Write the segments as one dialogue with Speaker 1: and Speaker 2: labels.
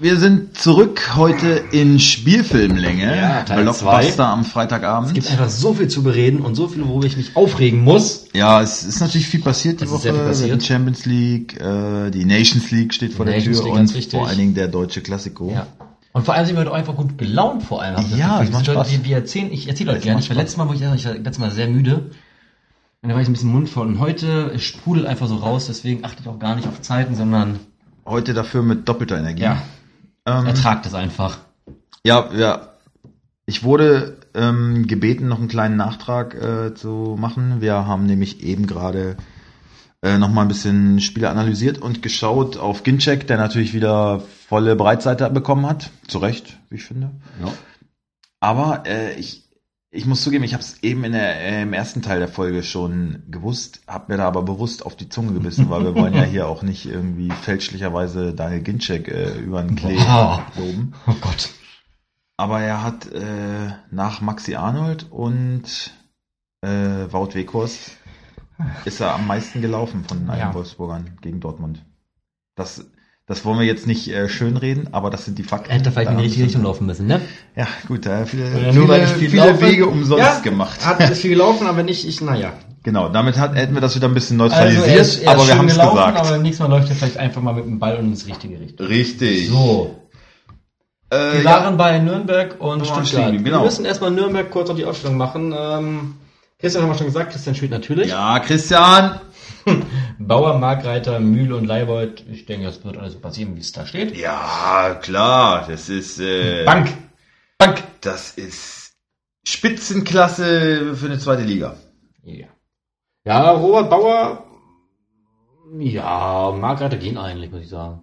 Speaker 1: Wir sind zurück heute in Spielfilmlänge.
Speaker 2: Ja, Teil
Speaker 1: Blockbuster
Speaker 2: zwei.
Speaker 1: am Freitagabend.
Speaker 2: Es gibt einfach so viel zu bereden und so viel, worüber ich mich aufregen muss.
Speaker 1: ja, es ist natürlich viel passiert die
Speaker 2: Es
Speaker 1: Woche.
Speaker 2: ist sehr viel passiert.
Speaker 1: Wir hatten Champions League, äh, die Nations League steht vor der
Speaker 2: Nations
Speaker 1: Tür
Speaker 2: League,
Speaker 1: und
Speaker 2: ganz wichtig.
Speaker 1: vor allen Dingen der deutsche Klassiko.
Speaker 2: Ja. Und vor allem sind wir heute einfach gut gelaunt, vor allem. hab ich das
Speaker 1: Ja,
Speaker 2: Gefühl.
Speaker 1: es macht
Speaker 2: Wir sind heute-
Speaker 1: Spaß.
Speaker 2: Wir, wir erzählen, ich erzähle euch
Speaker 1: Es
Speaker 2: gerne.
Speaker 1: macht
Speaker 2: Ich war
Speaker 1: Spaß.
Speaker 2: letztes Mal, wo ich, ich war letztes Mal sehr müde. Und da war ich ein bisschen mundvoll. Und heute sprudelt einfach so raus, deswegen achtet auch gar nicht auf Zeiten, sondern
Speaker 1: Heute dafür mit doppelter Energie.
Speaker 2: ja,
Speaker 1: ähm,
Speaker 2: ertragt es einfach.
Speaker 1: ja, ja. Ich wurde ähm, gebeten, noch einen kleinen Nachtrag äh, zu machen. Wir haben nämlich eben gerade äh, nochmal ein bisschen Spiele analysiert und geschaut auf Ginchek, der natürlich wieder volle Breitseite bekommen hat. Zu Recht, wie ich finde.
Speaker 2: Ja.
Speaker 1: Aber äh, ich, ich muss zugeben, ich habe es eben in der, äh, im ersten Teil der Folge schon gewusst, habe mir da aber bewusst auf die Zunge gebissen, weil wir wollen ja hier auch nicht irgendwie fälschlicherweise Daniel Ginczek äh, über den Klee
Speaker 2: Wow.
Speaker 1: loben.
Speaker 2: Oh Gott.
Speaker 1: Aber er hat äh, nach Maxi Arnold und äh, Wout Weghorst ist er am meisten gelaufen von allen
Speaker 2: Ja.
Speaker 1: Wolfsburgern gegen Dortmund. Das, das wollen wir jetzt nicht äh, schönreden, aber das sind die Fakten.
Speaker 2: Er hätte vielleicht in die
Speaker 1: Daran
Speaker 2: richtige
Speaker 1: müssen-
Speaker 2: Richtung laufen müssen, ne?
Speaker 1: ja, gut, da hat viele,
Speaker 2: Ja,
Speaker 1: viele,
Speaker 2: nur weil ich viel
Speaker 1: Äh, viele
Speaker 2: laufe.
Speaker 1: Wege umsonst
Speaker 2: Ja.
Speaker 1: gemacht.
Speaker 2: Hat viel gelaufen, aber nicht, ich, naja.
Speaker 1: Genau, damit hat, hätten wir das wieder ein bisschen
Speaker 2: Also
Speaker 1: neutralisiert, aber wir haben es
Speaker 2: Aber
Speaker 1: gesagt.
Speaker 2: beim nächsten Mal läuft er vielleicht einfach mal mit dem Ball und ins richtige Richtung.
Speaker 1: Richtig.
Speaker 2: So.
Speaker 1: äh,
Speaker 2: Wir
Speaker 1: ja,
Speaker 2: waren bei Nürnberg und
Speaker 1: Wir waren
Speaker 2: Stuttgart.
Speaker 1: Schlieben, genau.
Speaker 2: Wir müssen erstmal Nürnberg kurz auf die Aufstellung machen. Ähm, Christian haben wir schon gesagt, Christian spielt natürlich.
Speaker 1: ja, Christian.
Speaker 2: Bauer, Markreiter, Mühle und Leibold. Ich denke, das wird alles so passieren, wie es da steht.
Speaker 1: Ja, klar, das ist, äh,
Speaker 2: Bank! Bank!
Speaker 1: das ist Spitzenklasse für eine zweite Liga.
Speaker 2: Ja. ja, Robert Bauer. Ja, Markreiter ging eigentlich, muss ich sagen.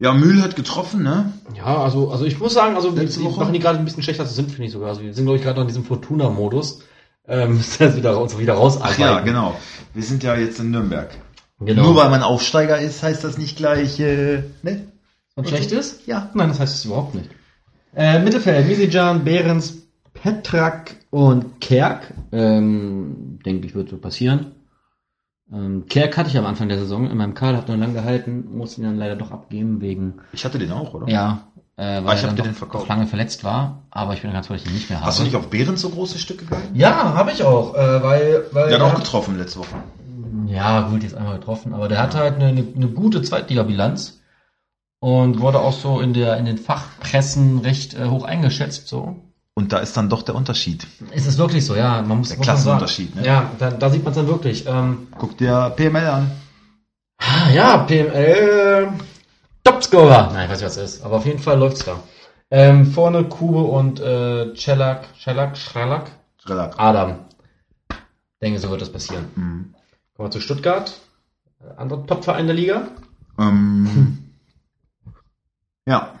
Speaker 1: Ja, Mühl hat getroffen, ne?
Speaker 2: Ja, also, also ich muss sagen, also wir
Speaker 1: Letzte
Speaker 2: wir
Speaker 1: Woche?
Speaker 2: machen die gerade ein bisschen schlechter, als sie sind, finde ich sogar. Also wir sind, glaube ich, gerade noch in diesem Fortuna-Modus. Ähm, müssen jetzt wieder, uns wieder rausarbeiten.
Speaker 1: genau. Wir sind ja jetzt in Nürnberg.
Speaker 2: genau.
Speaker 1: Nur weil man Aufsteiger ist, heißt das nicht gleich, äh, ne?
Speaker 2: Und schlecht ist?
Speaker 1: Ja.
Speaker 2: Nein, das heißt es überhaupt nicht. Äh, Mittelfeld, Misijan, Behrens, Petrak und Kerk. Ähm, denke ich, wird so passieren. Ähm, Kerk hatte ich am Anfang der Saison in meinem Kader, hat nur lang gehalten, musste ihn dann leider doch abgeben wegen,
Speaker 1: Ich hatte den auch, oder?
Speaker 2: ja, äh,
Speaker 1: Ah,
Speaker 2: weil
Speaker 1: ich
Speaker 2: er
Speaker 1: hab
Speaker 2: dann
Speaker 1: dir
Speaker 2: doch,
Speaker 1: den verkauft.
Speaker 2: doch lange verletzt war, aber ich bin ganz froh, dass ich ihn nicht mehr habe.
Speaker 1: Hast du nicht auf Behrens so große Stücke gehalten?
Speaker 2: ja, habe ich auch, äh, weil, weil
Speaker 1: Der hat auch getroffen letzte Woche.
Speaker 2: Ja, gut, jetzt einmal getroffen, aber der hatte halt eine, eine, eine gute Zweitligabilanz und wurde auch so in der in den Fachpressen recht äh, hoch eingeschätzt. So
Speaker 1: Und da ist dann doch der Unterschied.
Speaker 2: ist es wirklich so, ja. Man muss
Speaker 1: Der
Speaker 2: muss man sagen.
Speaker 1: Klassenunterschied, ne?
Speaker 2: Ja, da, da sieht man es dann wirklich. Ähm,
Speaker 1: Guck dir PML an.
Speaker 2: ah, ja, PML Topscorer. Nein, ich weiß nicht, was das ist, aber auf jeden Fall läuft's da. Ähm, vorne Kube und äh, Cellak, Cellak, Schralak,
Speaker 1: Relativ.
Speaker 2: Adam. Denke, so wird das passieren.
Speaker 1: Mhm.
Speaker 2: Kommen wir zu Stuttgart, äh, anderer Topverein der Liga.
Speaker 1: Ähm, ja,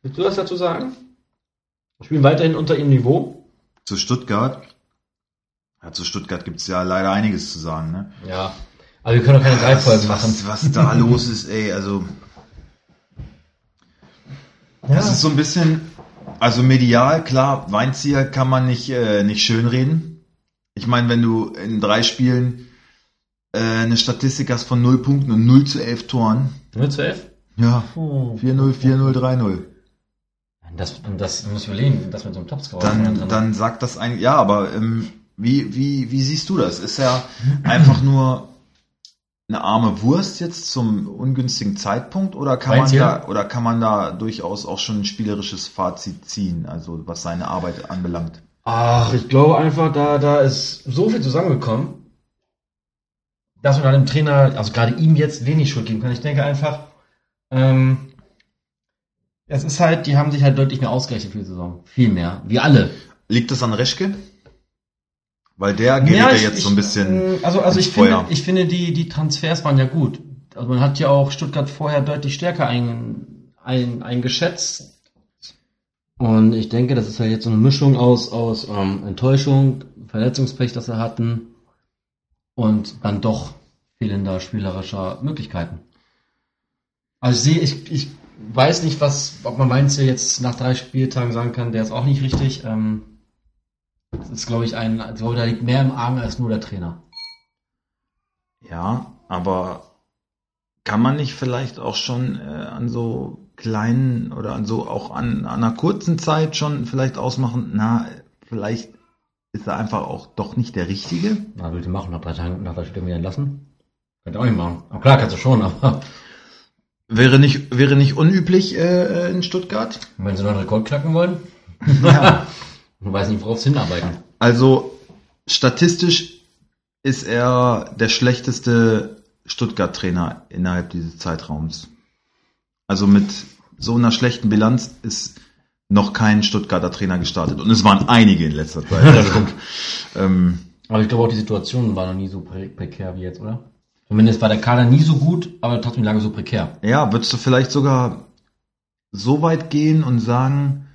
Speaker 2: Willst du das dazu sagen? Wir spielen weiterhin unter ihrem Niveau.
Speaker 1: zu Stuttgart. Ja, zu Stuttgart gibt es ja leider einiges zu sagen, ne?
Speaker 2: Ja. Aber wir können doch keine drei
Speaker 1: was,
Speaker 2: Folgen machen.
Speaker 1: was, was da los ist, ey, also das ist so ein bisschen, also medial, klar, Weinzieher kann man nicht, äh, nicht schönreden. Ich meine, wenn du in drei Spielen äh, eine Statistik hast von 0 Punkten und 0 zu 11 Toren,
Speaker 2: 0 zu 11?
Speaker 1: ja, 4-0, 4-0, 3-0.
Speaker 2: Das, das muss ich überlegen, dass wir so einem Topscorer
Speaker 1: dann, dann sagt das ein, ja, aber ähm, wie, wie, wie siehst du das? Ist ja einfach nur eine arme Wurst jetzt zum ungünstigen Zeitpunkt oder kann man
Speaker 2: Meinst du?
Speaker 1: da, oder kann man da durchaus auch schon ein spielerisches Fazit ziehen, also was seine Arbeit anbelangt?
Speaker 2: Ach, ich glaube einfach, da, da ist so viel zusammengekommen, dass man da dem Trainer, also gerade ihm jetzt wenig Schuld geben kann. Ich denke einfach, ähm, es ist halt, die haben sich halt deutlich mehr ausgerechnet für die Saison. Viel mehr. Wie alle.
Speaker 1: Liegt das an Reschke? Weil der gerät ja,
Speaker 2: ich-
Speaker 1: jetzt so
Speaker 2: ich-
Speaker 1: ein bisschen.
Speaker 2: äh, Also, also
Speaker 1: ins
Speaker 2: ich finde,
Speaker 1: Feuer.
Speaker 2: ich finde die, die Transfers waren ja gut. Also man hat ja auch Stuttgart vorher deutlich stärker ein, ein, eingeschätzt. Und ich denke, das ist ja jetzt so eine Mischung aus, aus ähm, Enttäuschung, Verletzungspech, das sie hatten und dann doch fehlender spielerischer Möglichkeiten. Also ich sehe, ich, ich weiß nicht, was, ob man Mainz hier jetzt nach drei Spieltagen sagen kann, der ist auch nicht richtig. Ähm, das ist, glaube ich, ein, ich glaube, da liegt mehr im Argen als nur der Trainer.
Speaker 1: Ja, aber kann man nicht vielleicht auch schon äh, an so kleinen oder an so auch an, an einer kurzen Zeit schon vielleicht ausmachen, na, vielleicht ist er einfach auch doch nicht der Richtige.
Speaker 2: Na, willst du machen, nach drei Tagen, nach drei Stunden wieder entlassen? Könnt ihr auch nicht machen. Aber klar, kannst du schon, aber
Speaker 1: Wäre nicht, wäre nicht unüblich äh, in Stuttgart.
Speaker 2: wenn sie noch einen Rekord knacken wollen,
Speaker 1: Ja.
Speaker 2: man weiß nicht, worauf sie hinarbeiten.
Speaker 1: Also statistisch ist er der schlechteste Stuttgart-Trainer innerhalb dieses Zeitraums. Also mit so einer schlechten Bilanz ist noch kein Stuttgarter Trainer gestartet. Und es waren einige in letzter Zeit. Also, ähm,
Speaker 2: Aber ich glaube auch, die Situation war noch nie so pre prekär wie jetzt, oder? Zumindest war der Kader nie so gut, aber trotzdem lange so prekär.
Speaker 1: ja, würdest du vielleicht sogar so weit gehen und sagen,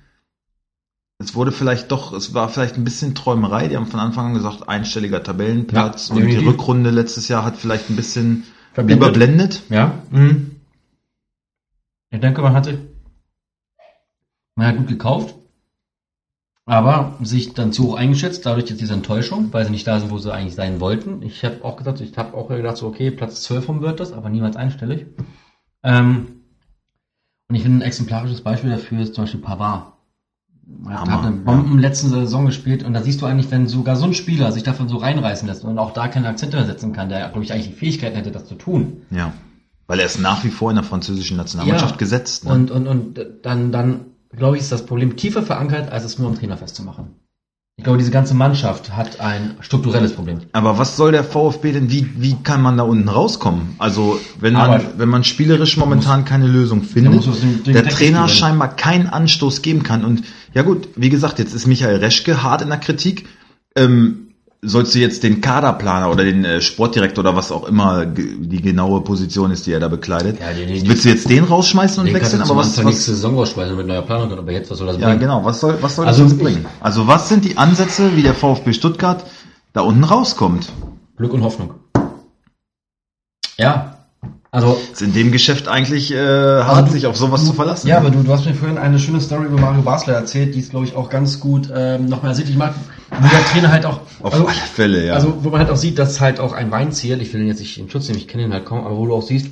Speaker 1: es wurde vielleicht doch, es war vielleicht ein bisschen Träumerei. Die haben von Anfang an gesagt, einstelliger Tabellenplatz
Speaker 2: Ja,
Speaker 1: und die
Speaker 2: definitiv.
Speaker 1: Rückrunde letztes Jahr hat vielleicht ein bisschen
Speaker 2: Verblendet.
Speaker 1: überblendet.
Speaker 2: Ja? Mhm. Ich denke, man hatte, man hat gut gekauft, aber sich dann zu hoch eingeschätzt, dadurch jetzt diese Enttäuschung, weil sie nicht da sind, wo sie eigentlich sein wollten. Ich habe auch gesagt, ich habe auch gedacht, so, okay, Platz 12 vom wird das, aber niemals einstellig. Ähm, und ich finde, ein exemplarisches Beispiel dafür ist zum Beispiel Pavard. Er hat
Speaker 1: Hammer,
Speaker 2: eine Bomben letzten Saison gespielt und da siehst du eigentlich, wenn sogar so ein Spieler sich davon so reinreißen lässt und auch da keine Akzente mehr setzen kann, der, glaube ich, eigentlich die Fähigkeiten hätte, das zu tun.
Speaker 1: Ja. Weil er ist nach wie vor in der französischen Nationalmannschaft
Speaker 2: Ja.
Speaker 1: gesetzt. Ne?
Speaker 2: Und, und, und dann, dann glaube ich, ist das Problem tiefer verankert, als es nur am Trainer festzumachen. Ich glaube, diese ganze Mannschaft hat ein strukturelles Problem.
Speaker 1: Aber was soll der VfB denn, wie, wie kann man da unten rauskommen? Also, wenn man,
Speaker 2: Aber-
Speaker 1: wenn man spielerisch momentan keine Lösung findet,
Speaker 2: muss aus dem- dem
Speaker 1: der
Speaker 2: Deckel
Speaker 1: Trainer
Speaker 2: gewinnen.
Speaker 1: scheinbar keinen Anstoß geben kann. Und ja gut, wie gesagt, jetzt ist Michael Reschke hart in der Kritik. Ähm, sollst du jetzt den Kaderplaner oder den äh, Sportdirektor oder was auch immer ge- die genaue Position ist, die er da bekleidet,
Speaker 2: Ja, die- die- die-
Speaker 1: willst du jetzt den rausschmeißen und
Speaker 2: Den kannst du
Speaker 1: wechseln?
Speaker 2: zum
Speaker 1: Aber was,
Speaker 2: Anfang
Speaker 1: was,
Speaker 2: nächste Saison rausschmeißen mit neuer Planung, aber jetzt, was soll das
Speaker 1: Ja,
Speaker 2: bringen?
Speaker 1: genau. Was soll, was soll
Speaker 2: Also
Speaker 1: das uns
Speaker 2: ich-
Speaker 1: bringen? Also was sind die Ansätze, wie der VfB Stuttgart da unten rauskommt?
Speaker 2: Glück und Hoffnung. Ja, also
Speaker 1: Ist in dem Geschäft eigentlich äh, hart,
Speaker 2: du-
Speaker 1: sich auf sowas zu verlassen.
Speaker 2: Ja, aber du, du hast mir vorhin eine schöne Story über Mario Basler erzählt, die es, glaube ich, auch ganz gut ähm, nochmal ersichtlich macht, wie der Trainer halt auch...
Speaker 1: auf
Speaker 2: also,
Speaker 1: alle Fälle, ja.
Speaker 2: Also, wo man halt auch sieht, dass halt auch ein Weinzierl, ich will ihn jetzt nicht in Schutz nehmen, ich kenne ihn halt kaum, aber wo du auch siehst,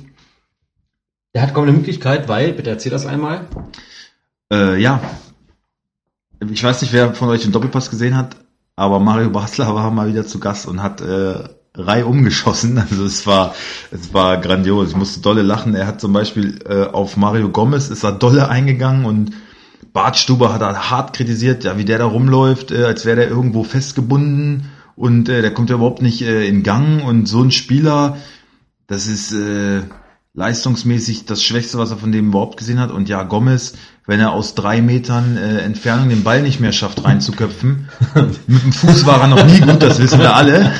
Speaker 2: der hat kaum eine Möglichkeit, weil, bitte erzähl das einmal,
Speaker 1: äh, ja. Ich weiß nicht, wer von euch den Doppelpass gesehen hat, aber Mario Basler war mal wieder zu Gast und hat äh, Rei umgeschossen. Also es war, es war grandios. Ich musste dolle lachen. Er hat zum Beispiel äh, auf Mario Gomez ist er dolle eingegangen und Bart Stuber hat er hart kritisiert, ja, wie der da rumläuft, äh, als wäre der irgendwo festgebunden und äh, der kommt ja überhaupt nicht äh, in Gang und so ein Spieler, das ist äh, leistungsmäßig das Schwächste, was er von dem überhaupt gesehen hat. Und ja, Gomez, wenn er aus drei Metern äh, Entfernung den Ball nicht mehr schafft, reinzuköpfen, mit dem Fuß war er noch nie gut, das wissen wir alle.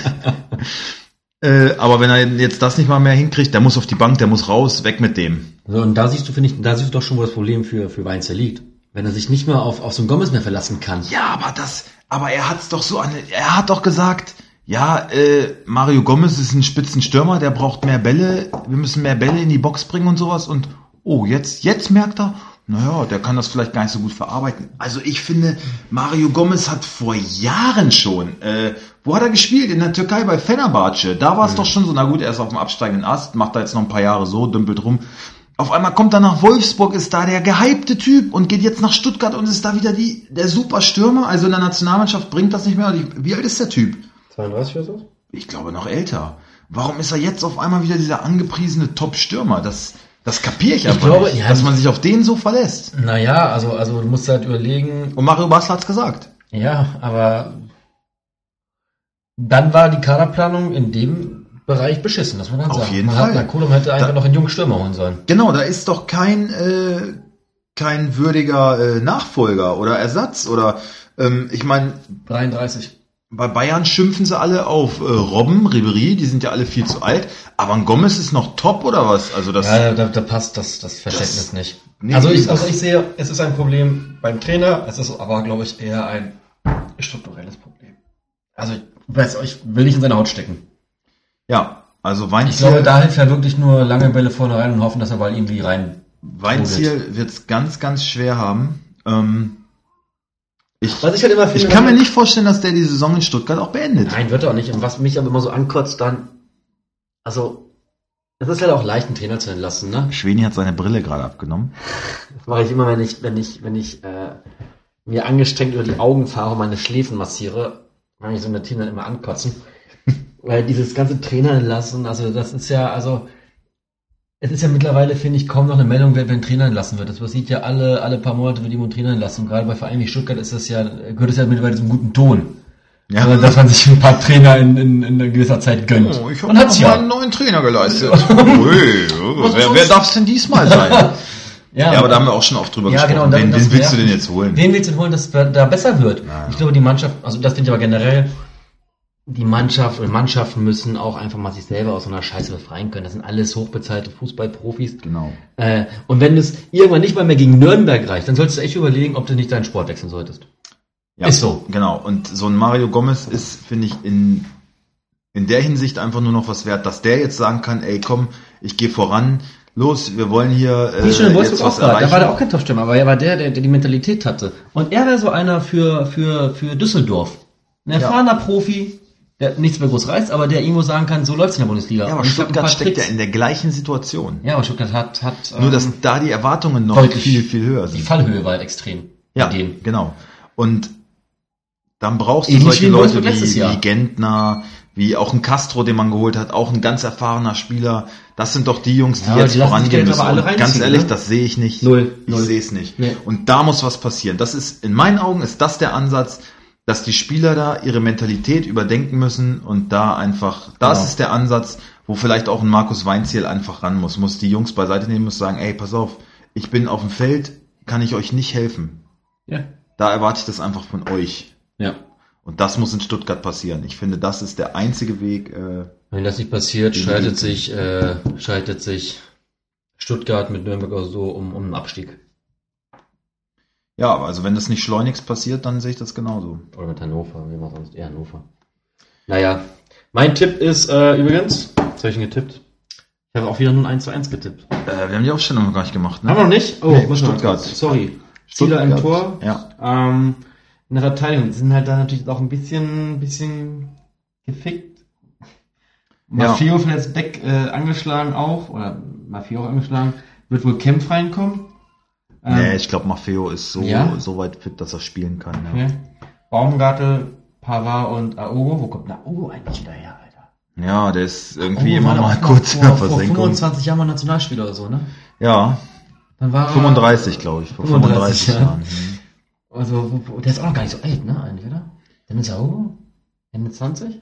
Speaker 1: Äh, aber wenn er jetzt das nicht mal mehr hinkriegt, der muss auf die Bank, der muss raus, weg mit dem.
Speaker 2: So, und da siehst du, finde ich, da siehst du doch schon, wo das Problem für, für Weinzer liegt. Wenn er sich nicht mehr auf, auf so einen Gomez mehr verlassen kann.
Speaker 1: Ja, aber das, aber er hat's doch so an, er hat doch gesagt, ja, äh, Mario Gomez ist ein Spitzenstürmer, der braucht mehr Bälle, wir müssen mehr Bälle in die Box bringen und sowas und, oh, jetzt, jetzt merkt er, naja, der kann das vielleicht gar nicht so gut verarbeiten. Also ich finde, Mario Gomez hat vor Jahren schon, äh, wo hat er gespielt? In der Türkei bei Fenerbahce. Da war es doch schon so, na gut, er ist auf dem absteigenden Ast, macht da jetzt noch ein paar Jahre so, dümpelt rum. Auf einmal kommt er nach Wolfsburg, ist da der gehypte Typ und geht jetzt nach Stuttgart und ist da wieder die, der Superstürmer. Also in der Nationalmannschaft bringt das nicht mehr. Wie alt ist der Typ?
Speaker 2: 32 oder so?
Speaker 1: Ich glaube noch älter. Warum ist er jetzt auf einmal wieder dieser angepriesene Top-Stürmer? Das, das kapiere ich einfach
Speaker 2: glaube,
Speaker 1: nicht,
Speaker 2: ja,
Speaker 1: dass man sich auf den so verlässt.
Speaker 2: Naja, also, also, du musst halt überlegen,
Speaker 1: Und Mario Basler hat's gesagt.
Speaker 2: ja, aber dann war die Kaderplanung in dem Bereich beschissen, das muss man ganz
Speaker 1: Auf
Speaker 2: sagen.
Speaker 1: jeden
Speaker 2: man
Speaker 1: Fall.
Speaker 2: Hat, na, Kohlum hätte einfach
Speaker 1: Da-
Speaker 2: noch einen jungen Stürmer holen sollen.
Speaker 1: Genau, da ist doch kein, äh, kein würdiger äh, Nachfolger oder Ersatz oder ähm, ich meine,
Speaker 2: 33.
Speaker 1: bei Bayern schimpfen sie alle auf äh, Robben, Ribery, die sind ja alle viel zu alt, aber ein Gomez ist noch top oder was? Also das
Speaker 2: Ja, da, da passt das, das Verständnis
Speaker 1: Das-
Speaker 2: nicht.
Speaker 1: nee,
Speaker 2: also, ich,
Speaker 1: das-
Speaker 2: also ich sehe, es ist ein Problem beim Trainer, es ist aber, glaube ich, eher ein strukturelles Problem. Also ich weiß, ich will nicht in seine Haut stecken.
Speaker 1: ja also
Speaker 2: Ich glaube,
Speaker 1: Weinziel,
Speaker 2: da hilft ja wirklich nur lange Bälle vorne rein und hoffen, dass er Ball irgendwie rein.
Speaker 1: Weinziel wird es ganz, ganz schwer haben. Ähm, ich,
Speaker 2: Was ich halt immer finde.
Speaker 1: ich kann mir nicht vorstellen, dass der die Saison in Stuttgart auch beendet.
Speaker 2: Nein, wird er auch nicht. Und was mich aber immer so ankotzt, dann. Also, Es ist halt auch leicht, einen Trainer zu entlassen, ne?
Speaker 1: Schweni hat seine Brille gerade abgenommen.
Speaker 2: Das mache ich immer, wenn ich, wenn ich, wenn ich äh, mir angestrengt über die Augen fahre und meine Schläfen massiere, kann ich so eine Team dann immer ankotzen. Weil dieses ganze Trainer entlassen, also das ist ja, also es ist ja mittlerweile, finde ich, kaum noch eine Meldung, wer einen Trainer entlassen wird. Das passiert ja alle, alle paar Monate wird jemand Trainer entlassen. Und Gerade bei Vereinen wie Stuttgart ist das ja, gehört es ja mittlerweile zum guten Ton.
Speaker 1: Ja.
Speaker 2: Also, dass man sich ein paar Trainer in, in, in einer gewisser Zeit gönnt.
Speaker 1: Oh, ich habe
Speaker 2: man hat's
Speaker 1: noch mal
Speaker 2: ja.
Speaker 1: einen neuen Trainer geleistet. Ui, oh, wer wer darf es denn diesmal sein?
Speaker 2: ja.
Speaker 1: Ja, aber da haben wir auch schon oft drüber
Speaker 2: Ja, genau,
Speaker 1: gesprochen.
Speaker 2: und dann-
Speaker 1: Wen, wen
Speaker 2: das
Speaker 1: willst du
Speaker 2: nervt
Speaker 1: denn jetzt holen?
Speaker 2: Wen willst du denn holen, dass da besser wird?
Speaker 1: Ja.
Speaker 2: Ich glaube, die Mannschaft, also das finde ich aber generell, die Mannschaft oder Mannschaften müssen auch einfach mal sich selber aus so einer Scheiße befreien können. Das sind alles hochbezahlte Fußballprofis.
Speaker 1: Genau.
Speaker 2: Äh, und wenn es irgendwann nicht mal mehr gegen Nürnberg reicht, dann solltest du echt überlegen, ob du nicht deinen Sport wechseln solltest.
Speaker 1: Ja,
Speaker 2: Ist so.
Speaker 1: Genau. Und so ein Mario Gomez ist, finde ich, in, in der Hinsicht einfach nur noch was wert, dass der jetzt sagen kann, ey, komm, ich gehe voran, los, wir wollen hier äh,
Speaker 2: Wie schon in Wolfsburg auch gerade. Da war der
Speaker 1: erreichen.
Speaker 2: auch kein Topstürmer, aber er war der, der, der die Mentalität hatte. Und er wäre so einer für, für, für Düsseldorf. Ein erfahrener Profi, der nichts mehr groß reißt, aber der irgendwo sagen kann, so läuft's in der Bundesliga.
Speaker 1: Ja, aber
Speaker 2: Und ich hab ein
Speaker 1: Stuttgart
Speaker 2: paar
Speaker 1: steckt ja
Speaker 2: Tricks.
Speaker 1: in der gleichen Situation.
Speaker 2: Ja, aber Stuttgart hat, hat
Speaker 1: Nur,
Speaker 2: ähm,
Speaker 1: dass da die Erwartungen noch
Speaker 2: deutlich-
Speaker 1: viel, viel höher
Speaker 2: die
Speaker 1: sind.
Speaker 2: Fallhöhe war halt extrem.
Speaker 1: Ja,
Speaker 2: bei denen.
Speaker 1: genau. Und dann brauchst du
Speaker 2: Ähnlich wie
Speaker 1: solche
Speaker 2: in
Speaker 1: Leute
Speaker 2: Wolfsburg letztes
Speaker 1: wie,
Speaker 2: Jahr.
Speaker 1: wie Gentner, wie auch ein Castro, den man geholt hat, auch ein ganz erfahrener Spieler. Das sind doch die Jungs, die
Speaker 2: Ja, aber
Speaker 1: jetzt
Speaker 2: die lassen sich
Speaker 1: vorangehen
Speaker 2: jetzt
Speaker 1: müssen.
Speaker 2: aber alle
Speaker 1: Und ganz
Speaker 2: reinziehen,
Speaker 1: ehrlich,
Speaker 2: ne?
Speaker 1: das sehe ich nicht.
Speaker 2: Null,
Speaker 1: Ich
Speaker 2: null.
Speaker 1: sehe es nicht.
Speaker 2: Nee.
Speaker 1: Und da muss was passieren. Das ist, in meinen Augen ist das der Ansatz, dass die Spieler da ihre Mentalität überdenken müssen und da einfach, das
Speaker 2: Genau.
Speaker 1: ist der Ansatz, wo vielleicht auch ein Markus Weinziel einfach ran muss, muss die Jungs beiseite nehmen, muss sagen, ey, pass auf, ich bin auf dem Feld, kann ich euch nicht helfen.
Speaker 2: Ja.
Speaker 1: Da erwarte ich das einfach von euch.
Speaker 2: Ja.
Speaker 1: Und das muss in Stuttgart passieren. Ich finde, das ist der einzige Weg. Äh,
Speaker 2: Wenn das nicht passiert,
Speaker 1: Mhm.
Speaker 2: schaltet sich, äh, schaltet sich Stuttgart mit Nürnberg auch so um, um einen Abstieg.
Speaker 1: ja, also wenn das nicht schleunigst passiert, dann sehe ich das genauso.
Speaker 2: Oder mit Hannover, wie man sonst eher Hannover. Naja, mein Tipp ist äh, übrigens, was habe ich denn getippt? Ich habe auch wieder nur ein 1 zu 1 getippt.
Speaker 1: Äh, wir haben die Aufstellung noch gar nicht gemacht, ne?
Speaker 2: Haben wir noch nicht? Oh,
Speaker 1: Nee,
Speaker 2: muss noch-
Speaker 1: Stuttgart.
Speaker 2: Sorry. Zieler
Speaker 1: Stuttgart.
Speaker 2: im Tor.
Speaker 1: Ja.
Speaker 2: Ähm, in der Verteidigung. Die sind halt da natürlich auch ein bisschen, bisschen gefickt.
Speaker 1: Ja.
Speaker 2: Maffeo verletzt Beck äh, angeschlagen auch, oder Maffeo auch angeschlagen. Wird wohl Kempf reinkommen. Ähm,
Speaker 1: nee, ich glaube, Maffeo ist so,
Speaker 2: Ja?
Speaker 1: so weit fit, dass er spielen kann. Ja,
Speaker 2: okay. Baumgartel, Pavard und Aogo. Wo kommt denn Aogo eigentlich wieder her, Alter?
Speaker 1: ja der ist irgendwie
Speaker 2: Aogo
Speaker 1: immer
Speaker 2: Oh, war doch
Speaker 1: mal kurz in
Speaker 2: vor,
Speaker 1: der
Speaker 2: vor
Speaker 1: Versenkung.
Speaker 2: 25 Jahren mal Nationalspieler oder so, ne?
Speaker 1: Ja,
Speaker 2: Dann war er-
Speaker 1: 35, glaube ich. Vor 35,
Speaker 2: 35, ja.
Speaker 1: Jahren. Mhm.
Speaker 2: Also, wo- wo- der ist auch noch gar nicht so alt, ne, eigentlich, oder? Dann ist er auch Ende 20?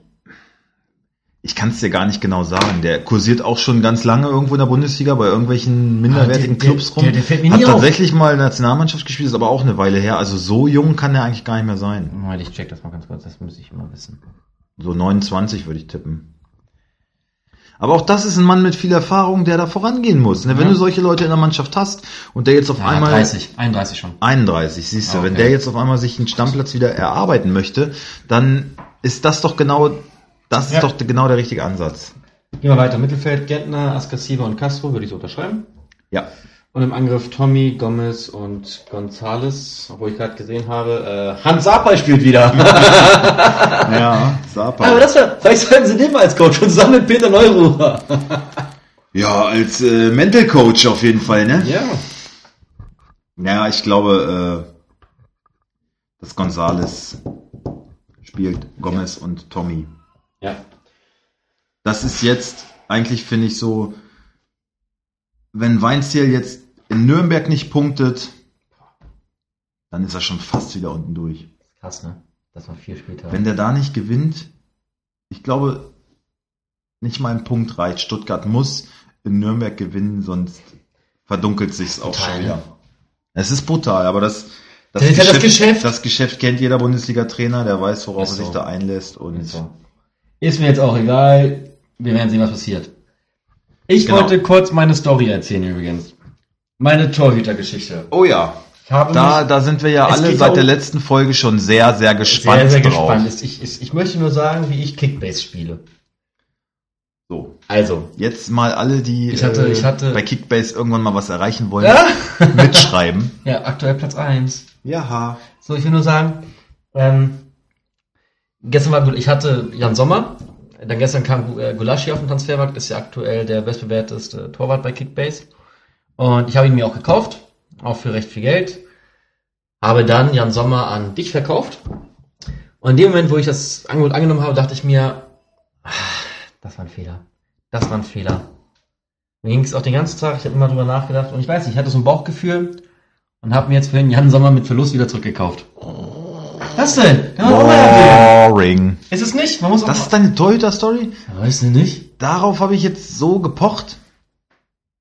Speaker 1: Ich kann es dir gar nicht genau sagen. Der kursiert auch schon ganz lange irgendwo in der Bundesliga bei irgendwelchen minderwertigen
Speaker 2: Ah, der-
Speaker 1: Clubs
Speaker 2: der-
Speaker 1: rum.
Speaker 2: der- der fällt mir
Speaker 1: Hat
Speaker 2: nie auf.
Speaker 1: tatsächlich mal in der Nationalmannschaft gespielt, ist aber auch eine Weile her. Also so jung kann er eigentlich gar nicht mehr sein.
Speaker 2: Moment, ich check das mal ganz kurz, das muss ich immer wissen.
Speaker 1: So 29 würde ich tippen. Aber auch das ist ein Mann mit viel Erfahrung, der da vorangehen muss. Ne? Wenn
Speaker 2: Ja.
Speaker 1: du solche Leute in der Mannschaft hast und der jetzt auf einmal
Speaker 2: 30, 31 schon.
Speaker 1: 31, siehst du,
Speaker 2: Ah,
Speaker 1: wenn
Speaker 2: okay.
Speaker 1: der jetzt auf einmal sich einen Stammplatz wieder erarbeiten möchte, dann ist das doch genau, das
Speaker 2: Ja.
Speaker 1: ist doch genau der richtige Ansatz.
Speaker 2: Gehen wir weiter. Mittelfeld, Gentner, Askasiva und Castro würde ich so unterschreiben.
Speaker 1: Ja,
Speaker 2: Und im Angriff Tommy, Gomez und Gonzales, obwohl ich gerade gesehen habe, äh, Hans Apay spielt wieder.
Speaker 1: ja,
Speaker 2: Aber
Speaker 1: Sapa.
Speaker 2: das war, vielleicht sollten sie den mal als Coach und zusammen mit Peter Neururer.
Speaker 1: Ja, als äh, Mental Coach auf jeden Fall, ne?
Speaker 2: ja.
Speaker 1: Ja, ich glaube, äh, dass Gonzales spielt, Gomez und Tommy.
Speaker 2: Ja.
Speaker 1: Das ist jetzt eigentlich, finde ich, so, wenn Weinziel jetzt in Nürnberg nicht punktet, dann ist er schon fast wieder unten durch.
Speaker 2: Krass, ne? Das war viel später.
Speaker 1: Wenn der da nicht gewinnt, ich glaube, nicht mal ein Punkt reicht. Stuttgart muss in Nürnberg gewinnen, sonst verdunkelt sich's auch
Speaker 2: Brutal,
Speaker 1: schon
Speaker 2: ne?
Speaker 1: wieder. Es ist brutal, aber das, das,
Speaker 2: Das ist ja das Geschäft.
Speaker 1: das Geschäft kennt jeder Bundesliga-Trainer, der weiß, worauf
Speaker 2: Ist
Speaker 1: er sich
Speaker 2: so.
Speaker 1: da einlässt und
Speaker 2: Ist so. Ist mir jetzt auch egal. Wir werden sehen, was passiert. Ich
Speaker 1: Genau.
Speaker 2: wollte kurz meine Story erzählen übrigens. Meine Torhütergeschichte.
Speaker 1: Oh ja,
Speaker 2: Ich habe
Speaker 1: Da, da sind wir ja
Speaker 2: Es
Speaker 1: alle
Speaker 2: geht
Speaker 1: seit
Speaker 2: um-
Speaker 1: der letzten Folge schon sehr, sehr
Speaker 2: mich
Speaker 1: gespannt
Speaker 2: sehr, sehr
Speaker 1: drauf.
Speaker 2: gespannt. Ich, ich, ich möchte nur sagen, wie ich Kickbase spiele.
Speaker 1: So,
Speaker 2: Also.
Speaker 1: jetzt mal alle, die
Speaker 2: Ich hatte-
Speaker 1: äh,
Speaker 2: ich hatte-
Speaker 1: bei Kickbase irgendwann mal was erreichen wollen,
Speaker 2: Ja?
Speaker 1: mitschreiben.
Speaker 2: ja, aktuell Platz 1.
Speaker 1: Jaha.
Speaker 2: So, ich will nur sagen, ähm, gestern war gut, ich hatte Jan Sommer dann gestern kam äh, Gulaschi auf den Transfermarkt, ist ja aktuell der bestbewerteste Torwart bei Kickbase. Und ich habe ihn mir auch gekauft, auch für recht viel Geld. Habe dann Jan Sommer an dich verkauft. Und in dem Moment, wo ich das Angebot angenommen habe, dachte ich mir, ah, das war ein Fehler. Das war ein Fehler. Mir ging es auch den ganzen Tag, ich habe immer drüber nachgedacht und ich weiß nicht, ich hatte so ein Bauchgefühl und habe mir jetzt für den Jan Sommer mit Verlust wieder zurückgekauft. Was denn? Kann man auch mal erwähnen.
Speaker 1: Boring.
Speaker 2: Ist es nicht? Man muss auch
Speaker 1: Das ist deine Torhüter-Story?
Speaker 2: Ja, Weiß ich nicht.
Speaker 1: Darauf habe ich jetzt so gepocht.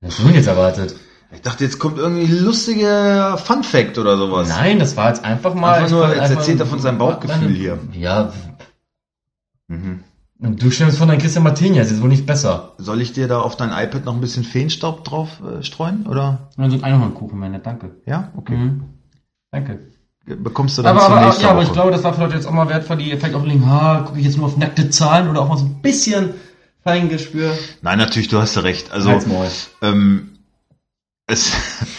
Speaker 2: Das hast du jetzt erwartet.
Speaker 1: Ich dachte, jetzt kommt irgendwie lustiger Fun-Fact oder sowas.
Speaker 2: Nein, das war jetzt einfach mal.
Speaker 1: Einfach nur,
Speaker 2: ich wollte
Speaker 1: jetzt erzählt er von seinem Bauchgefühl
Speaker 2: Nein,
Speaker 1: hier.
Speaker 2: Ja,
Speaker 1: Mhm.
Speaker 2: und du stimmst von deinem Christian Martinez, ist wohl nicht besser.
Speaker 1: Soll ich dir da auf dein iPad noch ein bisschen Feenstaub drauf äh, streuen? Oder?
Speaker 2: Dann wird einer noch einen Kuchen, meine, danke.
Speaker 1: Ja? Okay.
Speaker 2: Mhm. Danke.
Speaker 1: Bekommst du dann
Speaker 2: Aber,
Speaker 1: zur
Speaker 2: aber,
Speaker 1: nächsten
Speaker 2: ja, aber ich
Speaker 1: Woche.
Speaker 2: glaube, das war für Leute jetzt auch mal wertvoll, die vielleicht auch denken, ha, gucke ich jetzt nur auf nackte Zahlen oder auch mal so ein bisschen Feingespür.
Speaker 1: Nein, natürlich, du hast ja recht.
Speaker 2: Halt's
Speaker 1: Also,
Speaker 2: Maul.
Speaker 1: ähm, es,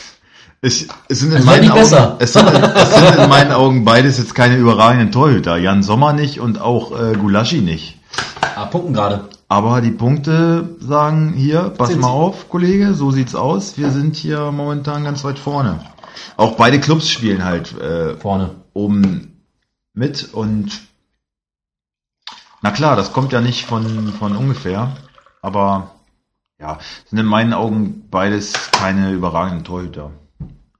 Speaker 1: es, es sind in
Speaker 2: Es war
Speaker 1: meinen
Speaker 2: nicht
Speaker 1: Augen,
Speaker 2: besser.
Speaker 1: es sind, es sind in meinen Augen beides jetzt keine überragenden Torhüter. Jan Sommer nicht und auch äh, Gulaschi nicht.
Speaker 2: Ah, Punkten gerade.
Speaker 1: Aber die Punkte sagen hier, pass
Speaker 2: Sind
Speaker 1: mal
Speaker 2: sie.
Speaker 1: auf, Kollege, so sieht's aus. Wir sind hier momentan ganz weit vorne. Auch beide Clubs spielen halt äh,
Speaker 2: Vorne.
Speaker 1: oben um mit und na klar, das kommt ja nicht von, von ungefähr, aber ja, sind in meinen Augen beides keine überragenden Torhüter.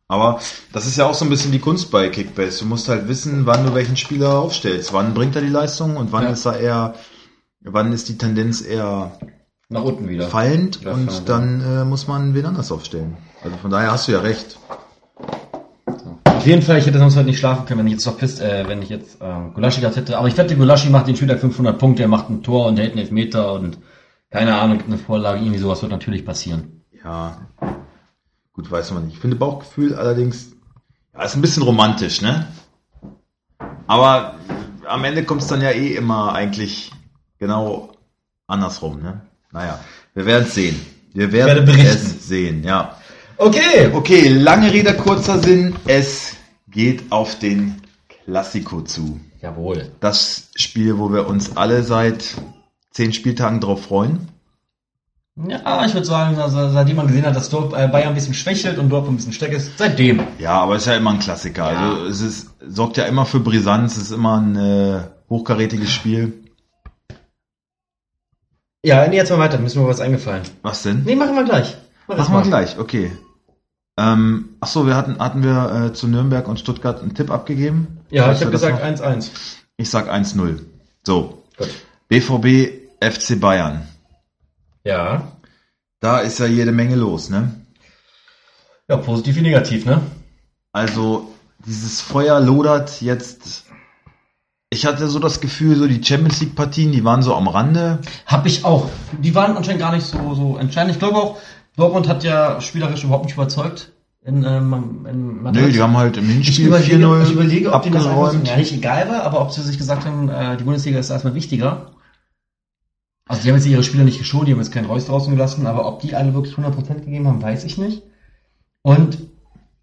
Speaker 1: Aber das ist ja auch so ein bisschen die Kunst bei Kickbase. Du musst halt wissen, wann du welchen Spieler aufstellst. Wann bringt er die Leistung und wann
Speaker 2: Ja.
Speaker 1: ist er eher, wann ist die Tendenz eher
Speaker 2: Nach unten wieder.
Speaker 1: fallend
Speaker 2: Ja,
Speaker 1: und
Speaker 2: klar, ja.
Speaker 1: dann äh, muss man wen anders aufstellen. Also von daher hast du ja recht.
Speaker 2: Auf jeden Fall, ich hätte sonst heute nicht schlafen können, wenn ich jetzt noch Pist, äh, wenn ich jetzt ähm, Gulaschi gehabt hätte. Aber ich wette, Gulaschi macht den Spieler 500 Punkte, er macht ein Tor und hält einen Elfmeter und keine Ahnung, gibt eine Vorlage, irgendwie sowas wird natürlich passieren.
Speaker 1: Ja, gut, weiß man nicht. Ich finde Bauchgefühl allerdings, ja, ist ein bisschen romantisch, ne? Aber am Ende kommt es dann ja eh immer eigentlich genau andersrum, ne? Naja, wir werden sehen. Wir werden
Speaker 2: werde berichten.
Speaker 1: es sehen, ja.
Speaker 2: Okay,
Speaker 1: Okay, lange Rede, kurzer Sinn. Es geht auf den Klassiko zu.
Speaker 2: Jawohl.
Speaker 1: Das Spiel, wo wir uns alle seit zehn Spieltagen drauf freuen.
Speaker 2: Ja, ich würde sagen, also, seitdem man gesehen hat, dass Dort, äh, Bayern ein bisschen schwächelt und Dortmund ein bisschen stärker ist, seitdem.
Speaker 1: Ja, aber ist ja immer ein Klassiker.
Speaker 2: Ja.
Speaker 1: Also es ist, sorgt ja immer für Brisanz, es ist immer ein äh, hochkarätiges Spiel.
Speaker 2: Ja, nee, jetzt mal weiter, mir ist mir was eingefallen.
Speaker 1: Was denn?
Speaker 2: Nee, machen wir gleich.
Speaker 1: Machen wir gleich, okay. Ähm, ach so, wir hatten, hatten wir äh, zu Nürnberg und Stuttgart einen Tipp abgegeben.
Speaker 2: Ja,
Speaker 1: Weißt
Speaker 2: ich
Speaker 1: du
Speaker 2: habe
Speaker 1: das
Speaker 2: gesagt
Speaker 1: noch?
Speaker 2: 1-1.
Speaker 1: ich sag 1-0. So,
Speaker 2: Gut.
Speaker 1: BVB, FC Bayern.
Speaker 2: Ja.
Speaker 1: Da ist ja jede Menge los, ne?
Speaker 2: Ja, positiv wie negativ, ne?
Speaker 1: Also dieses Feuer lodert jetzt. Ich hatte so das Gefühl, so die Champions League Partien, die waren so am Rande.
Speaker 2: Hab ich auch. Die waren anscheinend gar nicht so, so entscheidend. Ich glaube auch, Dortmund hat ja spielerisch überhaupt nicht überzeugt. In, ähm, in Madrid.
Speaker 1: Nö, die haben halt im
Speaker 2: ich
Speaker 1: Hinspiel
Speaker 2: überlege,
Speaker 1: 4-0
Speaker 2: ich überlege, ob denen das einfach so
Speaker 1: abgeräumt.
Speaker 2: ja, nicht egal war, aber ob sie sich gesagt haben, äh, die Bundesliga ist erstmal wichtiger. Also die haben jetzt ihre Spieler nicht geschont, die haben jetzt keinen Reus draußen gelassen, aber ob die alle wirklich 100% gegeben haben, weiß ich nicht. Und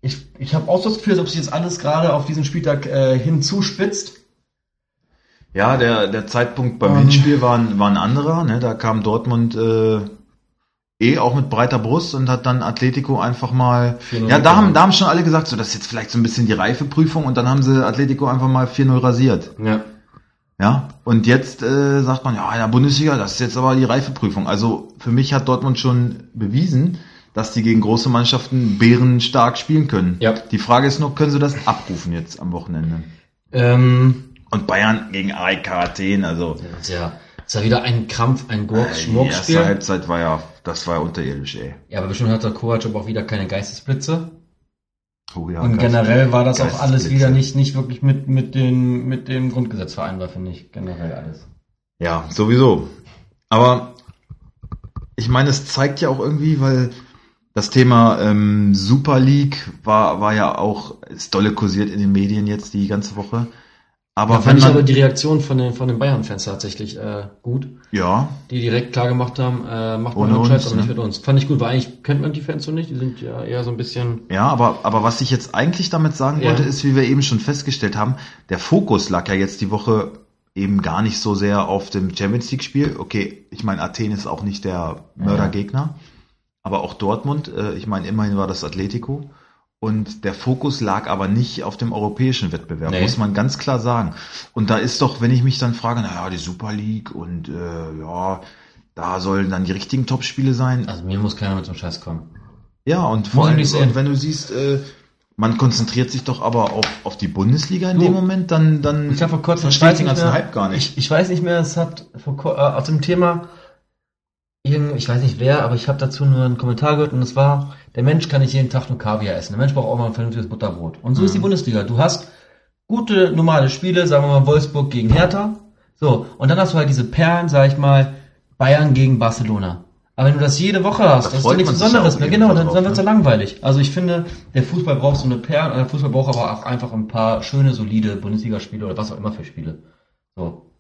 Speaker 2: ich, ich habe auch so das Gefühl, als ob sich jetzt alles gerade auf diesen Spieltag äh, hinzuspitzt.
Speaker 1: Ja, der, der Zeitpunkt beim
Speaker 2: Ähm.
Speaker 1: Hinspiel war, ein- war ein anderer. Ne? Da kam Dortmund äh, eh auch mit breiter Brust und hat dann Atletico einfach mal.
Speaker 2: 4-0
Speaker 1: Ja, da haben,
Speaker 2: gewonnen.
Speaker 1: da haben schon alle gesagt, so das ist jetzt vielleicht so ein bisschen die Reifeprüfung und dann haben sie Atletico einfach mal 4-0 rasiert.
Speaker 2: Ja.
Speaker 1: Ja, und jetzt äh, sagt man, ja, in der Bundesliga, das ist jetzt aber die Reifeprüfung. Also für mich hat Dortmund schon bewiesen, dass die gegen große Mannschaften bärenstark spielen können.
Speaker 2: Ja.
Speaker 1: Die Frage ist nur, können sie das abrufen jetzt am Wochenende?
Speaker 2: Ähm,
Speaker 1: Und Bayern gegen AEK Athen, also.
Speaker 2: Das ist ja, das ist ja wieder ein Krampf, ein
Speaker 1: Die
Speaker 2: Gurks-Schmurks-Spiel.
Speaker 1: Äh, erste Halbzeit war ja, das war ja unterirdisch, ey.
Speaker 2: Ja, aber bestimmt hat der Kovac aber auch wieder keine Geistesblitze.
Speaker 1: Oh ja,
Speaker 2: Und
Speaker 1: Geist-
Speaker 2: generell war das auch
Speaker 1: Geistesblitze.
Speaker 2: alles wieder nicht, nicht wirklich mit, mit, den, mit dem Grundgesetz vereinbar, finde ich. Generell alles.
Speaker 1: Ja, sowieso. Aber ich meine, es zeigt ja auch irgendwie, weil das Thema ähm, Super League war, war ja auch, ist dolle kursiert in den Medien jetzt die ganze Woche. Aber
Speaker 2: Da
Speaker 1: wenn
Speaker 2: fand ich
Speaker 1: man,
Speaker 2: aber die Reaktion von den, von den Bayern-Fans tatsächlich äh, gut,
Speaker 1: ja,
Speaker 2: die direkt klar gemacht haben, äh, macht mal
Speaker 1: Ohne
Speaker 2: einen
Speaker 1: uns,
Speaker 2: Scheiß, aber nicht
Speaker 1: ne?
Speaker 2: mit uns. Fand ich gut, weil eigentlich kennt man die Fans so nicht, die sind ja eher so ein bisschen...
Speaker 1: Ja, aber, aber was ich jetzt eigentlich damit sagen
Speaker 2: Ja.
Speaker 1: wollte, ist, wie wir eben schon festgestellt haben, der Fokus lag ja jetzt die Woche eben gar nicht so sehr auf dem Champions League Spiel. Okay, ich meine, Athen ist auch nicht der Mördergegner, aber auch Dortmund, äh, ich meine, immerhin war das Atletico. Und der Fokus lag aber nicht auf dem europäischen Wettbewerb,
Speaker 2: Nee.
Speaker 1: muss man ganz klar sagen. Und da ist doch, wenn ich mich dann frage, naja, die Super League und äh, ja, da sollen dann die richtigen Topspiele sein.
Speaker 2: Also mir muss keiner mit so einem Scheiß kommen.
Speaker 1: Ja, und vor
Speaker 2: Muss ich
Speaker 1: allem,
Speaker 2: nicht sehen.
Speaker 1: und wenn du siehst, äh, man konzentriert sich doch aber auf, auf die Bundesliga in
Speaker 2: Du,
Speaker 1: dem Moment, dann, dann
Speaker 2: Ich habe vor kurzem, ich
Speaker 1: verstehe ich
Speaker 2: weiß
Speaker 1: den ganzen
Speaker 2: Ähm, nicht mehr,
Speaker 1: Hype gar nicht.
Speaker 2: Ich, ich weiß nicht mehr, es hat vor, kur- äh, aus dem Thema, irgend, ich weiß nicht wer, aber ich habe dazu nur einen Kommentar gehört und es war, der Mensch kann nicht jeden Tag nur Kaviar essen. Der Mensch braucht auch mal ein vernünftiges Butterbrot. Und so ist die
Speaker 1: Mhm.
Speaker 2: Bundesliga. Du hast gute, normale Spiele, sagen wir mal Wolfsburg gegen Hertha. So, und dann hast du halt diese Perlen, sag ich mal, Bayern gegen Barcelona. Aber wenn du das jede Woche hast,
Speaker 1: Da
Speaker 2: das ist
Speaker 1: freut
Speaker 2: doch nichts
Speaker 1: man sich
Speaker 2: Besonderes
Speaker 1: auch
Speaker 2: mehr.
Speaker 1: eben
Speaker 2: Genau, dann,
Speaker 1: drauf,
Speaker 2: dann wird
Speaker 1: ne?
Speaker 2: ja langweilig. Also ich finde, der Fußball braucht so eine Perle, der Fußball braucht aber auch einfach ein paar schöne, solide Bundesligaspiele oder was auch immer für Spiele. So.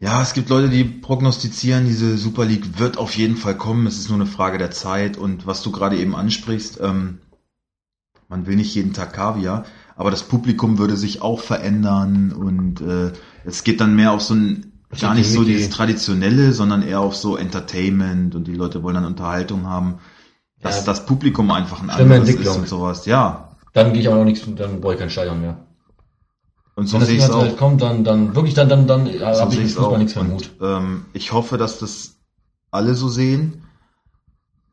Speaker 1: Ja, es gibt Leute, die prognostizieren, diese Super League wird auf jeden Fall kommen. Es ist nur eine Frage der Zeit und was du gerade eben ansprichst, ähm, man will nicht jeden Tag Kaviar, aber das Publikum würde sich auch verändern und äh, es geht dann mehr auf so ein gar nicht so
Speaker 2: Schickimicki.
Speaker 1: dieses traditionelle, sondern eher auf so Entertainment und die Leute wollen dann Unterhaltung haben, dass
Speaker 2: Ja.
Speaker 1: das Publikum einfach ein
Speaker 2: Schlimme
Speaker 1: anderes ist
Speaker 2: Entwicklung.
Speaker 1: und sowas. Ja,
Speaker 2: Dann gehe ich auch noch nichts, dann brauche ich kein Stadion mehr.
Speaker 1: und so
Speaker 2: Wenn das
Speaker 1: sehe ich es
Speaker 2: Internet
Speaker 1: auch.
Speaker 2: halt kommt, dann, dann wirklich, dann, dann, dann äh,
Speaker 1: So
Speaker 2: habe ich
Speaker 1: sehe
Speaker 2: mit
Speaker 1: ich's auch.
Speaker 2: Fußball nichts mehr im
Speaker 1: Und,
Speaker 2: Hut.
Speaker 1: ähm, ich hoffe, dass das alle so sehen.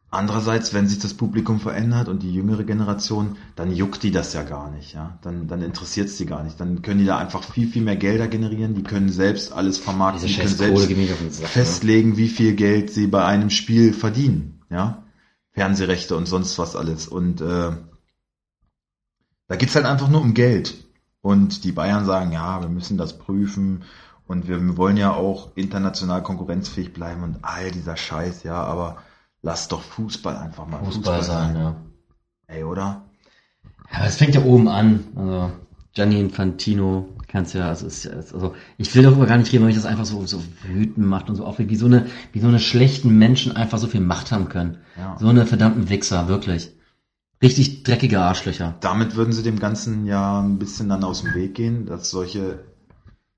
Speaker 1: Andererseits, wenn sich das Publikum verändert und die jüngere Generation, dann juckt die das ja gar nicht. Ja? Dann, dann interessiert es die gar nicht. Dann können die da einfach viel, viel mehr Gelder generieren. Die können selbst alles vermarkten. Die können selbst
Speaker 2: geht mir nicht auf den Sack. ne?
Speaker 1: festlegen, wie viel Geld sie bei einem Spiel verdienen. Ja? Fernsehrechte und sonst was alles. Und äh, da geht's halt einfach nur um Geld. Und die Bayern sagen, ja, wir müssen das prüfen und wir wollen ja auch international konkurrenzfähig bleiben und all dieser Scheiß, ja, aber lass doch Fußball einfach mal
Speaker 2: Fußball sein, ne? ja.
Speaker 1: Ey, oder?
Speaker 2: Ja, aber es fängt ja oben an. Also Gianni Infantino kannst ja, also, ist, ja- ist, also ich will darüber gar nicht reden, weil mich das einfach so, so wütend macht und so aufregt, wie so eine, wie so eine schlechten Menschen einfach so viel Macht haben können.
Speaker 1: Ja.
Speaker 2: So eine verdammten Wichser, wirklich. Richtig dreckige Arschlöcher.
Speaker 1: Damit würden sie dem Ganzen ja ein bisschen dann aus dem Weg gehen, dass solche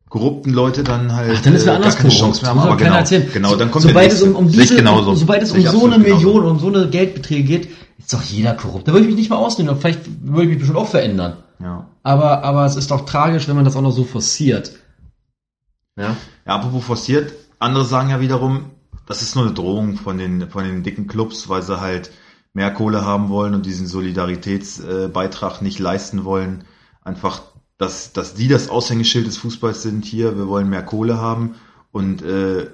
Speaker 1: korrupten Leute dann halt
Speaker 2: Ach, dann ist
Speaker 1: äh,
Speaker 2: wer anders
Speaker 1: gar keine
Speaker 2: korrupt.
Speaker 1: Chance mehr haben.
Speaker 2: Muss
Speaker 1: Aber
Speaker 2: auch keiner
Speaker 1: genau,
Speaker 2: erzählen.
Speaker 1: genau, dann kommt
Speaker 2: sobald
Speaker 1: der
Speaker 2: es um, um
Speaker 1: Sehe ich
Speaker 2: diese,
Speaker 1: genauso.
Speaker 2: sobald es
Speaker 1: Sehe
Speaker 2: um
Speaker 1: ich
Speaker 2: so
Speaker 1: absolut
Speaker 2: eine
Speaker 1: genauso.
Speaker 2: Million, um so eine Geldbeträge geht, ist doch jeder korrupt. Da würde ich mich nicht mal ausnehmen. aber Vielleicht würde ich mich bestimmt auch verändern.
Speaker 1: Ja.
Speaker 2: Aber, aber es ist doch tragisch, wenn man das auch noch so forciert. Ja.
Speaker 1: Ja, apropos forciert, andere sagen ja wiederum, das ist nur eine Drohung von den, von den dicken Clubs, weil sie halt mehr Kohle haben wollen und diesen Solidaritätsbeitrag nicht leisten wollen. Einfach, dass, dass die das Aushängeschild des Fußballs sind hier, wir wollen mehr Kohle haben und äh,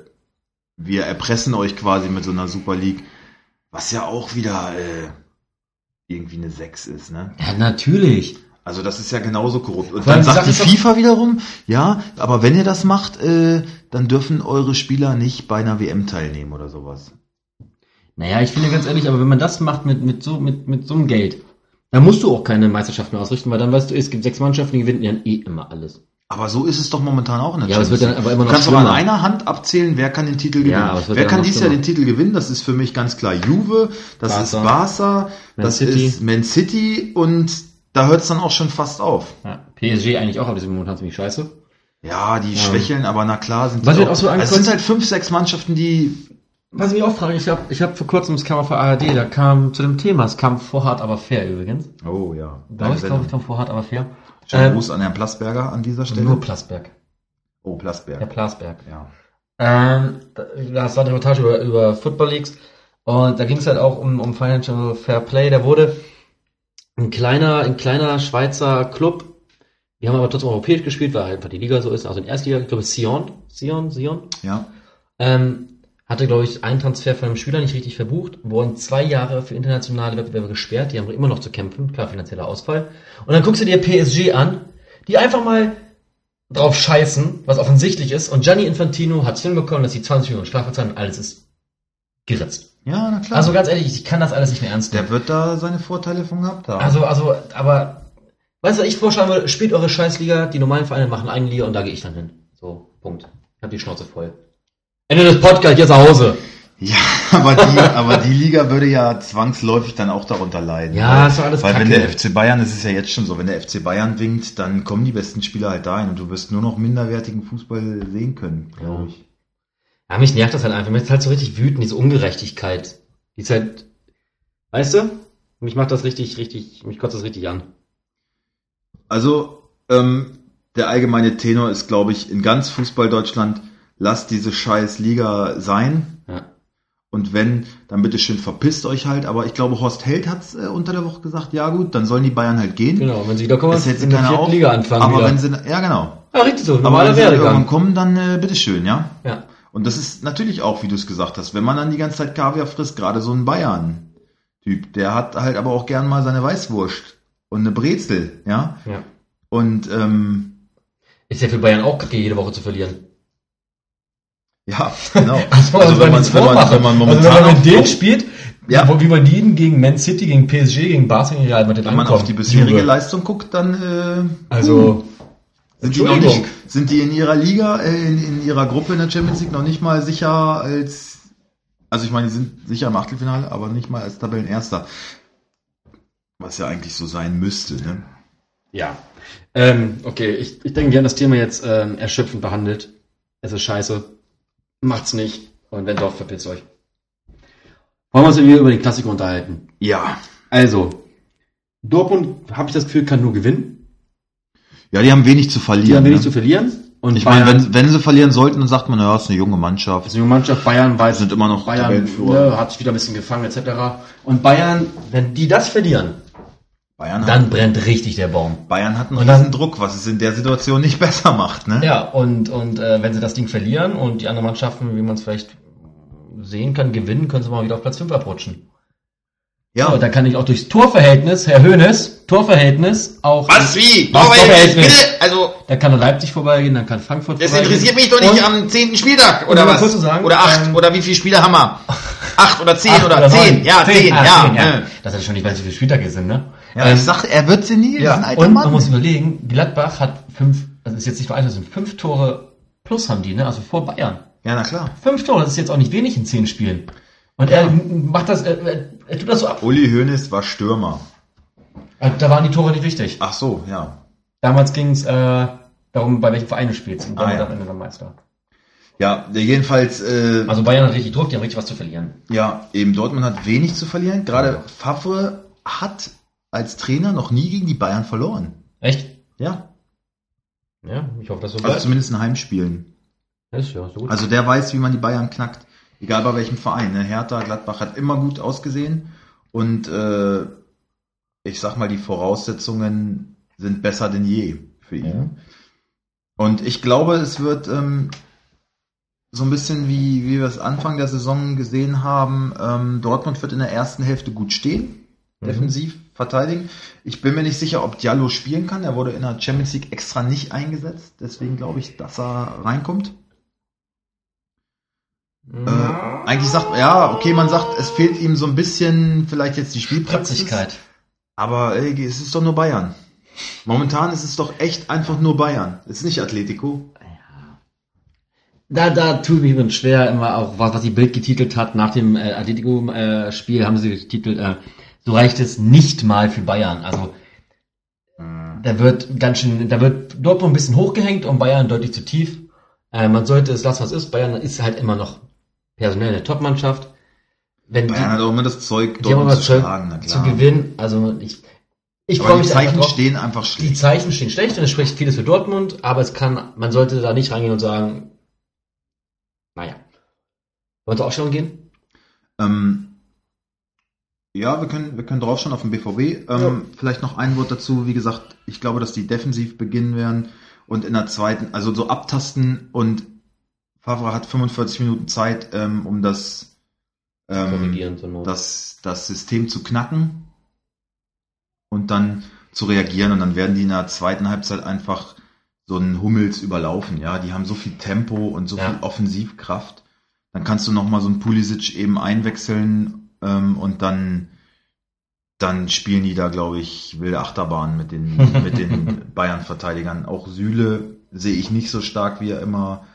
Speaker 1: wir erpressen euch quasi mit so einer Super League, was ja auch wieder äh, irgendwie eine 6 ist, ne?
Speaker 2: Ja, natürlich.
Speaker 1: Also das ist ja genauso korrupt. Und
Speaker 2: Vor
Speaker 1: dann
Speaker 2: allem
Speaker 1: sagt
Speaker 2: die
Speaker 1: die
Speaker 2: Sache ist
Speaker 1: FIFA wiederum, ja, aber wenn ihr das macht, äh, dann dürfen eure Spieler nicht bei einer WM teilnehmen oder sowas.
Speaker 2: Naja, ich finde ganz ehrlich, aber wenn man das macht mit, mit, so, mit, mit so einem Geld, dann musst du auch keine Meisterschaft mehr ausrichten, weil dann weißt du, es gibt sechs Mannschaften, die gewinnen ja eh immer alles.
Speaker 1: Aber so ist es doch momentan auch in der
Speaker 2: Ja, aber es wird
Speaker 1: Champions
Speaker 2: dann aber
Speaker 1: League.
Speaker 2: immer
Speaker 1: Du
Speaker 2: noch
Speaker 1: kannst doch an
Speaker 2: schlimmer.
Speaker 1: einer Hand abzählen, wer kann den Titel gewinnen.
Speaker 2: Ja, aber es wird
Speaker 1: wer
Speaker 2: dann
Speaker 1: kann
Speaker 2: noch
Speaker 1: dieses Jahr
Speaker 2: schlimmer.
Speaker 1: den Titel gewinnen? Das ist für mich ganz klar Juve, das
Speaker 2: Barca.
Speaker 1: ist Barca,
Speaker 2: Man
Speaker 1: das
Speaker 2: City.
Speaker 1: ist Man City und da hört es dann auch schon fast auf.
Speaker 2: Ja, PSG eigentlich auch, aber die sind momentan ziemlich scheiße.
Speaker 1: Ja, die
Speaker 2: Ja.
Speaker 1: schwächeln, aber na klar sind
Speaker 2: Was
Speaker 1: die
Speaker 2: wird auch so
Speaker 1: also es sind
Speaker 2: angeguckt-
Speaker 1: halt fünf, sechs Mannschaften, die
Speaker 2: Was ich mich auch frage, ich habe ich hab vor kurzem, es kam auf der ARD, da kam zu dem Thema, es kam vor hart, aber fair übrigens.
Speaker 1: Oh ja.
Speaker 2: Da
Speaker 1: Deine
Speaker 2: ich glaube,
Speaker 1: Sendung.
Speaker 2: es kam vor hart, aber fair.
Speaker 1: Schönen
Speaker 2: Ähm,
Speaker 1: Gruß an Herrn Plasberger an dieser Stelle.
Speaker 2: Nur Plasberg,
Speaker 1: Oh,
Speaker 2: Herr
Speaker 1: Plasberg.
Speaker 2: Plasberg.
Speaker 1: Ja.
Speaker 2: Ähm, das war eine Reportage über, über Football Leagues und da ging es halt auch um, um Financial Fair Play. Da wurde ein kleiner, ein kleiner Schweizer Club, die haben aber trotzdem europäisch gespielt, weil einfach die Liga so ist, also in Erstliga, ich glaube Sion, Sion, Sion,
Speaker 1: Ja.
Speaker 2: ähm, hatte, glaube ich, einen Transfer von einem Schüler nicht richtig verbucht, wurden zwei Jahre für internationale Wettbewerbe gesperrt, die haben immer noch zu kämpfen, klar, finanzieller Ausfall. Und dann guckst du dir PSG an, die einfach mal drauf scheißen, was offensichtlich ist, und Gianni Infantino hat es hinbekommen, dass die 20 Millionen Strafe zahlen und alles ist geritzt.
Speaker 1: Ja, na klar.
Speaker 2: Also ganz ehrlich, ich kann das alles nicht mehr ernst nehmen.
Speaker 1: der wird da seine Vorteile von gehabt haben.
Speaker 2: Also, also, aber, weißt du, was ich vorschlagen würde, spielt eure Scheißliga, die normalen Vereine machen eine Liga und da gehe ich dann hin. So, Punkt. Ich hab die Schnauze voll. Ende des Podcasts, jetzt nach Hause.
Speaker 1: Ja, aber die, aber die Liga würde ja zwangsläufig dann auch darunter leiden.
Speaker 2: Ja,
Speaker 1: weil,
Speaker 2: ist doch alles
Speaker 1: Weil wenn
Speaker 2: Kacke.
Speaker 1: der FC Bayern, es ist ja jetzt schon so, wenn der FC Bayern winkt, dann kommen die besten Spieler halt dahin und du wirst nur noch minderwertigen Fußball sehen können, glaube
Speaker 2: Ja.
Speaker 1: ich.
Speaker 2: Ja, mich nervt das halt einfach. Mich ist halt so richtig wütend, diese Ungerechtigkeit. Die ist halt, weißt du? Mich macht das richtig, richtig, mich kotzt das richtig an.
Speaker 1: Also, ähm, der allgemeine Tenor ist, glaube ich, in ganz Fußball Deutschland, lasst diese scheiß Liga sein.
Speaker 2: Ja.
Speaker 1: Und wenn, dann bitteschön verpisst euch halt. Aber ich glaube, Horst Held hat es äh, unter der Woche gesagt, ja gut, dann sollen die Bayern halt gehen.
Speaker 2: Genau, und wenn sie wiederkommen,
Speaker 1: Es hält sie
Speaker 2: in der
Speaker 1: keiner
Speaker 2: vierten
Speaker 1: auf,
Speaker 2: Liga anfangen
Speaker 1: Aber
Speaker 2: wieder.
Speaker 1: wenn sie, ja genau.
Speaker 2: ja, richtig so,
Speaker 1: Aber
Speaker 2: normaler
Speaker 1: wenn sie irgendwann
Speaker 2: Werdegang.
Speaker 1: kommen, dann äh, bitteschön, ja.
Speaker 2: Ja.
Speaker 1: Und das ist natürlich auch, wie du es gesagt hast, wenn man dann die ganze Zeit Kaviar frisst, gerade so ein Bayern-Typ, der hat halt aber auch gern mal seine Weißwurst und eine Brezel, ja.
Speaker 2: ja.
Speaker 1: Und ähm,
Speaker 2: Ist ja für Bayern auch kacke, jede Woche zu verlieren.
Speaker 1: ja, genau.
Speaker 2: Also,
Speaker 1: wenn man, wenn man, wenn man momentan
Speaker 2: also wenn man mit
Speaker 1: auf-
Speaker 2: denen spielt,
Speaker 1: Ja.
Speaker 2: wo- wie man jeden gegen Man City, gegen PSG, gegen Barcelona, gegen Real Madrid
Speaker 1: wenn man auf
Speaker 2: ankommt,
Speaker 1: die bisherige
Speaker 2: Juve.
Speaker 1: Leistung guckt, dann äh,
Speaker 2: Also,
Speaker 1: sind, die noch nicht,
Speaker 2: Entschuldigung.
Speaker 1: sind die in ihrer Liga, äh, in, in ihrer Gruppe in der Champions League noch nicht mal sicher als, also ich meine, die sind sicher im Achtelfinale, aber nicht mal als Tabellenerster. Was ja eigentlich so sein müsste, ne?
Speaker 2: Ja. Ähm, okay, ich, ich denke, wir haben das Thema jetzt ähm, erschöpfend behandelt. Es ist scheiße. Macht's nicht. Und wenn doch, verpisst euch. Wollen wir uns irgendwie über den Klassiker unterhalten?
Speaker 1: Ja.
Speaker 2: Also, Dortmund, habe ich das Gefühl, kann nur gewinnen.
Speaker 1: Ja, die haben wenig zu verlieren.
Speaker 2: Die haben wenig
Speaker 1: ne?
Speaker 2: zu verlieren. Und
Speaker 1: ich meine,
Speaker 2: Bayern
Speaker 1: wenn, wenn sie verlieren sollten, dann sagt man, naja, ist eine junge
Speaker 2: ist
Speaker 1: Mannschaft.
Speaker 2: eine junge Mannschaft, Bayern weiß,
Speaker 1: Sind immer noch
Speaker 2: Bayern
Speaker 1: Also Tabellenführer.
Speaker 2: ne, hat sich wieder ein bisschen gefangen, etc. Und Bayern, wenn die das verlieren,
Speaker 1: Bayern,
Speaker 2: dann
Speaker 1: hat,
Speaker 2: brennt richtig der Baum.
Speaker 1: Bayern hat einen
Speaker 2: Und dann-
Speaker 1: riesen Druck, was es in der Situation nicht besser macht, ne?
Speaker 2: Ja, und, und äh, wenn sie das Ding verlieren und die anderen Mannschaften, wie man es vielleicht sehen kann, gewinnen, können sie mal wieder auf Platz 5 abrutschen.
Speaker 1: Ja.
Speaker 2: So, dann kann ich auch durchs Torverhältnis, Herr Höhnes, Torverhältnis auch.
Speaker 1: Wie?
Speaker 2: Was
Speaker 1: Warum?
Speaker 2: Torverhältnis?
Speaker 1: Also,
Speaker 2: Da kann Leipzig vorbeigehen, dann kann Frankfurt
Speaker 1: Das
Speaker 2: vorbeigehen.
Speaker 1: interessiert mich doch nicht
Speaker 2: Und
Speaker 1: am zehnten Spieltag
Speaker 2: um
Speaker 1: oder
Speaker 2: mal
Speaker 1: was?
Speaker 2: kurz zu sagen,
Speaker 1: oder acht
Speaker 2: ähm,
Speaker 1: oder wie viele Spiele haben wir? Acht oder zehn
Speaker 2: acht
Speaker 1: oder, zehn?
Speaker 2: neun.
Speaker 1: Ja, zehn,
Speaker 2: ah,
Speaker 1: ja.
Speaker 2: zehn,
Speaker 1: ja.
Speaker 2: Das ist schon nicht, weil so viele Spieltage sind, ne?
Speaker 1: ja ich sag, er wird senil,
Speaker 2: ja.
Speaker 1: das ist ein alter
Speaker 2: und man
Speaker 1: Mann.
Speaker 2: muss überlegen, Gladbach hat fünf, also ist jetzt nicht nur eins, das sind fünf Tore plus haben die, ne? Also vor Bayern.
Speaker 1: Ja, na klar.
Speaker 2: Fünf Tore, das ist jetzt auch nicht wenig in zehn Spielen. Und er macht das, er, er, er tut das so ab.
Speaker 1: Uli Hoeneß war Stürmer.
Speaker 2: Also, Da waren die Tore nicht wichtig.
Speaker 1: Ach so, ja.
Speaker 2: Damals ging es äh, darum, bei welchem Verein du spielst. Und
Speaker 1: Ah,
Speaker 2: damit
Speaker 1: ja.
Speaker 2: am Ende dann Meister.
Speaker 1: Ja, jedenfalls, äh,
Speaker 2: Also Bayern hat richtig Druck, die haben richtig was zu verlieren.
Speaker 1: ja, eben Dortmund hat wenig zu verlieren. Gerade Favre hat als Trainer noch nie gegen die Bayern verloren.
Speaker 2: Echt?
Speaker 1: Ja,
Speaker 2: Ja, ich hoffe, dass so
Speaker 1: also zumindest in Heimspielen.
Speaker 2: ist ja so gut.
Speaker 1: Also der weiß, wie man die Bayern knackt. Egal bei welchem Verein. Ne? Hertha, Gladbach hat immer gut ausgesehen. Und äh, ich sag mal, die Voraussetzungen sind besser denn je für ihn.
Speaker 2: Ja.
Speaker 1: Und ich glaube, es wird ähm, so ein bisschen wie, wie wir es Anfang der Saison gesehen haben. Ähm, Dortmund wird in der ersten Hälfte gut stehen,
Speaker 2: Mhm.
Speaker 1: defensiv verteidigen. Ich bin mir nicht sicher, ob Diallo spielen kann. Er wurde in der Champions League extra nicht eingesetzt. Deswegen glaube ich, dass er reinkommt. Äh,
Speaker 2: Mhm.
Speaker 1: eigentlich sagt ja, okay, man sagt, es fehlt ihm so ein bisschen vielleicht jetzt die Spielpraxis.
Speaker 2: Praxigkeit.
Speaker 1: Aber ey, es ist doch nur Bayern. Momentan ist es doch echt einfach nur Bayern. Es ist nicht Atletico.
Speaker 2: Da, da tut mich übrigens schwer, immer auch, was, was die Bild getitelt hat, nach dem äh, Atletico-Spiel haben sie getitelt, äh, so reicht es nicht mal für Bayern. Also Da wird ganz schön, da wird Dortmund ein bisschen hochgehängt und Bayern deutlich zu tief. Äh, man sollte es lassen, was ist. Bayern ist halt immer noch personell eine Top-Mannschaft. Wenn die,
Speaker 1: Bayern hat auch immer das Zeug,
Speaker 2: die haben
Speaker 1: Dortmund
Speaker 2: aber
Speaker 1: zu
Speaker 2: Zeug
Speaker 1: schlagen, na
Speaker 2: zu
Speaker 1: klar.
Speaker 2: gewinnen, also ich, ich freue
Speaker 1: aber die
Speaker 2: mich einfach
Speaker 1: Zeichen
Speaker 2: drauf.
Speaker 1: stehen einfach
Speaker 2: Die
Speaker 1: schlecht.
Speaker 2: Zeichen stehen schlecht und es spricht vieles für Dortmund, aber es kann, man sollte da nicht reingehen und sagen, naja. Wollen wir zur Ausstellung gehen?
Speaker 1: Ähm, ja, wir können, wir können drauf schauen auf den BVB. Ähm,
Speaker 2: Ja.
Speaker 1: Vielleicht noch ein Wort dazu. Wie gesagt, ich glaube, dass die defensiv beginnen werden und in der zweiten, also so abtasten und Favre hat 45 Minuten Zeit, ähm, um das, ähm,
Speaker 2: Korrigieren zur Not.
Speaker 1: das, das System zu knacken und dann zu reagieren. Und dann werden die in der zweiten Halbzeit einfach so einen Hummels überlaufen. Ja, die haben so viel Tempo und so
Speaker 2: Ja.
Speaker 1: viel Offensivkraft. Dann kannst du nochmal so einen Pulisic eben einwechseln ähm, und dann, dann spielen die da, glaube ich, wilde Achterbahn mit den, mit den Bayern-Verteidigern. Auch Süle sehe ich nicht so stark, wie er immer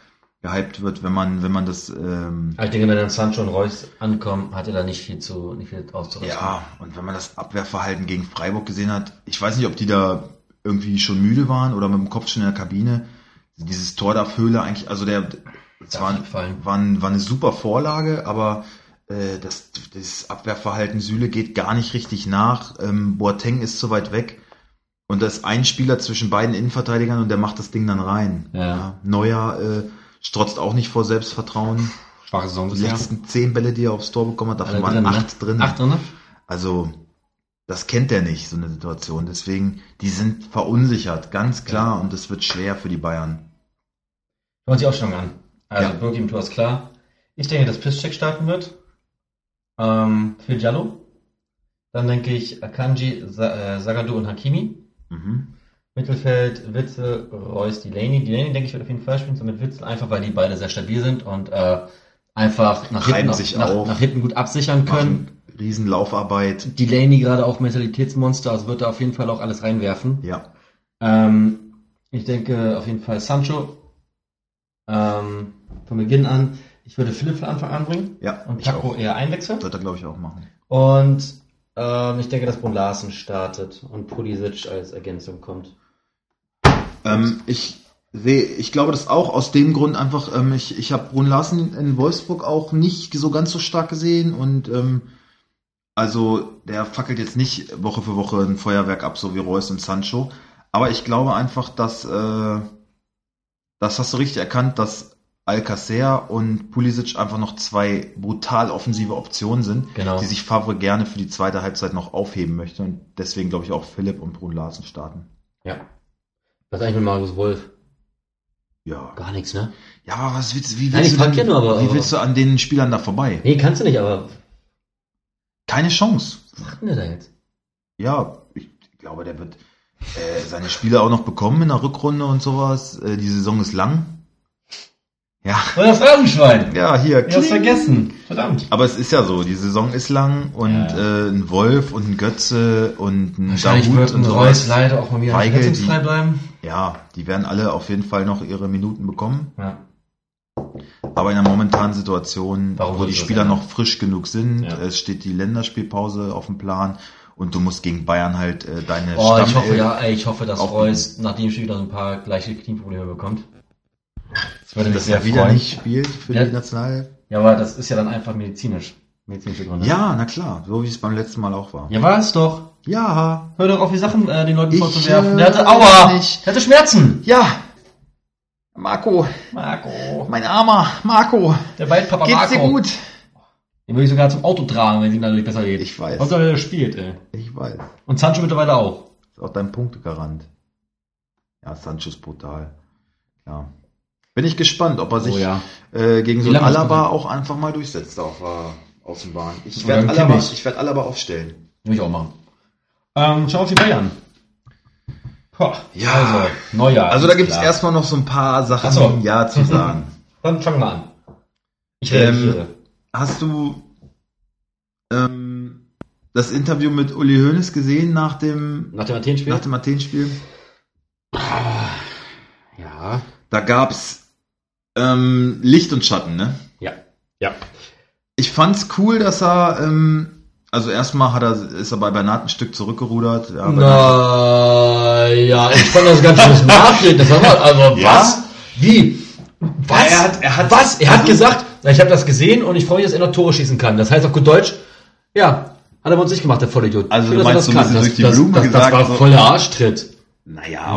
Speaker 1: gehypt wird, wenn man, wenn man das. Ähm,
Speaker 2: Aber ich denke, Halt, wenn dann Sancho und Reus ankommen, hat er da nicht viel zu, nicht viel auszurichten.
Speaker 1: ja, und wenn man das Abwehrverhalten gegen Freiburg gesehen hat, ich weiß nicht, ob die da irgendwie schon müde waren oder mit dem Kopf schon in der Kabine. Dieses Tor da Höhle eigentlich, also der, es
Speaker 2: Darf
Speaker 1: war,
Speaker 2: nicht fallen.
Speaker 1: war, ein- war eine super Vorlage, aber äh, das, das Abwehrverhalten Süle geht gar nicht richtig nach. Ähm, Boateng ist zu weit weg und da ist ein Spieler zwischen beiden Innenverteidigern und der macht das Ding dann rein.
Speaker 2: Ja.
Speaker 1: Neuer äh, strotzt auch nicht vor Selbstvertrauen.
Speaker 2: Schwache Saison
Speaker 1: Die
Speaker 2: bisher.
Speaker 1: letzten zehn Bälle, die er aufs Tor bekommen hat, davon waren
Speaker 2: Alle drin, ne?
Speaker 1: acht drin.
Speaker 2: Acht drin?
Speaker 1: Also, das kennt er nicht, so eine Situation. Deswegen, die sind verunsichert, ganz klar, und das wird schwer für die Bayern.
Speaker 2: Hört sich auch schon an. Also
Speaker 1: Ja.
Speaker 2: Birki im Tor ist klar. Ich denke, dass Piszczek starten wird. Ähm, für Diallo. Dann denke ich Akanji, Sa äh, Sagadu und Hakimi.
Speaker 1: Mhm.
Speaker 2: Mittelfeld, Witzel, Reus, Delaney. Delaney, denke ich, wird auf jeden Fall spielen, so mit Witzel, einfach weil die beide sehr stabil sind und äh, einfach nach
Speaker 1: Treiben
Speaker 2: hinten,
Speaker 1: sich
Speaker 2: nach,
Speaker 1: auf.
Speaker 2: nach hinten gut absichern können.
Speaker 1: Machen Riesenlaufarbeit.
Speaker 2: Delaney gerade auch Mentalitätsmonster, also wird da auf jeden Fall auch alles reinwerfen.
Speaker 1: Ja.
Speaker 2: Ähm, ich denke auf jeden Fall Sancho ähm, von Beginn an. Ich würde Philipp von Anfang an bringen
Speaker 1: Ja.
Speaker 2: und
Speaker 1: ich
Speaker 2: Paco
Speaker 1: auch.
Speaker 2: eher einwechseln.
Speaker 1: Wird er, glaube ich, auch machen.
Speaker 2: Und ähm, ich denke, dass Brun Larsen startet und Pulisic als Ergänzung kommt.
Speaker 1: Ähm, ich sehe, ich glaube das auch aus dem Grund einfach, ähm, ich, ich habe Brun Larsen in Wolfsburg auch nicht so ganz so stark gesehen und ähm, also der fackelt jetzt nicht Woche für Woche ein Feuerwerk ab, so wie Reus und Sancho. Aber ich glaube einfach, dass äh, das hast du richtig erkannt, dass Alcacer und Pulisic einfach noch zwei brutal offensive Optionen sind,
Speaker 2: Genau.
Speaker 1: die sich Favre gerne für die zweite Halbzeit noch aufheben möchte. Und deswegen glaube ich auch Philipp und Brun Larsen starten.
Speaker 2: Ja. Was ist eigentlich mit Markus Wolf?
Speaker 1: Ja.
Speaker 2: Gar nichts, ne?
Speaker 1: Ja, aber was willst, wie,
Speaker 2: Nein,
Speaker 1: willst
Speaker 2: ich
Speaker 1: du
Speaker 2: frag ja nur, aber-
Speaker 1: wie
Speaker 2: aber-
Speaker 1: willst du an den Spielern da vorbei?
Speaker 2: Nee, kannst du nicht, aber
Speaker 1: Keine Chance.
Speaker 2: was macht denn der da jetzt?
Speaker 1: Ja, ich glaube, der wird äh, seine Spiele auch noch bekommen in der Rückrunde und sowas. Äh, die Saison ist lang. Ja,
Speaker 2: Oh, das Rabenschwein!
Speaker 1: ja, hier.
Speaker 2: Ich hab's
Speaker 1: kling.
Speaker 2: vergessen. Verdammt.
Speaker 1: Aber es ist ja so, die Saison ist lang und
Speaker 2: Ja,
Speaker 1: Äh, ein Wolf und ein Götze und ein
Speaker 2: Wahrscheinlich wird ein
Speaker 1: sowas.
Speaker 2: Reus leider auch mal wieder
Speaker 1: Weigel,
Speaker 2: verletzungsfrei
Speaker 1: die-
Speaker 2: bleiben.
Speaker 1: Ja, die werden alle auf jeden Fall noch ihre Minuten bekommen.
Speaker 2: Ja.
Speaker 1: Aber in der momentanen Situation, wo die
Speaker 2: Warum sollst du das
Speaker 1: Spieler
Speaker 2: ändern?
Speaker 1: noch frisch genug sind, äh,
Speaker 2: Ja.
Speaker 1: es steht die Länderspielpause auf dem Plan und du musst gegen Bayern halt äh, deine äh,
Speaker 2: Oh, ich
Speaker 1: Stammelf-
Speaker 2: hoffe ja, ey, ich hoffe, dass
Speaker 1: Auf-
Speaker 2: Reus nach dem Spiel wieder so ein paar gleiche Knieprobleme bekommt. Das würde mich
Speaker 1: dass
Speaker 2: sehr
Speaker 1: er wieder
Speaker 2: freuen.
Speaker 1: nicht spielt für
Speaker 2: Ja.
Speaker 1: die National.
Speaker 2: Ja, aber das ist ja dann einfach medizinisch. Medizinische Gründe.
Speaker 1: Ja, na klar, so wie es beim letzten Mal auch war.
Speaker 2: Ja, war es doch.
Speaker 1: Ja,
Speaker 2: Hör doch auf, die Sachen äh, den Leuten
Speaker 1: Ich,
Speaker 2: vorzuwerfen.
Speaker 1: äh,
Speaker 2: Der hatte Aua!
Speaker 1: nicht.
Speaker 2: Der hatte Schmerzen!
Speaker 1: ja. Marco,
Speaker 2: Marco.
Speaker 1: mein armer Marco,
Speaker 2: Der Waldpapa
Speaker 1: geht's
Speaker 2: Marco.
Speaker 1: dir gut?
Speaker 2: Den würde ich sogar zum Auto tragen, wenn es ihm dadurch besser geht.
Speaker 1: Ich weiß.
Speaker 2: Hauptsache, der spielt, ey.
Speaker 1: Ich weiß.
Speaker 2: Und Sancho mittlerweile auch.
Speaker 1: Ist auch dein Punktegarant. Ja, Sancho ist brutal. Ja. Bin ich gespannt, ob er sich
Speaker 2: Oh ja.
Speaker 1: äh, gegen so
Speaker 2: Wie
Speaker 1: einen
Speaker 2: lange hast du
Speaker 1: Alaba
Speaker 2: denn?
Speaker 1: auch einfach mal durchsetzt auf äh, Außenbahn. Ich
Speaker 2: Oder
Speaker 1: werde
Speaker 2: einen
Speaker 1: Alaba,
Speaker 2: Kimmich.
Speaker 1: ich werd Alaba aufstellen.
Speaker 2: Würde ich auch machen. Ähm, schauen wir uns die Bayern. Boah,
Speaker 1: Ja.
Speaker 2: Also, Neujahr.
Speaker 1: Also
Speaker 2: ist
Speaker 1: da gibt's
Speaker 2: klar.
Speaker 1: erstmal noch so ein paar Sachen um
Speaker 2: Ach so.
Speaker 1: ja zu sagen.
Speaker 2: Dann fangen wir an. Ich
Speaker 1: Ähm,
Speaker 2: reagiere.
Speaker 1: Hast du ähm, das Interview mit Uli Hoeneß gesehen nach dem
Speaker 2: Nach dem Athen-Spiel?
Speaker 1: nach dem Athen-Spiel?
Speaker 2: Ja.
Speaker 1: Da gab's ähm, Licht und Schatten, ne?
Speaker 2: Ja. Ja.
Speaker 1: Ich fand's cool, dass er ähm, also erstmal hat er ist er bei Bernat ein Stück zurückgerudert. Ja, Bernat-
Speaker 2: Na, ja, ich fand das ganz schön nachdenken. Das war mal, also,
Speaker 1: Ja?
Speaker 2: was? Wie? Was?
Speaker 1: Er hat- er hat-
Speaker 2: was? Er hat
Speaker 1: also-
Speaker 2: gesagt, na, ich habe das gesehen und ich freue mich, dass er noch Tore schießen kann. Das heißt auf gut Deutsch, ja, hat er bei uns nicht gemacht, der Vollidiot.
Speaker 1: Also,
Speaker 2: Schön,
Speaker 1: du
Speaker 2: dass er
Speaker 1: meinst, so ein bisschen
Speaker 2: das,
Speaker 1: durch die
Speaker 2: das,
Speaker 1: Blume
Speaker 2: das, das
Speaker 1: gesagt,
Speaker 2: war
Speaker 1: so-
Speaker 2: voller Arschtritt.
Speaker 1: Naja,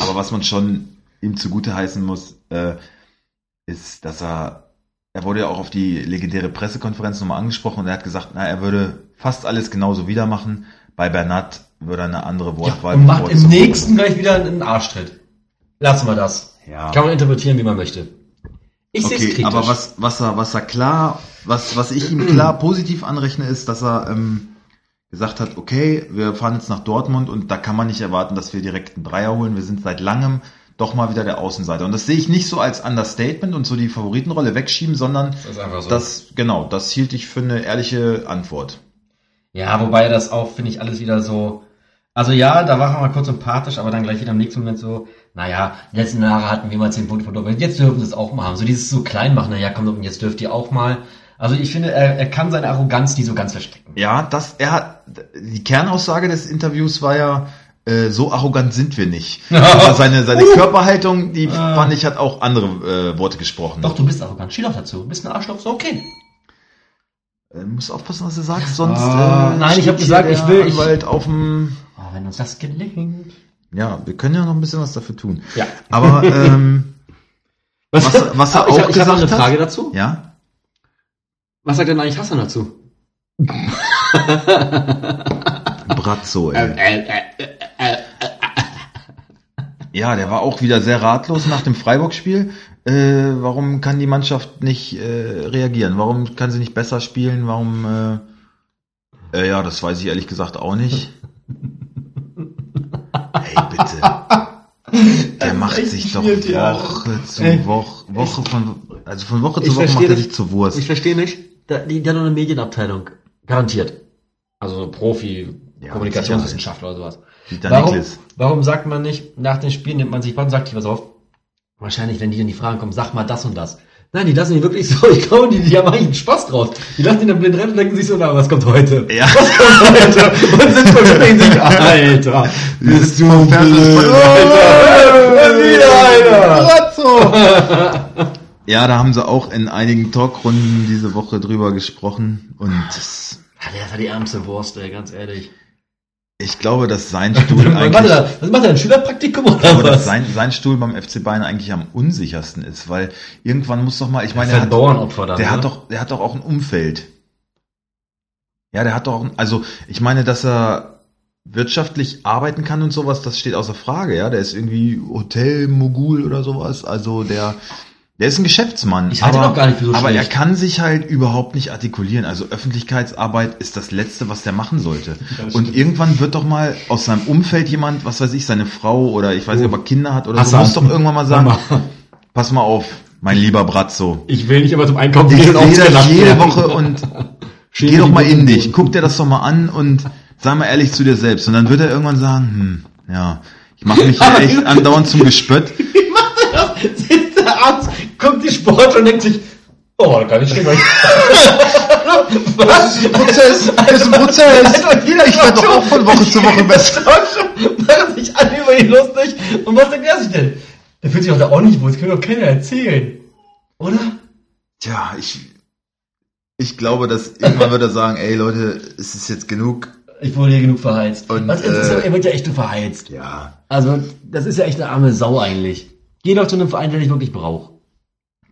Speaker 1: Aber was, aber was man schon ihm zugute heißen muss, äh, ist, dass er, er wurde ja auch auf die legendäre Pressekonferenz nochmal angesprochen und er hat gesagt, na, er würde fast alles genauso wieder machen. Bei Bernat würde er eine andere
Speaker 2: Ja,
Speaker 1: Wortwahl
Speaker 2: und macht im
Speaker 1: bevorzugen.
Speaker 2: nächsten gleich wieder einen Arschtritt. Lassen wir das.
Speaker 1: Ja.
Speaker 2: Kann man interpretieren, wie man möchte. Ich sehe es
Speaker 1: Okay,
Speaker 2: kritisch.
Speaker 1: aber was, was er, was er klar, was, was ich ihm klar positiv anrechne, ist, dass er ähm, gesagt hat, okay, wir fahren jetzt nach Dortmund und da kann man nicht erwarten, dass wir direkt einen Dreier holen. Wir sind seit langem doch mal wieder der Außenseiter. Und das sehe ich nicht so als Understatement und so die Favoritenrolle wegschieben, sondern
Speaker 2: das ist einfach so.
Speaker 1: das, genau, das hielt ich für eine ehrliche Antwort.
Speaker 2: ja, wobei das auch, finde ich, alles wieder so. Also ja, da war er mal kurz sympathisch, aber dann gleich wieder im nächsten Moment so, naja, die letzten Jahre hatten wir mal zehn bunte Produkte, jetzt dürfen sie es auch mal haben. So dieses so klein machen, naja, komm, und jetzt dürft ihr auch mal. Also ich finde, er, er kann seine Arroganz nie so ganz verstecken.
Speaker 1: Ja, das, er hat, die Kernaussage des Interviews war ja, äh, so arrogant sind wir nicht. Aber seine seine Körperhaltung, die fand ich, hat auch andere äh, Worte gesprochen.
Speaker 2: Doch, du bist arrogant. Steh doch dazu. Du bist ein Arschloch, so okay.
Speaker 1: Äh, musst aufpassen, was du sagst, sonst. äh,
Speaker 2: Ah, nein, ich
Speaker 1: steht
Speaker 2: hab
Speaker 1: hier
Speaker 2: gesagt,
Speaker 1: der
Speaker 2: ich will- ich-
Speaker 1: Anwalt auf dem.
Speaker 2: Oh, wenn uns das gelingt.
Speaker 1: Ja, wir können ja noch ein bisschen was dafür tun.
Speaker 2: Ja. Ah,
Speaker 1: Aber ähm, was, was er
Speaker 2: ich,
Speaker 1: auch
Speaker 2: ich
Speaker 1: gesagt
Speaker 2: habe eine
Speaker 1: hat.
Speaker 2: Frage dazu.
Speaker 1: Ja.
Speaker 2: Was sagt denn eigentlich Hassan dazu?
Speaker 1: Brazzo, ey.
Speaker 2: Äh, äh, äh,
Speaker 1: Ja, der war auch wieder sehr ratlos nach dem Freiburg-Spiel. Äh, warum kann die Mannschaft nicht äh, reagieren? Warum kann sie nicht besser spielen? Warum? Äh, äh, ja, das weiß ich ehrlich gesagt auch nicht. Ey, bitte. Der macht
Speaker 2: echt
Speaker 1: sich doch
Speaker 2: gespielt, Äh, ja.
Speaker 1: Woche zu
Speaker 2: Ey,
Speaker 1: Woche, Woche von, also von Woche zu
Speaker 2: ich
Speaker 1: Woche macht
Speaker 2: verstehe
Speaker 1: er
Speaker 2: das-
Speaker 1: sich zur Wurst.
Speaker 2: Ich verstehe nicht. Da, die, die hat noch eine Medienabteilung. Garantiert. Also Profi,
Speaker 1: Ja,
Speaker 2: Kommunikationswissenschaftler oder sowas.
Speaker 1: Dieter
Speaker 2: Warum,
Speaker 1: Niklas.
Speaker 2: warum sagt man nicht, nach dem Spiel nimmt man sich Band und sagt, ich pass auf, wahrscheinlich, wenn die dann die Fragen kommen, sag mal das und das. Nein, die lassen die wirklich so, ich glaube, die, die haben eigentlich einen Spaß drauf. Die lassen die dann blind rennen, denken sich so, na, was kommt heute?
Speaker 1: Ja.
Speaker 2: Was kommt heute? Und sind versprechen sich, Alter.
Speaker 1: Bist du blöd,
Speaker 2: Alter, wieder einer.
Speaker 1: Ja, da haben sie auch in einigen Talkrunden diese Woche drüber gesprochen und das,
Speaker 2: Ja, Der hat die ärmste Wurst, ey, ganz ehrlich.
Speaker 1: ich glaube, dass sein Stuhl
Speaker 2: Warte,
Speaker 1: eigentlich
Speaker 2: was macht er? Ein Schülerpraktikum oder
Speaker 1: aber dass
Speaker 2: was?
Speaker 1: sein, sein Stuhl beim FC Bayern eigentlich am unsichersten ist, weil irgendwann muss doch mal, ich meine,
Speaker 2: ist
Speaker 1: er
Speaker 2: ein
Speaker 1: hat,
Speaker 2: Bauernopfer dann.
Speaker 1: der
Speaker 2: ne?
Speaker 1: hat doch, der hat doch auch ein Umfeld. Ja, der hat doch auch, ein, also ich meine, dass er wirtschaftlich arbeiten kann und sowas, das steht außer Frage, ja, der ist irgendwie Hotelmogul oder sowas, also der, der ist ein Geschäftsmann.
Speaker 2: Ich halte ihn auch gar nicht für so
Speaker 1: Aber
Speaker 2: schlecht.
Speaker 1: er kann sich halt überhaupt nicht artikulieren. Also Öffentlichkeitsarbeit ist das Letzte, was der machen sollte.
Speaker 2: stimmt.
Speaker 1: Und irgendwann wird doch mal aus seinem Umfeld jemand, was weiß ich, seine Frau oder ich weiß nicht, ob er Kinder hat oder so,
Speaker 2: Oh. Hassan.
Speaker 1: muss doch irgendwann mal sagen, pass mal auf, mein lieber Bratzo.
Speaker 2: Ich will nicht immer zum Einkaufen
Speaker 1: Ich
Speaker 2: gehen
Speaker 1: sehe
Speaker 2: und
Speaker 1: das
Speaker 2: ausgelacht
Speaker 1: jede
Speaker 2: werden.
Speaker 1: Woche und
Speaker 2: Schäme
Speaker 1: geh doch
Speaker 2: die
Speaker 1: mal in
Speaker 2: Mutter.
Speaker 1: dich. Guck dir das doch mal an und sei mal ehrlich zu dir selbst. Und dann wird er irgendwann sagen, hm, ja, ich mache mich hier echt andauernd zum Gespött.
Speaker 2: Sitzt der Arzt, kommt die Sport und denkt sich, oh, da kann ich nicht
Speaker 1: Das ist ein Prozess, das ist ein Prozess. Ich werde doch auch von Woche zu Woche besser.
Speaker 2: Machen sich alle über ihn lustig. Und was denkt er sich denn? Der fühlt sich auch da auch nicht wohl, das kann doch keiner erzählen. Oder?
Speaker 1: Tja, ich, ich glaube, dass irgendwann wird er sagen, ey Leute, es ist jetzt genug.
Speaker 2: Ich wurde hier genug verheizt.
Speaker 1: Und,
Speaker 2: was ist,
Speaker 1: äh,
Speaker 2: er wird ja echt nur verheizt.
Speaker 1: Ja,
Speaker 2: Also, das ist ja echt eine arme Sau eigentlich. Geh doch zu einem Verein, der dich wirklich braucht.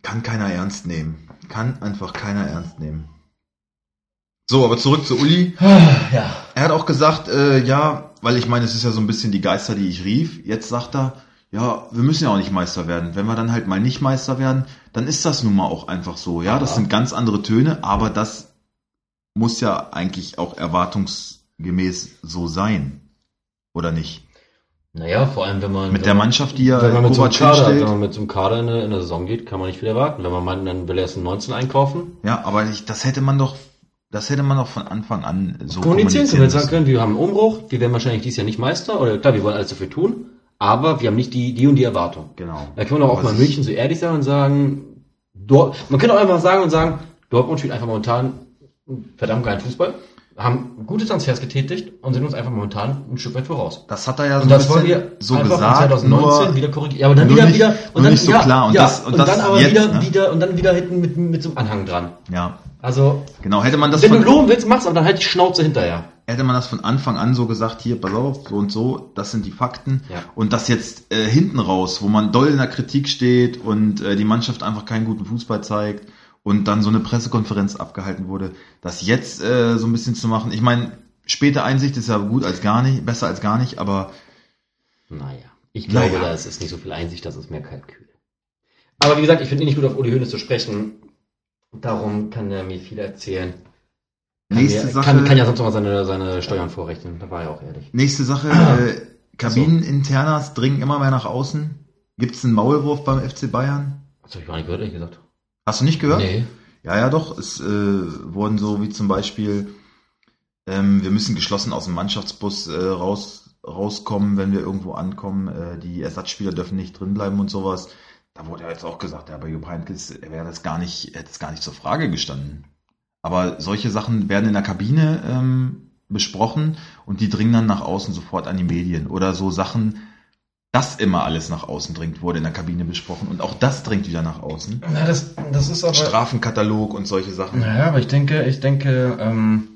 Speaker 1: kann keiner ernst nehmen. Kann einfach keiner ernst nehmen. So, aber zurück zu Uli.
Speaker 2: Ja.
Speaker 1: Er hat auch gesagt, äh, ja, weil ich meine, es ist ja so ein bisschen die Geister, die ich rief. Jetzt sagt er, ja, wir müssen ja auch nicht Meister werden. Wenn wir dann halt mal nicht Meister werden, dann ist das nun mal auch einfach so. Ja, das
Speaker 2: Ja.
Speaker 1: sind ganz andere Töne, aber das muss ja eigentlich auch erwartungsgemäß so sein. Oder nicht?
Speaker 2: Naja, vor allem, wenn man.
Speaker 1: Mit der Mannschaft, die ja
Speaker 2: Wenn man, mit so einem
Speaker 1: Kovac
Speaker 2: Kader, wenn
Speaker 1: hinstellt.
Speaker 2: man mit so einem Kader in der, in der Saison geht, kann man nicht viel erwarten. Wenn man meint, dann will er erst einen 19 einkaufen,
Speaker 1: Ja, aber ich, das hätte man doch, das hätte man doch von Anfang an so
Speaker 2: kommunizieren können.
Speaker 1: kommunizieren
Speaker 2: Wenn sagen
Speaker 1: müssen.
Speaker 2: können, wir haben einen Umbruch, wir werden wahrscheinlich dieses Jahr nicht Meister, oder klar, wir wollen alles dafür tun, aber wir haben nicht die, die und die Erwartung.
Speaker 1: Genau.
Speaker 2: Da kann man auch,
Speaker 1: Aber
Speaker 2: auch mal in
Speaker 1: es ist-
Speaker 2: München so ehrlich sein und sagen, Dort, man kann auch einfach sagen und sagen, Dortmund spielt einfach momentan verdammt geilen Fußball, haben gute Transfers getätigt und sind uns einfach momentan ein Stück weit voraus.
Speaker 1: Das hat er ja so,
Speaker 2: Und
Speaker 1: ein
Speaker 2: das
Speaker 1: bisschen
Speaker 2: wollen wir
Speaker 1: so
Speaker 2: einfach
Speaker 1: gesagt.
Speaker 2: von 2019
Speaker 1: nur,
Speaker 2: wieder korrigieren. Ja, aber dann
Speaker 1: nur
Speaker 2: wieder,
Speaker 1: nicht-
Speaker 2: wieder
Speaker 1: nur nicht so
Speaker 2: ja,
Speaker 1: klar. Und
Speaker 2: ja,
Speaker 1: das- und
Speaker 2: und,
Speaker 1: das
Speaker 2: dann aber
Speaker 1: jetzt,
Speaker 2: wieder,
Speaker 1: ne?
Speaker 2: wieder und dann wieder hinten mit, mit so einem Anhang dran.
Speaker 1: ja,
Speaker 2: Also
Speaker 1: genau. Hätte man das
Speaker 2: wenn du
Speaker 1: von,
Speaker 2: loben willst, mach's, aber dann halt die Schnauze hinterher.
Speaker 1: hätte man das von Anfang an so gesagt, hier, pass auf, so und so, das sind die Fakten.
Speaker 2: Ja.
Speaker 1: Und das jetzt äh, hinten raus, wo man doll in der Kritik steht und äh, die Mannschaft einfach keinen guten Fußball zeigt und dann so eine Pressekonferenz abgehalten wurde, das jetzt äh, so ein bisschen zu machen. Ich meine, späte Einsicht ist ja gut als gar nicht, besser als gar nicht, aber
Speaker 2: Naja, ich glaube,
Speaker 1: Naja.
Speaker 2: da ist, ist nicht so viel Einsicht, das ist mehr Kalkül. Aber wie gesagt, ich finde ihn nicht gut, auf Uli Hoeneß zu sprechen. Darum kann er mir viel erzählen. Kann,
Speaker 1: nächste
Speaker 2: mir,
Speaker 1: Sache.
Speaker 2: kann, kann ja sonst nochmal seine, seine Steuern vorrechnen. Da war er auch ehrlich.
Speaker 1: Nächste Sache, äh, Kabineninternas dringen immer mehr nach außen. Gibt es einen Maulwurf beim FC Bayern?
Speaker 2: Das habe ich gar nicht gehört, ehrlich gesagt.
Speaker 1: Hast du nicht gehört?
Speaker 2: Nee.
Speaker 1: Ja, ja, doch. Es äh, wurden so wie zum Beispiel, ähm, wir müssen geschlossen aus dem Mannschaftsbus äh, raus, rauskommen, wenn wir irgendwo ankommen. Äh, die Ersatzspieler dürfen nicht drinbleiben und sowas. Da wurde ja jetzt auch gesagt, ja, bei Jupp Heynckes wäre das gar nicht, hätte es gar nicht zur Frage gestanden. Aber solche Sachen werden in der Kabine ähm, besprochen und die dringen dann nach außen sofort an die Medien. Oder so Sachen, dass immer alles nach außen dringt, wurde in der Kabine besprochen und auch das dringt wieder nach außen.
Speaker 2: Na, das, das ist aber.
Speaker 1: Strafenkatalog und solche Sachen.
Speaker 2: Naja, aber ich denke, ich denke, ähm,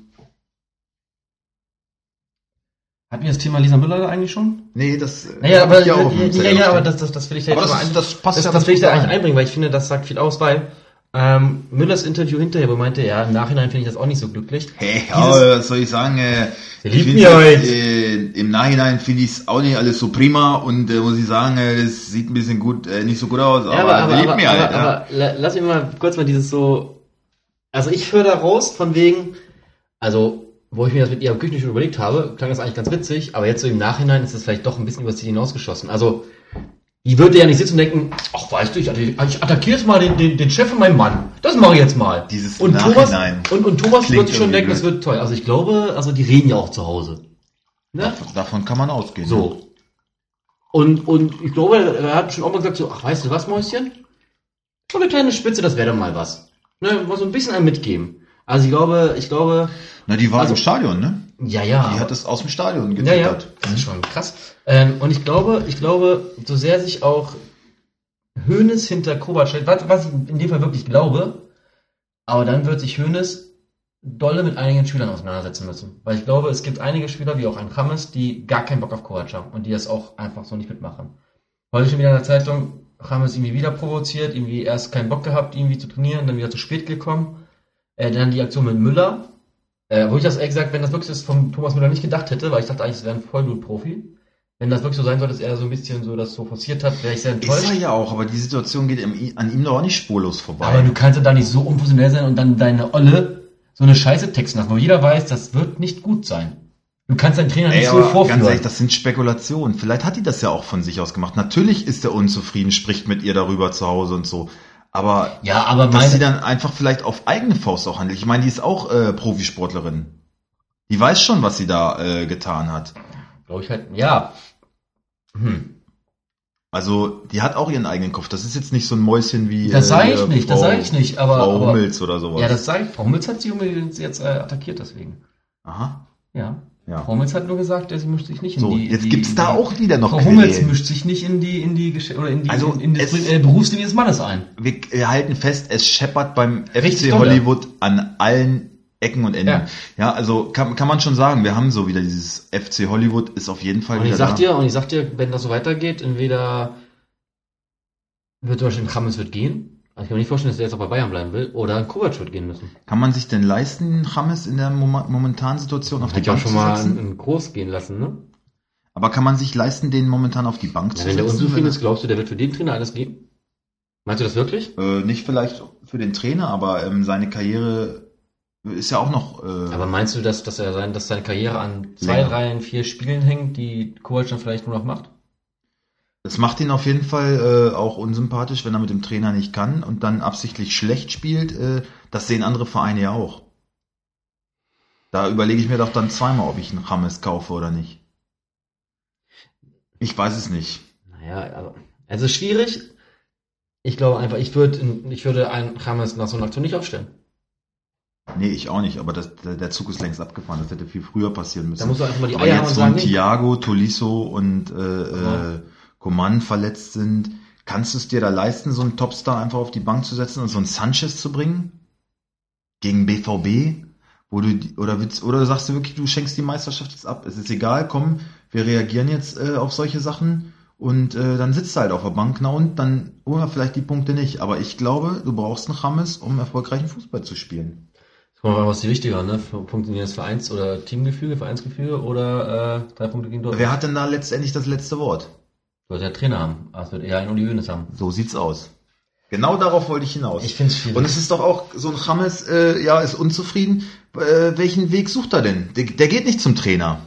Speaker 2: hatten wir das Thema Lisa Müller eigentlich schon?
Speaker 1: Nee, das äh,
Speaker 2: Naja,
Speaker 1: hab
Speaker 2: aber,
Speaker 1: ich hier
Speaker 2: ja,
Speaker 1: auch auf dem
Speaker 2: ja,
Speaker 1: Zettel
Speaker 2: ja, aber
Speaker 1: stehen.
Speaker 2: das, das, das will ich da
Speaker 1: aber
Speaker 2: jetzt mal
Speaker 1: das,
Speaker 2: ein,
Speaker 1: ist, das passt
Speaker 2: das,
Speaker 1: ja
Speaker 2: das will ich da
Speaker 1: ganz gut
Speaker 2: eigentlich einbringen, weil ich finde, das sagt viel aus, weil ähm, Müllers Interview hinterher meinte, ja, im Nachhinein finde ich das auch nicht so glücklich.
Speaker 1: Hey, ja, was soll ich sagen? Äh,
Speaker 2: Wir
Speaker 1: ich
Speaker 2: lieben
Speaker 1: find's
Speaker 2: ihr
Speaker 1: jetzt,
Speaker 2: euch.
Speaker 1: Äh, Im Nachhinein finde ich es auch nicht alles so prima und äh, muss ich sagen, äh, das sieht ein bisschen gut, äh, nicht so gut aus, aber,
Speaker 2: Ja, aber, aber,
Speaker 1: der liebt
Speaker 2: aber,
Speaker 1: mir
Speaker 2: aber,
Speaker 1: halt. ja.
Speaker 2: aber la- lass mich mal kurz mal dieses so. Also ich höre da raus von wegen, also wo ich mir das mit ihrem Küchentisch überlegt habe, klang das eigentlich ganz witzig, aber jetzt so im Nachhinein ist das vielleicht doch ein bisschen übers Ziel hinausgeschossen. Also die würde ja nicht sitzen und denken, ach weißt du, ich, atta- ich attackiere jetzt mal den, den, den Chef von meinem Mann. Das mache ich jetzt mal.
Speaker 1: Dieses
Speaker 2: und Thomas,
Speaker 1: Nachhinein
Speaker 2: und, und Thomas
Speaker 1: klingt
Speaker 2: wird sich schon
Speaker 1: irgendwie
Speaker 2: denken, das wird toll. Also ich glaube, also die reden ja auch zu Hause. Ne?
Speaker 1: Dav- Davon kann man ausgehen. ne?
Speaker 2: So. Und, und ich glaube, er hat schon auch mal gesagt, so, ach, weißt du was, Mäuschen? So eine kleine Spitze, das wäre doch mal was. Ne, mal so ein bisschen ein mitgeben. Also ich glaube, ich glaube,
Speaker 1: Na, die war
Speaker 2: Also-
Speaker 1: im Stadion, ne?
Speaker 2: ja, ja.
Speaker 1: Die hat es aus dem Stadion
Speaker 2: ja, ja.
Speaker 1: getwittert.
Speaker 2: Das ist schon krass. Ähm, und ich glaube, ich glaube, so sehr sich auch Hönes hinter Kovac stellt, was, was ich in dem Fall wirklich glaube, aber dann wird sich Hönes dolle mit einigen Spielern auseinandersetzen müssen. Weil ich glaube, es gibt einige Spieler, wie auch ein Kammes, die gar keinen Bock auf Kovac haben und die das auch einfach so nicht mitmachen. Heute schon wieder in der Zeitung, Kammes irgendwie wieder provoziert, irgendwie erst keinen Bock gehabt, irgendwie zu trainieren, dann wieder zu spät gekommen. Äh, dann die Aktion mit Müller, äh, wo ich das ehrlich gesagt, wenn das wirklich ist, von Thomas Müller nicht gedacht hätte, weil ich dachte eigentlich, es wäre ein Vollblut-Profi. Wenn das wirklich so sein sollte, dass er so ein bisschen so das so forciert hat, wäre ich sehr enttäuscht.
Speaker 1: Ist er ja auch, aber die Situation geht im, an ihm doch auch nicht spurlos vorbei.
Speaker 2: Aber du kannst ja da nicht so unprofessionell sein und dann deine Olle so eine Scheiße texten lassen, wo jeder weiß, das wird nicht gut sein. Du kannst deinen Trainer
Speaker 1: Ey,
Speaker 2: nicht so
Speaker 1: aber
Speaker 2: vorführen.
Speaker 1: ganz ehrlich, das sind Spekulationen. Vielleicht hat die das ja auch von sich aus gemacht. Natürlich ist er unzufrieden, spricht mit ihr darüber zu Hause und so. Aber
Speaker 2: ja, aber
Speaker 1: dass sie
Speaker 2: meine,
Speaker 1: dann einfach vielleicht auf eigene Faust auch handelt. Ich meine, die ist auch äh, Profisportlerin. Die weiß schon, was sie da äh, getan hat.
Speaker 2: glaube ich halt, ja. Hm.
Speaker 1: Also, die hat auch ihren eigenen Kopf. Das ist jetzt nicht so ein Mäuschen wie.
Speaker 2: Das
Speaker 1: äh,
Speaker 2: sage ich nicht, das
Speaker 1: Frau-
Speaker 2: sage ich nicht, aber,
Speaker 1: Frau
Speaker 2: aber
Speaker 1: Hummels oder sowas.
Speaker 2: ja, das sage ich. Frau Hummels hat sie übrigens jetzt äh, attackiert deswegen.
Speaker 1: Aha.
Speaker 2: Ja.
Speaker 1: Ja.
Speaker 2: Frau Hummels hat nur gesagt, äh, sie mischt sich nicht in
Speaker 1: So,
Speaker 2: die.
Speaker 1: jetzt
Speaker 2: die,
Speaker 1: gibt's da auch wieder noch
Speaker 2: Frau Hummels
Speaker 1: Querelen.
Speaker 2: mischt sich nicht in die in die Gesch oder in die
Speaker 1: Also,
Speaker 2: in, in das
Speaker 1: es-
Speaker 2: äh, Berufsleben des Mannes ein.
Speaker 1: wir, wir halten fest, es scheppert beim
Speaker 2: Richtig
Speaker 1: FC
Speaker 2: dolle.
Speaker 1: Hollywood an allen Ecken und Enden.
Speaker 2: Ja.
Speaker 1: Ja, also kann, kann man schon sagen, wir haben so wieder dieses FC Hollywood ist auf jeden Fall
Speaker 2: Und ich
Speaker 1: wieder
Speaker 2: sag
Speaker 1: da.
Speaker 2: dir, und ich sag dir, wenn das so weitergeht, entweder wird zum Beispiel ein Krammens wird gehen. Also ich kann mir nicht vorstellen, dass der jetzt auch bei Bayern bleiben will. Oder ein Kovac wird gehen müssen.
Speaker 1: Kann man sich denn leisten, James in der moma- momentanen Situation auf die
Speaker 2: Hat ja auch
Speaker 1: Bank
Speaker 2: schon
Speaker 1: zu
Speaker 2: mal
Speaker 1: setzen?
Speaker 2: einen, einen Groß gehen lassen, ne?
Speaker 1: Aber kann man sich leisten, den momentan auf die Bank
Speaker 2: Ja,
Speaker 1: zu
Speaker 2: wenn der
Speaker 1: setzen?
Speaker 2: unzufrieden ist, glaubst du, der wird für den Trainer alles geben? Meinst du das wirklich?
Speaker 1: äh, nicht vielleicht für den Trainer, aber ähm, seine Karriere ist ja auch noch. Äh,
Speaker 2: Aber meinst du, dass, dass er sein, dass seine Karriere an zwei,
Speaker 1: Länger.
Speaker 2: drei, vier Spielen hängt, die Kovac dann vielleicht nur noch macht?
Speaker 1: das macht ihn auf jeden Fall äh, auch unsympathisch, wenn er mit dem Trainer nicht kann und dann absichtlich schlecht spielt. Äh, das sehen andere Vereine ja auch. Da überlege ich mir doch dann zweimal, ob ich einen Rames kaufe oder nicht. Ich weiß es nicht.
Speaker 2: Naja, aber es ist schwierig. Ich glaube einfach, ich würde, ich würde einen Krammers nach so einer Aktion nicht aufstellen.
Speaker 1: Nee, ich auch nicht, aber das, der der Zug ist längst abgefahren. Das hätte viel früher passieren müssen.
Speaker 2: Da musst du einfach mal die
Speaker 1: Aber
Speaker 2: Eier haben und
Speaker 1: jetzt, wo ein
Speaker 2: sagen, nee.
Speaker 1: Thiago, Tolisso und äh, äh, Coman verletzt sind, kannst du es dir da leisten, so einen Topstar einfach auf die Bank zu setzen und so einen Sanchez zu bringen? Gegen BVB? Wo du, die- oder, willst, oder sagst du wirklich, du schenkst die Meisterschaft jetzt ab? Es ist egal, komm, wir reagieren jetzt äh, auf solche Sachen und äh, dann sitzt du halt auf der Bank, na und dann holen wir vielleicht die Punkte nicht. Aber ich glaube, du brauchst einen Rames, um erfolgreichen Fußball zu spielen.
Speaker 2: Guck mal, was ist die wichtiger, ne? Funktionierendes Vereins- oder Teamgefüge, Vereinsgefüge oder äh, drei Punkte gegen Dortmund?
Speaker 1: Wer hat denn da letztendlich das letzte Wort?
Speaker 2: Wird der Trainer haben. Ah, es wird eher ein Uli Hoeneß haben.
Speaker 1: So sieht's aus. Genau darauf wollte ich hinaus.
Speaker 2: Ich find's schwierig.
Speaker 1: Und es ist doch auch so ein Chames, äh, ja, ist unzufrieden. Äh, welchen Weg sucht er denn? Der, der geht nicht zum Trainer.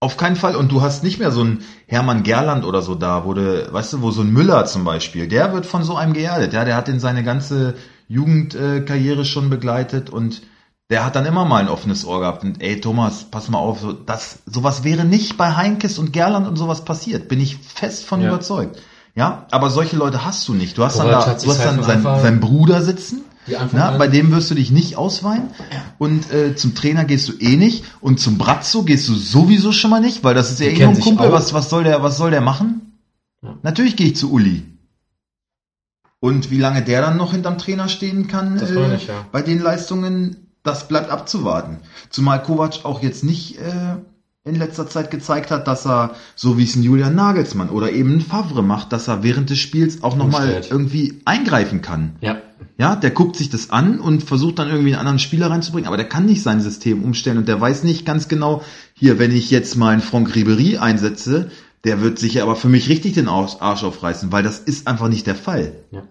Speaker 1: Auf keinen Fall. Und du hast nicht mehr so einen Hermann Gerland oder so da, wo du, weißt du, wo so ein Müller zum Beispiel, der wird von so einem geerdet. Ja, der hat den seine ganze Jugendkarriere äh, Karriere schon begleitet und der hat dann immer mal ein offenes Ohr gehabt. Und ey, Thomas, pass mal auf, so, das, sowas wäre nicht bei Heinkes und Gerland und sowas passiert. Bin ich fest von
Speaker 2: Ja.
Speaker 1: überzeugt. Ja, aber solche Leute hast du nicht. Du hast
Speaker 2: Kovac
Speaker 1: dann da,
Speaker 2: hat
Speaker 1: du
Speaker 2: sich
Speaker 1: hast
Speaker 2: halt
Speaker 1: dann
Speaker 2: von
Speaker 1: seinen,
Speaker 2: Anfang-
Speaker 1: seinen Bruder sitzen.
Speaker 2: Die Anfang
Speaker 1: Na,
Speaker 2: an-
Speaker 1: bei dem wirst du dich nicht ausweihen und äh, zum Trainer gehst du eh nicht und zum Bratzo gehst du sowieso schon mal nicht, weil das ist ja eh
Speaker 2: Die
Speaker 1: nur
Speaker 2: kennen
Speaker 1: ein
Speaker 2: sich
Speaker 1: Kumpel.
Speaker 2: auch.
Speaker 1: Was, was soll der, was soll der machen?
Speaker 2: Ja.
Speaker 1: Natürlich gehe ich zu Uli. Und wie lange der dann noch hinterm Trainer stehen kann, äh,
Speaker 2: Das meine ich, ja.
Speaker 1: bei den Leistungen, das bleibt abzuwarten. Zumal Kovac auch jetzt nicht äh, in letzter Zeit gezeigt hat, dass er, so wie es ein Julian Nagelsmann oder eben ein Favre macht, dass er während des Spiels auch nochmal
Speaker 2: Umstellt.
Speaker 1: irgendwie eingreifen kann.
Speaker 2: Ja.
Speaker 1: Ja, der guckt sich das an und versucht dann irgendwie einen anderen Spieler reinzubringen, aber der kann nicht sein System umstellen und der weiß nicht ganz genau, hier, wenn ich jetzt mal einen Franck Ribery einsetze, der wird sich aber für mich richtig den Aus- Arsch aufreißen, weil das ist einfach nicht der Fall.
Speaker 2: Ja.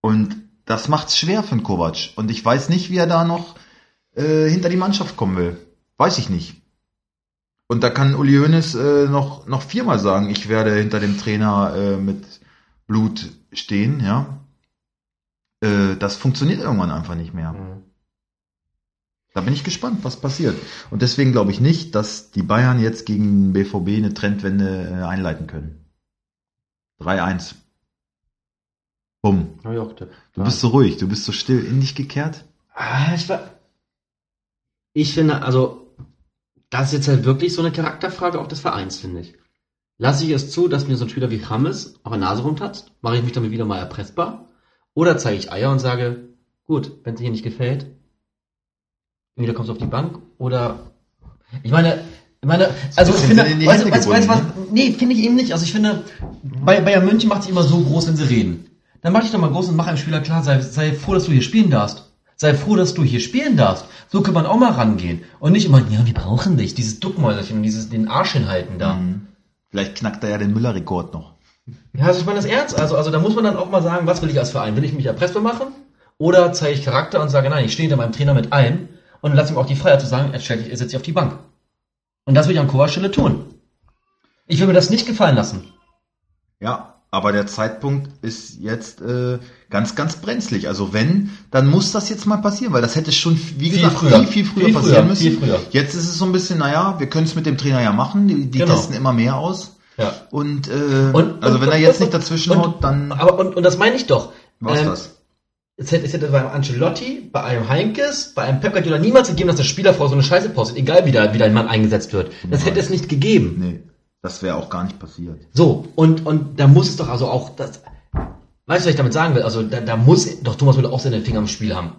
Speaker 1: Und das macht's schwer für den Kovac. Und ich weiß nicht, wie er da noch äh, hinter die Mannschaft kommen will. Weiß ich nicht. Und da kann Uli Hoeneß äh, noch, noch viermal sagen, ich werde hinter dem Trainer äh, mit Blut stehen, ja. Äh, das funktioniert irgendwann einfach nicht mehr.
Speaker 2: Mhm.
Speaker 1: Da bin ich gespannt, was passiert. Und deswegen glaube ich nicht, dass die Bayern jetzt gegen den BVB eine Trendwende äh, einleiten können. 3-1. Bumm.
Speaker 2: Hab ich auch getippt.
Speaker 1: Du bist so ruhig, du bist so still in dich gekehrt.
Speaker 2: Ah, ich, war, ich finde, also, das ist jetzt halt wirklich so eine Charakterfrage auch des Vereins, finde ich. Lasse ich es zu, dass mir so ein Spieler wie Hammes auf der Nase rumtatzt? Mache ich mich damit wieder mal erpressbar? Oder zeige ich Eier und sage, gut, wenn es dir nicht gefällt, entweder kommst du auf die Bank oder. Ich meine, ich meine, also ich
Speaker 1: bisschen
Speaker 2: finde,
Speaker 1: sind in die
Speaker 2: weißt, du-
Speaker 1: Hände
Speaker 2: weißt, du- weißt, du was,
Speaker 1: gebunden, ne?
Speaker 2: nee, finde ich eben nicht. Also ich finde, bei Bayern München macht sich immer so groß, wenn sie reden. Dann mach dich doch mal groß und mach einem Spieler klar, sei, sei froh, dass du hier spielen darfst. Sei froh, dass du hier spielen darfst. So kann man auch mal rangehen. Und nicht immer, ja, wir brauchen dich, dieses Duckmäuserchen und dieses, den Arsch hinhalten da.
Speaker 1: Vielleicht knackt er ja den Müller-Rekord noch.
Speaker 2: Ja, also ich meine das ernst. Also, also da muss man dann auch mal sagen, was will ich als Verein? Will ich mich erpressbar machen? Oder zeige ich Charakter und sage, nein, ich stehe hinter meinem Trainer mit allem und lasse ihm auch die Freiheit zu sagen, er stellt- er setzt sich auf die Bank. Und das will ich an Kovacs Stelle tun. Ich will mir das nicht gefallen lassen.
Speaker 1: Ja, aber der Zeitpunkt ist jetzt äh, ganz, ganz brenzlig. Also wenn, dann muss das jetzt mal passieren, weil das hätte schon, wie
Speaker 2: Viel
Speaker 1: gesagt,
Speaker 2: früher.
Speaker 1: viel, viel früher
Speaker 2: Viel
Speaker 1: passieren
Speaker 2: früher,
Speaker 1: müssen.
Speaker 2: viel früher.
Speaker 1: Jetzt ist es so ein bisschen, naja, wir können es mit dem Trainer ja machen, die, die
Speaker 2: Genau.
Speaker 1: testen immer mehr aus.
Speaker 2: Ja.
Speaker 1: Und, äh,
Speaker 2: Und-
Speaker 1: also
Speaker 2: und-
Speaker 1: wenn er
Speaker 2: und-
Speaker 1: jetzt
Speaker 2: und-
Speaker 1: nicht dazwischen haut, dann
Speaker 2: Aber, und, und das meine ich doch.
Speaker 1: war's
Speaker 2: Ähm,
Speaker 1: das.
Speaker 2: Es hätte, es hätte bei einem Ancelotti, bei einem Heinkes, bei einem Pep Guardiola niemals gegeben, dass der Spieler vor so eine Scheiße postet, egal wie, da, wie dein Mann eingesetzt wird. Das
Speaker 1: Niemals.
Speaker 2: hätte es nicht gegeben.
Speaker 1: Nee, das wäre auch gar nicht passiert.
Speaker 2: So, und, und da muss es doch also auch, das, weißt du, was ich damit sagen will? Also da, da muss doch Thomas Müller auch seine Finger im Spiel haben.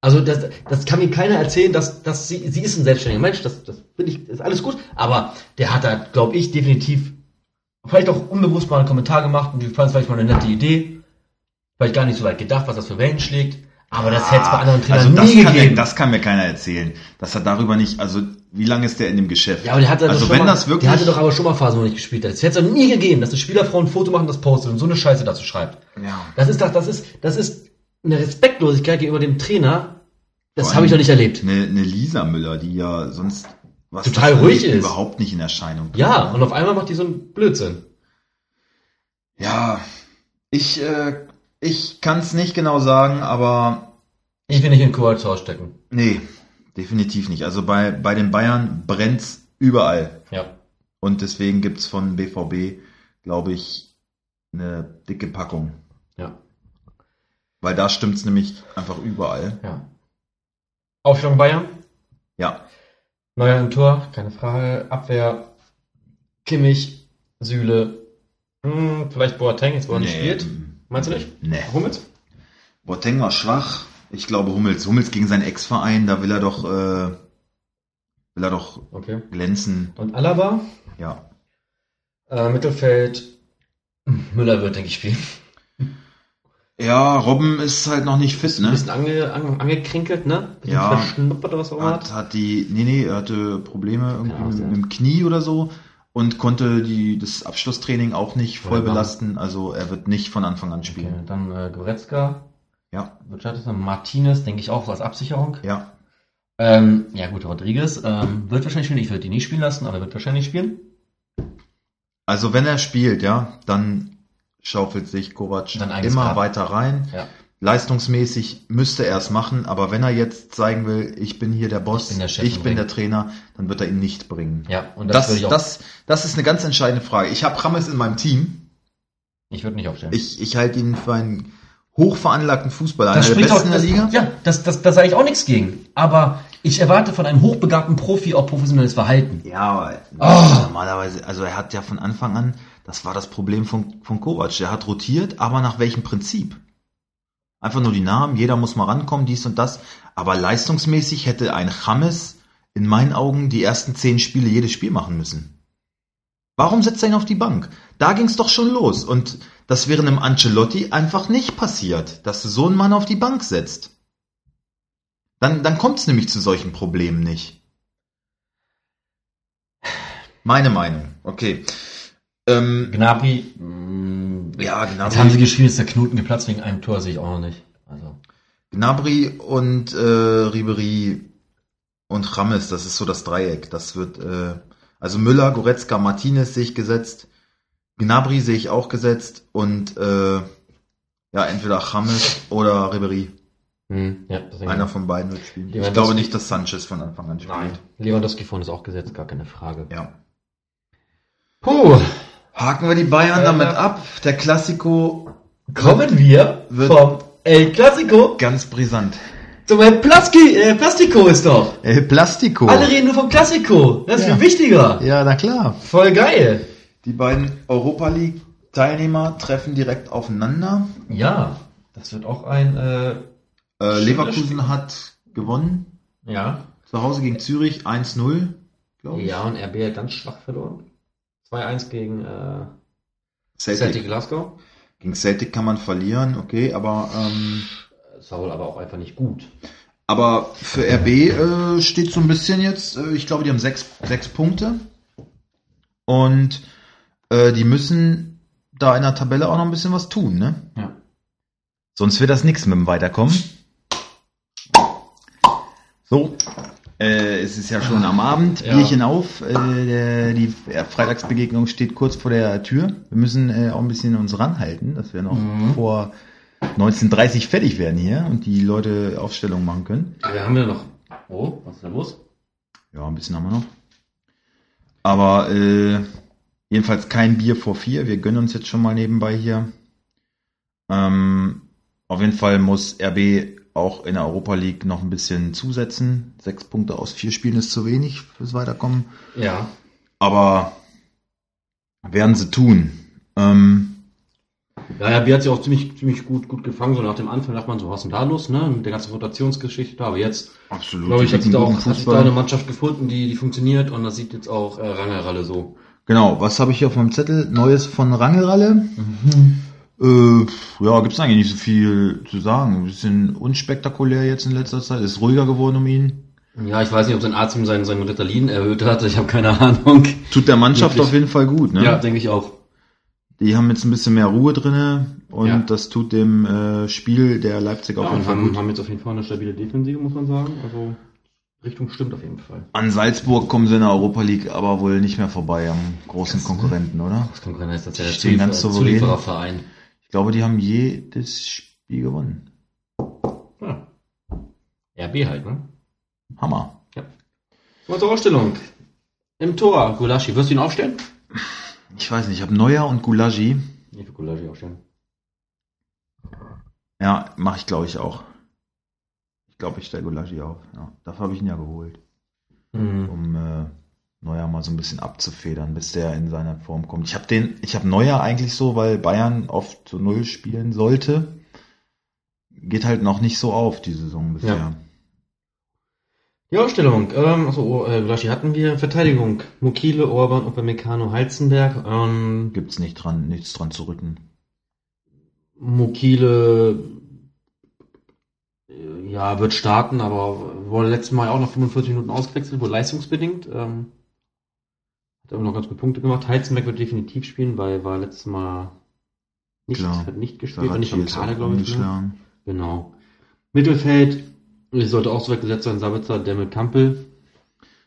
Speaker 2: Also das, das kann mir keiner erzählen, dass, dass sie, sie ist ein selbstständiger Mensch, das, das finde ich, ist alles gut, aber der hat da, glaube ich, definitiv vielleicht auch unbewusst mal einen Kommentar gemacht und die fand es vielleicht mal eine nette Idee, vielleicht gar nicht so weit gedacht, was das für Wellen schlägt, aber das hätte es bei anderen
Speaker 1: also
Speaker 2: Trainern
Speaker 1: das
Speaker 2: nie
Speaker 1: kann
Speaker 2: gegeben.
Speaker 1: Mir, das kann mir keiner erzählen, dass er darüber nicht, also wie lange ist der in dem Geschäft?
Speaker 2: Ja, aber der hatte,
Speaker 1: also
Speaker 2: doch
Speaker 1: wenn
Speaker 2: schon mal,
Speaker 1: das wirklich,
Speaker 2: der hatte doch aber schon mal Phasen, wo er nicht gespielt hat. Das hätte es doch nie gegeben, dass eine Spielerfrau ein Foto macht und das postet und so eine Scheiße dazu schreibt.
Speaker 1: ja.
Speaker 2: Das ist doch, das ist, das ist eine Respektlosigkeit gegenüber dem Trainer. Das
Speaker 1: Vor
Speaker 2: habe ich
Speaker 1: allem
Speaker 2: noch nicht erlebt.
Speaker 1: Eine, eine Lisa Müller, die ja sonst was
Speaker 2: Total
Speaker 1: das
Speaker 2: ruhig
Speaker 1: angeht,
Speaker 2: ist.
Speaker 1: überhaupt nicht in Erscheinung. tritt.
Speaker 2: Ja, und auf einmal macht die so einen Blödsinn.
Speaker 1: Ja, ich äh, ich kann es nicht genau sagen, aber
Speaker 2: Ich will nicht in Kovacs Haus stecken.
Speaker 1: nee, definitiv nicht. Also bei bei den Bayern brennt's überall
Speaker 2: Ja.
Speaker 1: und deswegen gibt's von BVB, glaube ich, eine dicke Packung,
Speaker 2: Ja.
Speaker 1: weil da stimmt's nämlich einfach überall.
Speaker 2: Ja. Aufstellung Bayern.
Speaker 1: Ja,
Speaker 2: Neuer im Tor, keine Frage. Abwehr. Kimmich, Süle. Hm, vielleicht Boateng, jetzt wo er nicht
Speaker 1: Nee.
Speaker 2: spielt. Meinst du nicht?
Speaker 1: nee.
Speaker 2: Hummels?
Speaker 1: Boateng war schwach. Ich glaube Hummels. Hummels gegen seinen Ex-Verein, da will er doch, äh, will er doch
Speaker 2: Okay.
Speaker 1: glänzen.
Speaker 2: Und Alaba?
Speaker 1: Ja.
Speaker 2: Äh, Mittelfeld. Müller wird, denke ich, spielen.
Speaker 1: Ja, Robben ist halt noch nicht fit, ne?
Speaker 2: Bisschen ange, ange, angekrinkelt, ne? Bisschen
Speaker 1: Ja.
Speaker 2: verschnuppert oder was auch immer.
Speaker 1: Hat, hat die, nee, nee, er hatte Probleme irgendwie
Speaker 2: Ahnung,
Speaker 1: mit,
Speaker 2: ja.
Speaker 1: mit dem Knie oder so und konnte die, das Abschlusstraining auch nicht voll
Speaker 2: Wunderbar.
Speaker 1: belasten. Also er wird nicht von Anfang an
Speaker 2: Okay,
Speaker 1: spielen.
Speaker 2: dann äh, Goretzka,
Speaker 1: Ja,
Speaker 2: Richardson, Martinez, denke ich auch als Absicherung.
Speaker 1: ja.
Speaker 2: Ähm, ja gut, Rodriguez ähm, wird wahrscheinlich spielen. Ich würde ihn nicht spielen lassen, aber er wird wahrscheinlich spielen.
Speaker 1: Also wenn er spielt, ja, dann schaufelt sich Kovac
Speaker 2: Dann eigenes
Speaker 1: immer
Speaker 2: Grab.
Speaker 1: weiter rein.
Speaker 2: Ja.
Speaker 1: leistungsmäßig müsste er es machen, aber wenn er jetzt zeigen will, ich bin hier der Boss,
Speaker 2: Ich bin der Chef
Speaker 1: ich
Speaker 2: im
Speaker 1: bin
Speaker 2: Ring.
Speaker 1: der Trainer, dann wird er ihn nicht bringen.
Speaker 2: Ja, und
Speaker 1: Und
Speaker 2: das,
Speaker 1: das,
Speaker 2: würde ich auch.
Speaker 1: das, das ist eine ganz entscheidende Frage. Ich habe Rames in meinem Team.
Speaker 2: ich würde nicht aufstellen.
Speaker 1: Ich, ich halte ihn für einen hochveranlagten Fußballer,
Speaker 2: das
Speaker 1: einer der
Speaker 2: spricht
Speaker 1: besten
Speaker 2: auch,
Speaker 1: in der
Speaker 2: das,
Speaker 1: Liga.
Speaker 2: Ja, das, das, da sage ich auch nichts gegen. Aber ich erwarte von einem hochbegabten Profi auch professionelles Verhalten.
Speaker 1: Ja, aber
Speaker 2: Ah.
Speaker 1: normalerweise, also er hat ja von Anfang an, das war das Problem von, von Kovac. Er hat rotiert, aber nach welchem Prinzip? Einfach nur die Namen, jeder muss mal rankommen, dies und das. Aber leistungsmäßig hätte ein Chames in meinen Augen die ersten zehn Spiele jedes Spiel machen müssen. Warum setzt er ihn auf die Bank? Da ging's doch schon los. Und das wäre einem Ancelotti einfach nicht passiert, dass du so einen Mann auf die Bank setzt. Dann, dann kommt's nämlich zu solchen Problemen nicht. Meine Meinung. Okay. Ähm,
Speaker 2: Gnabry, mh,
Speaker 1: ja,
Speaker 2: jetzt haben sie
Speaker 1: Gnabry,
Speaker 2: geschrieben, ist der Knoten geplatzt wegen einem Tor, sehe ich auch noch nicht. Also,
Speaker 1: Gnabry und äh, Ribery und Rames, das ist so das Dreieck. Das wird, äh, also Müller, Goretzka, Martinez sehe ich gesetzt. Gnabry sehe ich auch gesetzt. Und äh, ja, entweder Rames oder Ribery.
Speaker 2: hm, ja, deswegen-
Speaker 1: Einer von beiden wird spielen. Ich
Speaker 2: Lewandowski-
Speaker 1: glaube nicht, dass Sanchez von Anfang an spielt.
Speaker 2: Nein, Lewandowski vorne ist auch gesetzt, gar keine Frage.
Speaker 1: Ja.
Speaker 2: Puh,
Speaker 1: Haken wir die Bayern
Speaker 2: Äh,
Speaker 1: damit
Speaker 2: ja.
Speaker 1: ab. Der Klassiko
Speaker 2: kommen wir
Speaker 1: Wird-
Speaker 2: vom El Clasico
Speaker 1: ganz brisant.
Speaker 2: zum El Plaski, äh, Plastico ist doch.
Speaker 1: El Plastico.
Speaker 2: Alle reden nur vom Clasico. Das ist
Speaker 1: Ja.
Speaker 2: viel wichtiger.
Speaker 1: Ja, na klar.
Speaker 2: Voll geil.
Speaker 1: Die beiden Europa League Teilnehmer treffen direkt aufeinander.
Speaker 2: Ja, das wird auch ein, äh,
Speaker 1: Äh,
Speaker 2: Schönes
Speaker 1: Leverkusen hat gewonnen.
Speaker 2: ja.
Speaker 1: Zu Hause gegen Zürich 1-0, glaube ich.
Speaker 2: Ja, und RB hat ganz schwach verloren. 2-1 gegen äh,
Speaker 1: Celtic.
Speaker 2: Celtic Glasgow.
Speaker 1: Gegen Celtic kann man verlieren, okay, aber, ähm,
Speaker 2: Das war wohl aber auch einfach nicht gut.
Speaker 1: aber für RB äh, steht so ein bisschen jetzt, äh, ich glaube, die haben sechs, sechs Punkte. Und äh, die müssen da in der Tabelle auch noch ein bisschen was tun, ne?
Speaker 2: Ja.
Speaker 1: Sonst wird das nichts mit dem Weiterkommen. So, äh, es ist ja schon am Abend,
Speaker 2: Ja.
Speaker 1: Bierchen auf. Äh, der- die Freitagsbegegnung steht kurz vor der Tür. Wir müssen äh, auch ein bisschen uns ranhalten, dass wir noch
Speaker 2: Mhm.
Speaker 1: vor 19.30 fertig werden hier und die Leute Aufstellungen machen können.
Speaker 2: Wir haben ja noch. Oh, was ist denn los?
Speaker 1: Ja, ein bisschen haben wir noch. Aber äh, jedenfalls kein Bier vor vier. Wir gönnen uns jetzt schon mal nebenbei hier. Ähm, auf jeden Fall muss RB auch in der Europa League noch ein bisschen zusetzen. Sechs Punkte aus vier Spielen ist zu wenig fürs Weiterkommen.
Speaker 2: Ja.
Speaker 1: Aber werden sie tun. Ähm,
Speaker 2: Ja, RB hat sich auch ziemlich, ziemlich gut, gut gefangen. So nach dem Anfang dachte man so, was ist denn da los, ne? Mit der ganzen Rotationsgeschichte da. Aber jetzt,
Speaker 1: absolut.
Speaker 2: glaube ich,
Speaker 1: Die
Speaker 2: hat sich, da
Speaker 1: bieten
Speaker 2: auch,
Speaker 1: guten
Speaker 2: hat sich da
Speaker 1: Fußball.
Speaker 2: eine Mannschaft gefunden, die, die funktioniert. Und das sieht jetzt auch äh, Rangeralle so.
Speaker 1: Genau, was habe ich hier auf meinem Zettel? Neues von Rangelralle.
Speaker 2: Mhm.
Speaker 1: Äh, ja, gibt's eigentlich nicht so viel zu sagen. Ein bisschen unspektakulär jetzt in letzter Zeit. Ist ruhiger geworden um ihn.
Speaker 2: Ja, ich weiß nicht, ob sein Arzt ihm sein, sein Ritalin erhöht hat. Ich habe keine Ahnung.
Speaker 1: Tut der Mannschaft
Speaker 2: Wirklich?
Speaker 1: auf jeden Fall gut, ne?
Speaker 2: Ja, denke ich auch.
Speaker 1: Die haben jetzt ein bisschen mehr Ruhe drinne und
Speaker 2: Ja.
Speaker 1: das tut dem äh, Spiel der Leipzig auf
Speaker 2: Ja,
Speaker 1: jeden
Speaker 2: und
Speaker 1: Fall
Speaker 2: haben,
Speaker 1: gut.
Speaker 2: haben jetzt auf jeden Fall eine stabile Defensive, muss man sagen. Also Richtung stimmt auf jeden Fall.
Speaker 1: An Salzburg kommen sie in der Europa League aber wohl nicht mehr vorbei am
Speaker 2: äh,
Speaker 1: großen Konkurrenten, oder?
Speaker 2: Das kann keiner, ist das ja der
Speaker 1: Die stehen ganz
Speaker 2: Zuliefer-
Speaker 1: souverän.
Speaker 2: Zuliefererverein.
Speaker 1: Ich glaube, die haben jedes Spiel gewonnen.
Speaker 2: Ja. RB halt, ne?
Speaker 1: Hammer.
Speaker 2: Mal zur Ausstellung. Im Tor, Gulaschi. Wirst du ihn aufstellen?
Speaker 1: Ich weiß nicht, ich habe Neuer und Gulagi.
Speaker 2: Ich will Gulaschi aufstellen.
Speaker 1: Ja, mache ich glaube ich auch. Ich glaube, ich stelle Gulagi auf. Ja, dafür habe ich ihn ja geholt,
Speaker 2: Mhm.
Speaker 1: um äh, Neuer mal so ein bisschen abzufedern, bis der in seiner Form kommt. Ich habe den, ich habe Neuer eigentlich so, weil Bayern oft zu Null spielen sollte. Geht halt noch nicht so auf die Saison bisher.
Speaker 2: Ja. Die Ausstellung. Ähm, achso, äh, Gulaschi hatten wir. Verteidigung. Mokile, Orban, Upamecano, Heizenberg. Ähm,
Speaker 1: Gibt's nicht dran, nichts dran zu rütteln.
Speaker 2: Mokile äh, ja, wird starten, aber wurde letztes Mal auch nach 45 Minuten ausgewechselt, wurde leistungsbedingt. Ähm, hat aber noch ganz gute Punkte gemacht. Heizenberg wird definitiv spielen, weil war letztes Mal nicht,
Speaker 1: Klar.
Speaker 2: hat nicht gespielt, war nicht
Speaker 1: Verratti
Speaker 2: am
Speaker 1: ist
Speaker 2: Kader,
Speaker 1: auch
Speaker 2: glaube ich. Ne?
Speaker 1: umgeschlagen.
Speaker 2: Genau. Mittelfeld, ich sollte auch so weggesetzt sein, Sabitzer, der mit Kampel.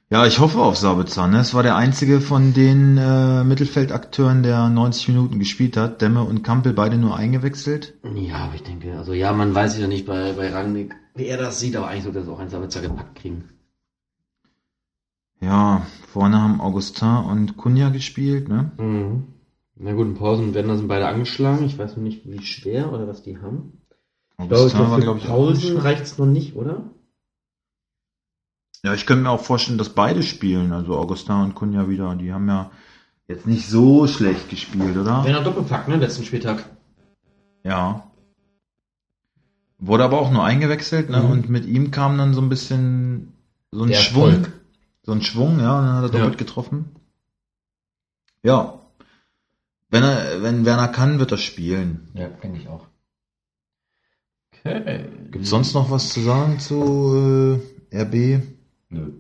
Speaker 1: Ja, ich hoffe auf Sabitzer. Ne? Es war der einzige von den äh, Mittelfeldakteuren, der 90 Minuten gespielt hat. Demme und Kampel beide nur eingewechselt.
Speaker 2: Ja, aber ich denke, also ja, man weiß ja nicht bei, bei Rangnick, wie er das sieht, aber eigentlich sollte das auch ein Sabitzer gepackt kriegen.
Speaker 1: Ja, vorne haben Augustin und Kunja gespielt. Ne?
Speaker 2: Mhm. Na gut, in Pausen werden da sind beide angeschlagen. Ich weiß noch nicht, wie schwer oder was die haben. Ich glaube, ich
Speaker 1: Augustin
Speaker 2: glaube, für
Speaker 1: glaub ich, auch
Speaker 2: Pausen
Speaker 1: angeschlagen.
Speaker 2: reicht's noch nicht, oder?
Speaker 1: Ja, ich könnte mir auch vorstellen, dass beide spielen. Also Augustin und Kunja wieder. Die haben ja jetzt nicht so schlecht gespielt, oder?
Speaker 2: Wenn er Doppelpack, ne, letzten Spieltag.
Speaker 1: Ja. Wurde aber auch nur eingewechselt, ne?
Speaker 2: Mhm.
Speaker 1: Und mit ihm kam dann so ein bisschen so ein
Speaker 2: Der
Speaker 1: Schwung.
Speaker 2: Erfolg.
Speaker 1: So ein Schwung, ja, und dann hat er
Speaker 2: Ja.
Speaker 1: doppelt getroffen. Ja. Wenn er, wenn Werner kann, wird er spielen.
Speaker 2: Ja, denke ich auch. Okay.
Speaker 1: Gibt's sonst noch was zu sagen zu äh, RB?
Speaker 2: Nö.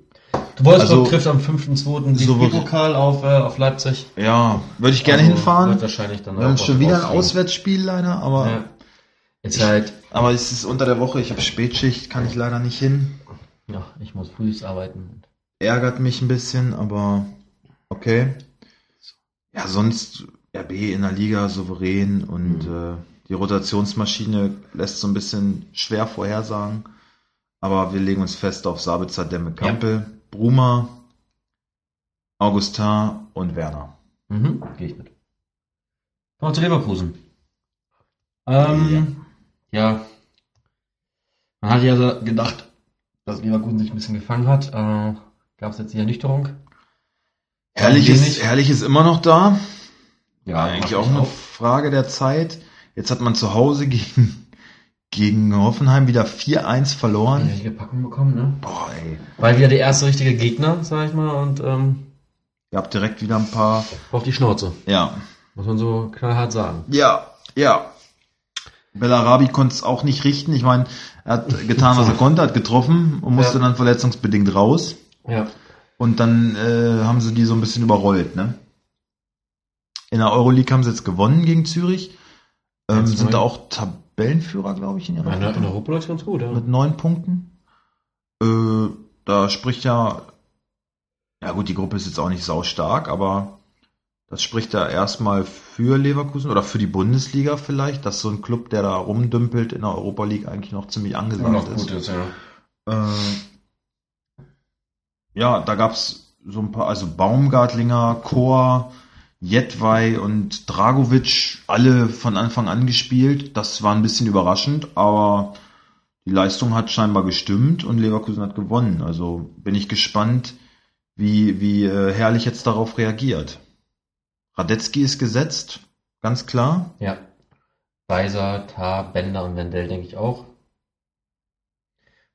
Speaker 2: Wolfsburg
Speaker 1: Also-
Speaker 2: trifft am 5.2.
Speaker 1: So wird-
Speaker 2: DFB-Pokal auf, äh, auf Leipzig.
Speaker 1: Ja, würde ich gerne
Speaker 2: Also
Speaker 1: hinfahren.
Speaker 2: Wird wahrscheinlich dann
Speaker 1: Dann
Speaker 2: auch
Speaker 1: schon wieder ein
Speaker 2: rausfliegen.
Speaker 1: Auswärtsspiel leider, aber
Speaker 2: Ja. Ist halt,
Speaker 1: aber es ist unter der Woche, ich habe Spätschicht, kann ich leider nicht hin.
Speaker 2: ja, ich muss früh arbeiten.
Speaker 1: Ärgert mich ein bisschen, aber okay. Ja, sonst RB in der Liga souverän und
Speaker 2: Mhm.
Speaker 1: äh, die Rotationsmaschine lässt so ein bisschen schwer vorhersagen, aber wir legen uns fest auf Sabitzer, Demme, Kampel, Bruma, Augustin und Werner.
Speaker 2: Mhm, gehe ich mit. Kommen wir zu Leverkusen. Ähm, ja. Man hatte ja so gedacht, dass Leverkusen sich ein bisschen gefangen hat. Äh, Gab es jetzt die Ernüchterung?
Speaker 1: Herrlich
Speaker 2: Wenig.
Speaker 1: ist, herrlich ist immer noch da. Ja,
Speaker 2: mach
Speaker 1: eigentlich
Speaker 2: ich
Speaker 1: auch eine Frage der Zeit. Jetzt hat man zu Hause gegen, gegen Hoffenheim wieder 4-1
Speaker 2: Eine
Speaker 1: verloren.
Speaker 2: richtige Packung bekommen, ne?
Speaker 1: Boah, ey.
Speaker 2: Weil wieder der erste richtige Gegner, sag ich mal, und ähm,
Speaker 1: Ihr habt direkt wieder ein paar.
Speaker 2: auf die Schnauze.
Speaker 1: Ja.
Speaker 2: Muss man so knallhart sagen.
Speaker 1: Ja, ja. Bellarabi konnte es auch nicht richten. Ich meine, er hat getan, was er konnte, hat getroffen und musste
Speaker 2: Ja.
Speaker 1: dann verletzungsbedingt raus.
Speaker 2: Ja.
Speaker 1: Und dann äh, haben sie die so ein bisschen überrollt, ne? In der Euroleague haben sie jetzt gewonnen gegen Zürich. Ähm,
Speaker 2: 1-9.
Speaker 1: sind da auch Tabellenführer, glaube ich, in ihrer
Speaker 2: In der, in der Europa läuft's ganz gut, ja.
Speaker 1: mit neun Punkten. Äh, da spricht ja, ja gut, die Gruppe ist jetzt auch nicht saustark, aber das spricht da erstmal für Leverkusen oder für die Bundesliga vielleicht, dass so ein Club, der da rumdümpelt in der Europa League eigentlich noch ziemlich angesagt ist.
Speaker 2: ist, ja.
Speaker 1: Äh, ja, da gab's so ein paar, also Baumgartlinger, Chor, Jedwai und Dragovic, alle von Anfang an gespielt. Das war ein bisschen überraschend, aber die Leistung hat scheinbar gestimmt und Leverkusen hat gewonnen. Also bin ich gespannt, wie, wie äh, herrlich jetzt darauf reagiert. Radetzky ist gesetzt, ganz klar.
Speaker 2: Ja. Weiser, Tar, Bender und Wendell denke ich auch.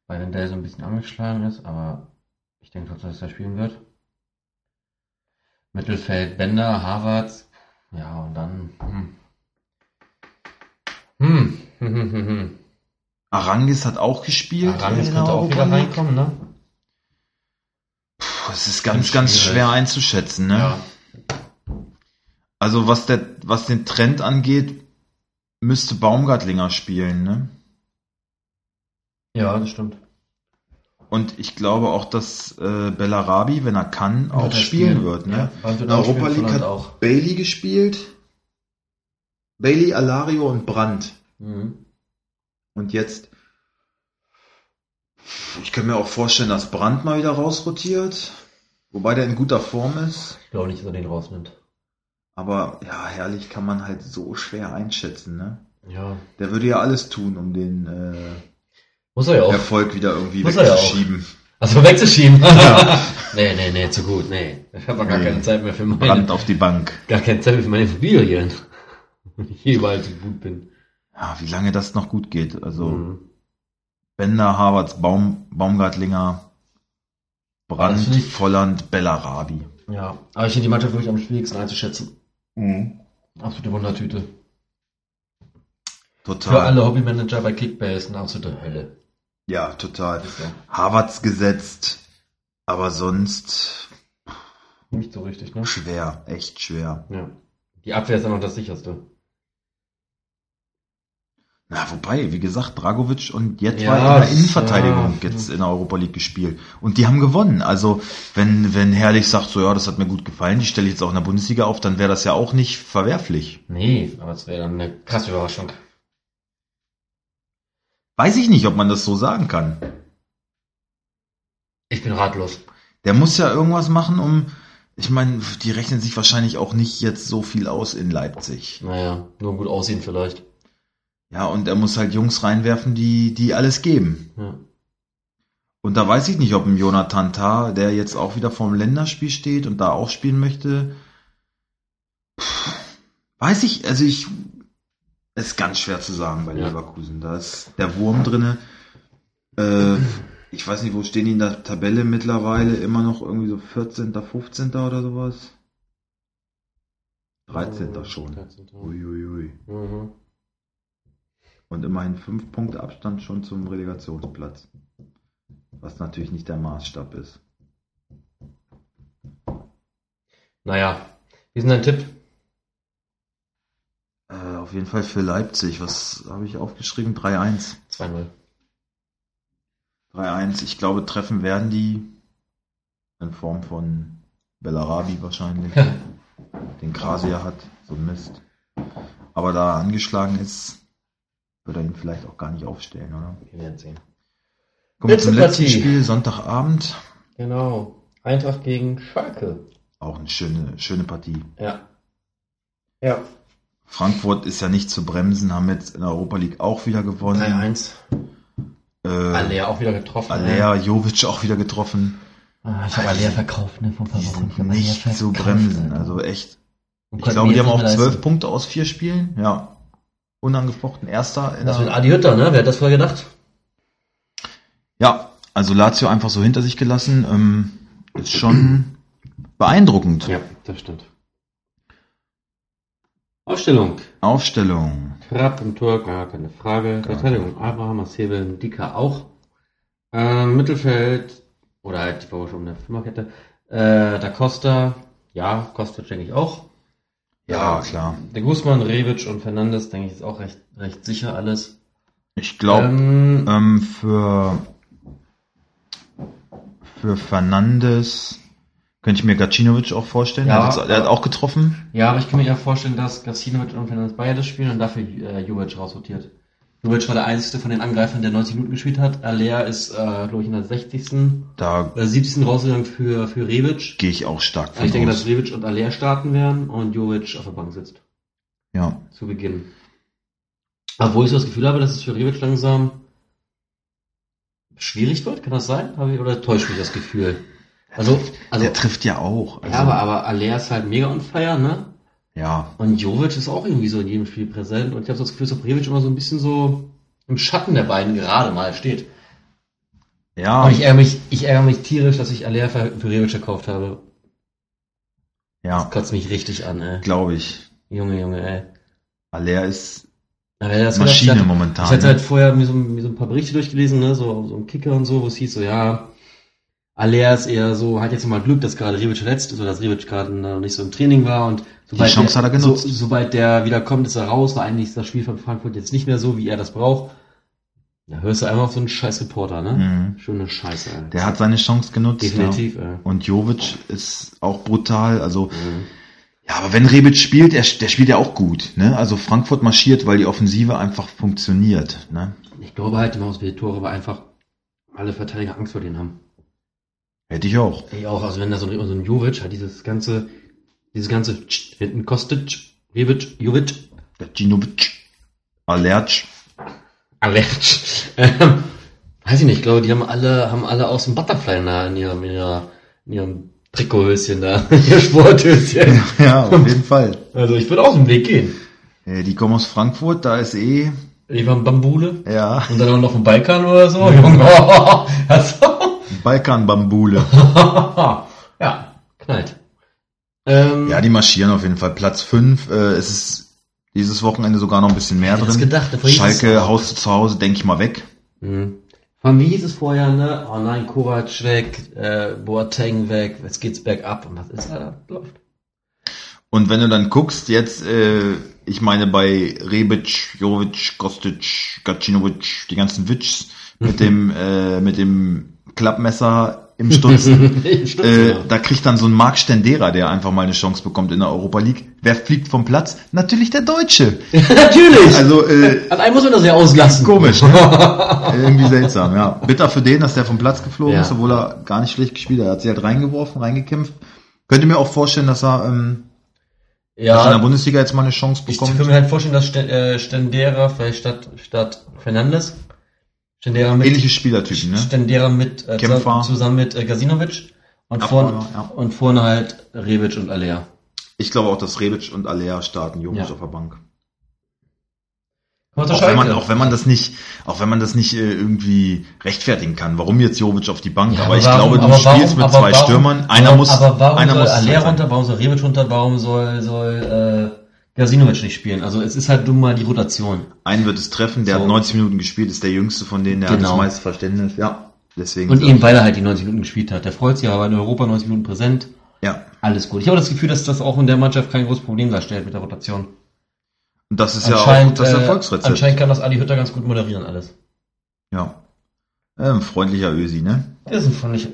Speaker 2: Weil Wendell so ein bisschen angeschlagen ist, aber ich denke trotzdem, dass er spielen wird. Mittelfeld Bender, Harvards. Ja, und dann. Hm. Hm. Hm, hm, hm, hm.
Speaker 1: Arangis hat auch gespielt.
Speaker 2: Aramis
Speaker 1: in der
Speaker 2: könnte auch
Speaker 1: Europa
Speaker 2: wieder
Speaker 1: League.
Speaker 2: reinkommen, ne?
Speaker 1: Puh, es ist ganz,
Speaker 2: Ganz
Speaker 1: ganz
Speaker 2: schwierig.
Speaker 1: schwer einzuschätzen, ne? Also was der, was den Trend angeht, müsste Baumgartlinger spielen, ne?
Speaker 2: Ja, das stimmt.
Speaker 1: Und ich glaube auch, dass äh, Bellarabi, wenn er kann, auch
Speaker 2: Wird er
Speaker 1: spielen wird, ne?
Speaker 2: Ja, wird
Speaker 1: In
Speaker 2: auch
Speaker 1: der Europa
Speaker 2: spielen,
Speaker 1: League
Speaker 2: Volland
Speaker 1: hat
Speaker 2: auch.
Speaker 1: Bailey gespielt. Bailey, Alario und Brandt.
Speaker 2: Mhm.
Speaker 1: Und jetzt. Ich kann mir auch vorstellen, dass Brandt mal wieder rausrotiert. Wobei der in guter Form ist.
Speaker 2: Ich glaube nicht, dass er den rausnimmt.
Speaker 1: Aber ja, herrlich kann man halt so schwer einschätzen, ne?
Speaker 2: Ja.
Speaker 1: Der würde ja alles tun, um den äh,
Speaker 2: Muss er ja auch.
Speaker 1: Erfolg wieder irgendwie
Speaker 2: Muss er ja auch.
Speaker 1: wegzuschieben.
Speaker 2: Also wegzuschieben.
Speaker 1: Ja.
Speaker 2: nee, nee, nee, zu gut, nee. Ich habe gar
Speaker 1: Nee.
Speaker 2: keine Zeit mehr für meine,
Speaker 1: Brand auf die Bank.
Speaker 2: gar keine Zeit mehr für meine Immobilien. Wenn ich jeweils so gut bin.
Speaker 1: Ja, wie lange das noch gut geht. Also
Speaker 2: Mhm.
Speaker 1: Bender, Harvards, Baum, Baumgartlinger, Brand,
Speaker 2: Das finde ich-
Speaker 1: Volland, Bellarabi.
Speaker 2: Ja, aber ich finde die Mannschaft wirklich am schwierigsten einzuschätzen. Mhm. Absolute Wundertüte.
Speaker 1: Total.
Speaker 2: Für alle Hobbymanager bei Kickbase eine absolute Hölle.
Speaker 1: Ja, total.
Speaker 2: Ist ja
Speaker 1: Harvards gesetzt, aber sonst
Speaker 2: Nicht so richtig, ne?
Speaker 1: schwer, echt schwer.
Speaker 2: Ja. Die Abwehr ist dann noch das sicherste.
Speaker 1: Na, wobei, wie gesagt, Dragovic und jetzt
Speaker 2: Ja,
Speaker 1: war in der
Speaker 2: das-
Speaker 1: Innenverteidigung
Speaker 2: ja.
Speaker 1: jetzt in der Europa League gespielt. Und die haben gewonnen. Also, wenn, wenn Herrlich sagt, so, ja, das hat mir gut gefallen, die stelle ich jetzt auch in der Bundesliga auf, dann wäre das ja auch nicht verwerflich.
Speaker 2: Nee, aber es wäre dann eine krasse Überraschung.
Speaker 1: Weiß ich nicht, ob man das so sagen kann.
Speaker 2: Ich bin ratlos.
Speaker 1: Der muss ja irgendwas machen, um, ich meine, die rechnen sich wahrscheinlich auch nicht jetzt so viel aus in Leipzig.
Speaker 2: Naja, nur gut aussehen vielleicht.
Speaker 1: Ja, und er muss halt Jungs reinwerfen, die, die alles geben.
Speaker 2: Ja.
Speaker 1: Und da weiß ich nicht, ob ein Jonathan Tah, der jetzt auch wieder vorm Länderspiel steht und da auch spielen möchte. Puh, Weiß ich, also ich, ist ganz schwer zu sagen bei
Speaker 2: Ja.
Speaker 1: Leverkusen. Da ist der Wurm drinne. Äh, ich weiß nicht, wo stehen die in der Tabelle mittlerweile? Immer noch irgendwie so 14., 15. oder sowas?
Speaker 2: Oh,
Speaker 1: 13. schon.
Speaker 2: 13.
Speaker 1: Uiuiui.
Speaker 2: Mhm.
Speaker 1: Und immerhin 5 Punkte Abstand schon zum Relegationsplatz. Was natürlich nicht der Maßstab ist.
Speaker 2: Naja, wie ist denn dein Tipp?
Speaker 1: Äh, auf jeden Fall für Leipzig. Was habe ich aufgeschrieben? 3-1.
Speaker 2: 2-0.
Speaker 1: 3-1. Ich glaube, treffen werden die in Form von Bellarabi wahrscheinlich. den Grasia hat. So ein Mist. Aber da er angeschlagen ist, wird er ihn vielleicht auch gar nicht aufstellen, oder?
Speaker 2: Wir werden sehen.
Speaker 1: Kommen wir zum
Speaker 2: Letzte
Speaker 1: letzten
Speaker 2: Partie.
Speaker 1: Spiel, Sonntagabend.
Speaker 2: Genau. Eintracht gegen Schalke.
Speaker 1: Auch eine schöne, schöne Partie.
Speaker 2: Ja. Ja.
Speaker 1: Frankfurt ist ja nicht zu bremsen, haben jetzt in der Europa League auch wieder gewonnen.
Speaker 2: 3-1.
Speaker 1: Äh,
Speaker 2: Alea auch wieder getroffen. ne?
Speaker 1: Alea, Jovic auch wieder getroffen.
Speaker 2: Ah, ich habe Alea verkauft, ne, vor ein paar
Speaker 1: Die
Speaker 2: Wochen. Ich
Speaker 1: sind
Speaker 2: hab Alea
Speaker 1: nicht
Speaker 2: verkauft,
Speaker 1: zu bremsen.
Speaker 2: Alter.
Speaker 1: Also echt.
Speaker 2: Und
Speaker 1: Ich
Speaker 2: konnten
Speaker 1: glaube,
Speaker 2: mir
Speaker 1: die haben
Speaker 2: jetzt
Speaker 1: auch
Speaker 2: nicht mehr
Speaker 1: zwölf
Speaker 2: leisten.
Speaker 1: Punkte aus vier Spielen. Ja. Unangefochten Erster. In
Speaker 2: Das wird
Speaker 1: der,
Speaker 2: Adi Hütter, ne? Wer hat das vorher gedacht?
Speaker 1: ja, also Lazio einfach so hinter sich gelassen. Ähm, ist schon beeindruckend.
Speaker 2: das stimmt. Aufstellung.
Speaker 1: Aufstellung.
Speaker 2: Krab im Tor, gar keine Frage. Verteidigung Abraham, Ashebel, Dika auch. Ähm, Mittelfeld, oder halt die Vorwurf um der Fünferkette. Äh, da Costa, ja, Kostic denke ich auch.
Speaker 1: Ja, klar.
Speaker 2: Der Guzman, Rebic und Fernandes, denke ich, ist auch recht, recht sicher alles.
Speaker 1: Ich glaube,
Speaker 2: Ähm,
Speaker 1: ähm, für, für Fernandes könnte ich mir Gacinovic auch vorstellen.
Speaker 2: Ja.
Speaker 1: Der, hat, jetzt- der hat auch getroffen.
Speaker 2: ja, aber ich kann mir ja vorstellen, dass Gassinovic und Fernandes beide spielen und dafür äh, Jovic rausrotiert. Jovic war der einzige von den Angreifern, der 90 Minuten gespielt hat. Alea ist, äh, glaube ich, in der 60.
Speaker 1: Da
Speaker 2: oder 70. rausgegangen für, für Rebic. Also
Speaker 1: gehe ich auch stark
Speaker 2: Ich denke,
Speaker 1: aus.
Speaker 2: dass Rebic und Aller starten werden und Jovic auf der Bank sitzt.
Speaker 1: Ja.
Speaker 2: Zu Beginn. Obwohl ich so das Gefühl habe, dass es für Rebic langsam schwierig wird, kann das sein? Habe ich, oder täuscht mich das Gefühl? Also, also,
Speaker 1: der trifft ja auch. Also,
Speaker 2: ja, aber, aber Aller ist halt mega on fire, ne?
Speaker 1: ja,
Speaker 2: Und Jovic ist auch irgendwie so in jedem Spiel präsent und ich habe so das Gefühl, dass auch Rebic immer so ein bisschen so im Schatten der beiden gerade mal steht.
Speaker 1: ja.
Speaker 2: Und ich ärgere mich, ich ärgere mich tierisch, dass ich Aller für, für Rebic gekauft habe.
Speaker 1: Ja,
Speaker 2: Das kotzt mich richtig an, ey.
Speaker 1: glaube ich.
Speaker 2: Junge, Junge, ey.
Speaker 1: Aller ist
Speaker 2: Na, wer das
Speaker 1: Maschine
Speaker 2: gedacht hat,
Speaker 1: momentan.
Speaker 2: Ich hatte
Speaker 1: ne?
Speaker 2: halt vorher mir so, mir so ein paar Berichte durchgelesen, ne? so, so ein Kicker und so, wo es hieß so, ja, Aller ist eher so, hat jetzt mal Glück, dass gerade Rebic verletzt ist oder dass Rebic gerade noch nicht so im Training war und sobald,
Speaker 1: Chance
Speaker 2: der,
Speaker 1: hat er genutzt.
Speaker 2: So, sobald der wieder kommt, ist er raus, weil eigentlich ist das Spiel von Frankfurt jetzt nicht mehr so, wie er das braucht. Da hörst du einmal auf so einen scheiß Reporter, ne?
Speaker 1: Mhm.
Speaker 2: Schöne Scheiße, ey.
Speaker 1: Der hat seine Chance genutzt.
Speaker 2: Definitiv, ey.
Speaker 1: Ja. Und Jovic ist auch brutal. Also,
Speaker 2: Mhm.
Speaker 1: ja, aber wenn Rebic spielt, er, der spielt ja auch gut. Ne? Also Frankfurt marschiert, weil die Offensive einfach funktioniert. Ne?
Speaker 2: Ich glaube halt, die Maus Tore, weil einfach alle Verteidiger Angst vor denen haben.
Speaker 1: Hätte ich auch.
Speaker 2: Ich auch, also wenn da so ein, so ein Jovic hat, dieses ganze, dieses ganze Tsch, hinten Kostic, Rebic, Jovic,
Speaker 1: Gacinovic, Alerc.
Speaker 2: Alertsch. Ähm, weiß ich nicht, ich glaube, die haben alle, haben alle aus dem Butterfly in, der- in ihrem, in ihrer, in ihrem Trikothöschen da, ihr Sporthöschen.
Speaker 1: Ja, auf jeden Fall.
Speaker 2: Also ich würde aus dem Weg gehen.
Speaker 1: Äh, Die kommen aus Frankfurt, da ist eh,
Speaker 2: Die waren Bambule
Speaker 1: ja,
Speaker 2: und dann auch noch ein Balkan oder so. Junge, also,
Speaker 1: Balkanbambule.
Speaker 2: ja, knallt. Ähm,
Speaker 1: Ja, die marschieren auf jeden Fall. Platz 5, äh, es ist dieses Wochenende sogar noch ein bisschen mehr
Speaker 2: hätte es
Speaker 1: drin.
Speaker 2: gedacht, davor hieß es-
Speaker 1: Schalke haust du zu Hause, denke ich mal, weg.
Speaker 2: Mhm. Von wie hieß es vorher, ne? Oh nein, Kovac weg, äh, Boateng weg, jetzt geht's bergab. Und was ist da? Läuft.
Speaker 1: Und wenn du dann guckst, jetzt äh, ich meine bei Rebic, Jovic, Kostic, Gacinovic, die ganzen Witschs mit dem, äh, mit dem Klappmesser im Stutzen.
Speaker 2: Im Stutzen,
Speaker 1: äh,
Speaker 2: ja.
Speaker 1: da kriegt dann so ein Marc Stendera, der einfach mal eine Chance bekommt in der Europa League. Wer fliegt vom Platz? Natürlich der Deutsche.
Speaker 2: Natürlich!
Speaker 1: Also äh,
Speaker 2: An einem muss man das ja auslassen.
Speaker 1: komisch, ne? Irgendwie seltsam, ja. Bitter für den, dass der vom Platz geflogen
Speaker 2: Ja.
Speaker 1: ist, obwohl er gar nicht schlecht gespielt hat. Er hat sie halt reingeworfen, reingekämpft. Könnte mir auch vorstellen, dass er ähm, dass er in der
Speaker 2: Ja,
Speaker 1: Bundesliga jetzt mal eine Chance
Speaker 2: ich kann
Speaker 1: bekommt.
Speaker 2: mir halt vorstellen, dass Sten- äh, Stendera vielleicht statt, statt Fernandes, Stendera mit,
Speaker 1: Ähnliche Spielertypen, ne?
Speaker 2: Stendera mit äh,
Speaker 1: Kämpfer.
Speaker 2: zusammen- zusammen mit äh, Gasinovic und,
Speaker 1: Ja,
Speaker 2: vorne,
Speaker 1: vorne, ja.
Speaker 2: und vorne halt Rebic und Alea.
Speaker 1: Ich glaube auch, dass Rebic und Alea starten, Jovic
Speaker 2: Ja.
Speaker 1: auf der Bank.
Speaker 2: Kommen wir zur
Speaker 1: Auch wenn, man,
Speaker 2: Schalke.
Speaker 1: auch wenn man das nicht, auch wenn man das nicht äh, irgendwie rechtfertigen kann, warum jetzt Jovic auf die Bank?
Speaker 2: Ja,
Speaker 1: aber ich
Speaker 2: warum-
Speaker 1: glaube, du
Speaker 2: aber
Speaker 1: spielst mit
Speaker 2: aber
Speaker 1: zwei
Speaker 2: warum-
Speaker 1: Stürmern. Einer
Speaker 2: warum,
Speaker 1: muss,
Speaker 2: aber warum
Speaker 1: einer
Speaker 2: soll
Speaker 1: muss
Speaker 2: Aller
Speaker 1: sein.
Speaker 2: runter, warum soll Rebic runter, warum soll, soll äh, Gasinovic nicht spielen? Also es ist halt nun mal die Rotation.
Speaker 1: Einen wird es treffen, der
Speaker 2: So.
Speaker 1: hat 90 Minuten gespielt, ist der jüngste von denen, der hat
Speaker 2: Genau.
Speaker 1: das meiste Verständnis. Ja, deswegen.
Speaker 2: Und eben weil er halt die 90 Minuten gespielt hat. Der freut sich, aber in Europa 90 Minuten präsent.
Speaker 1: ja.
Speaker 2: Alles gut. Ich habe das Gefühl, dass das auch in der Mannschaft kein großes Problem darstellt mit der Rotation.
Speaker 1: Und das ist ja auch das
Speaker 2: äh,
Speaker 1: Erfolgsrezept.
Speaker 2: anscheinend kann das Adi Hütter ganz gut moderieren alles.
Speaker 1: ja. Ähm, freundlicher Ösi, ne?
Speaker 2: Das ist fand ich,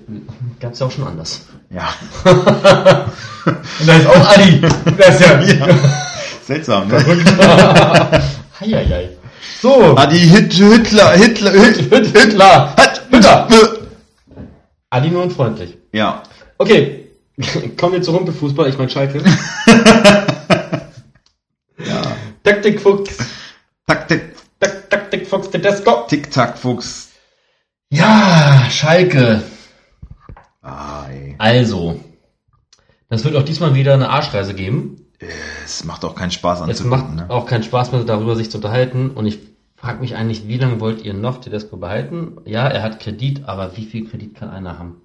Speaker 2: gab's ja auch schon anders.
Speaker 1: Ja.
Speaker 2: Und da ist auch Adi. Das ist ja
Speaker 1: Seltsam, ne?
Speaker 2: Heieiei. So,
Speaker 1: Ah, die Hit Hitler, Hitler, Hitler,
Speaker 2: Hitler.
Speaker 1: Hitler.
Speaker 2: Hütter. Adi nur unfreundlich.
Speaker 1: Ja.
Speaker 2: Okay, kommen wir zu Rumpelfußball. Ich meine Schalke.
Speaker 1: Ja.
Speaker 2: Taktik Fuchs.
Speaker 1: Taktik,
Speaker 2: Tak Taktik Fuchs Tedesco.
Speaker 1: Tick-Tack, Fuchs.
Speaker 2: Ja, Schalke.
Speaker 1: Ah, ey.
Speaker 2: Also, das wird auch diesmal wieder eine Arschreise geben.
Speaker 1: Es macht auch keinen Spaß
Speaker 2: Es macht
Speaker 1: anzugucken, ne?
Speaker 2: auch keinen Spaß mehr, darüber sich zu unterhalten. Und ich frage mich eigentlich, wie lange wollt ihr noch Tedesco behalten? Ja, er hat Kredit, aber wie viel Kredit kann einer haben?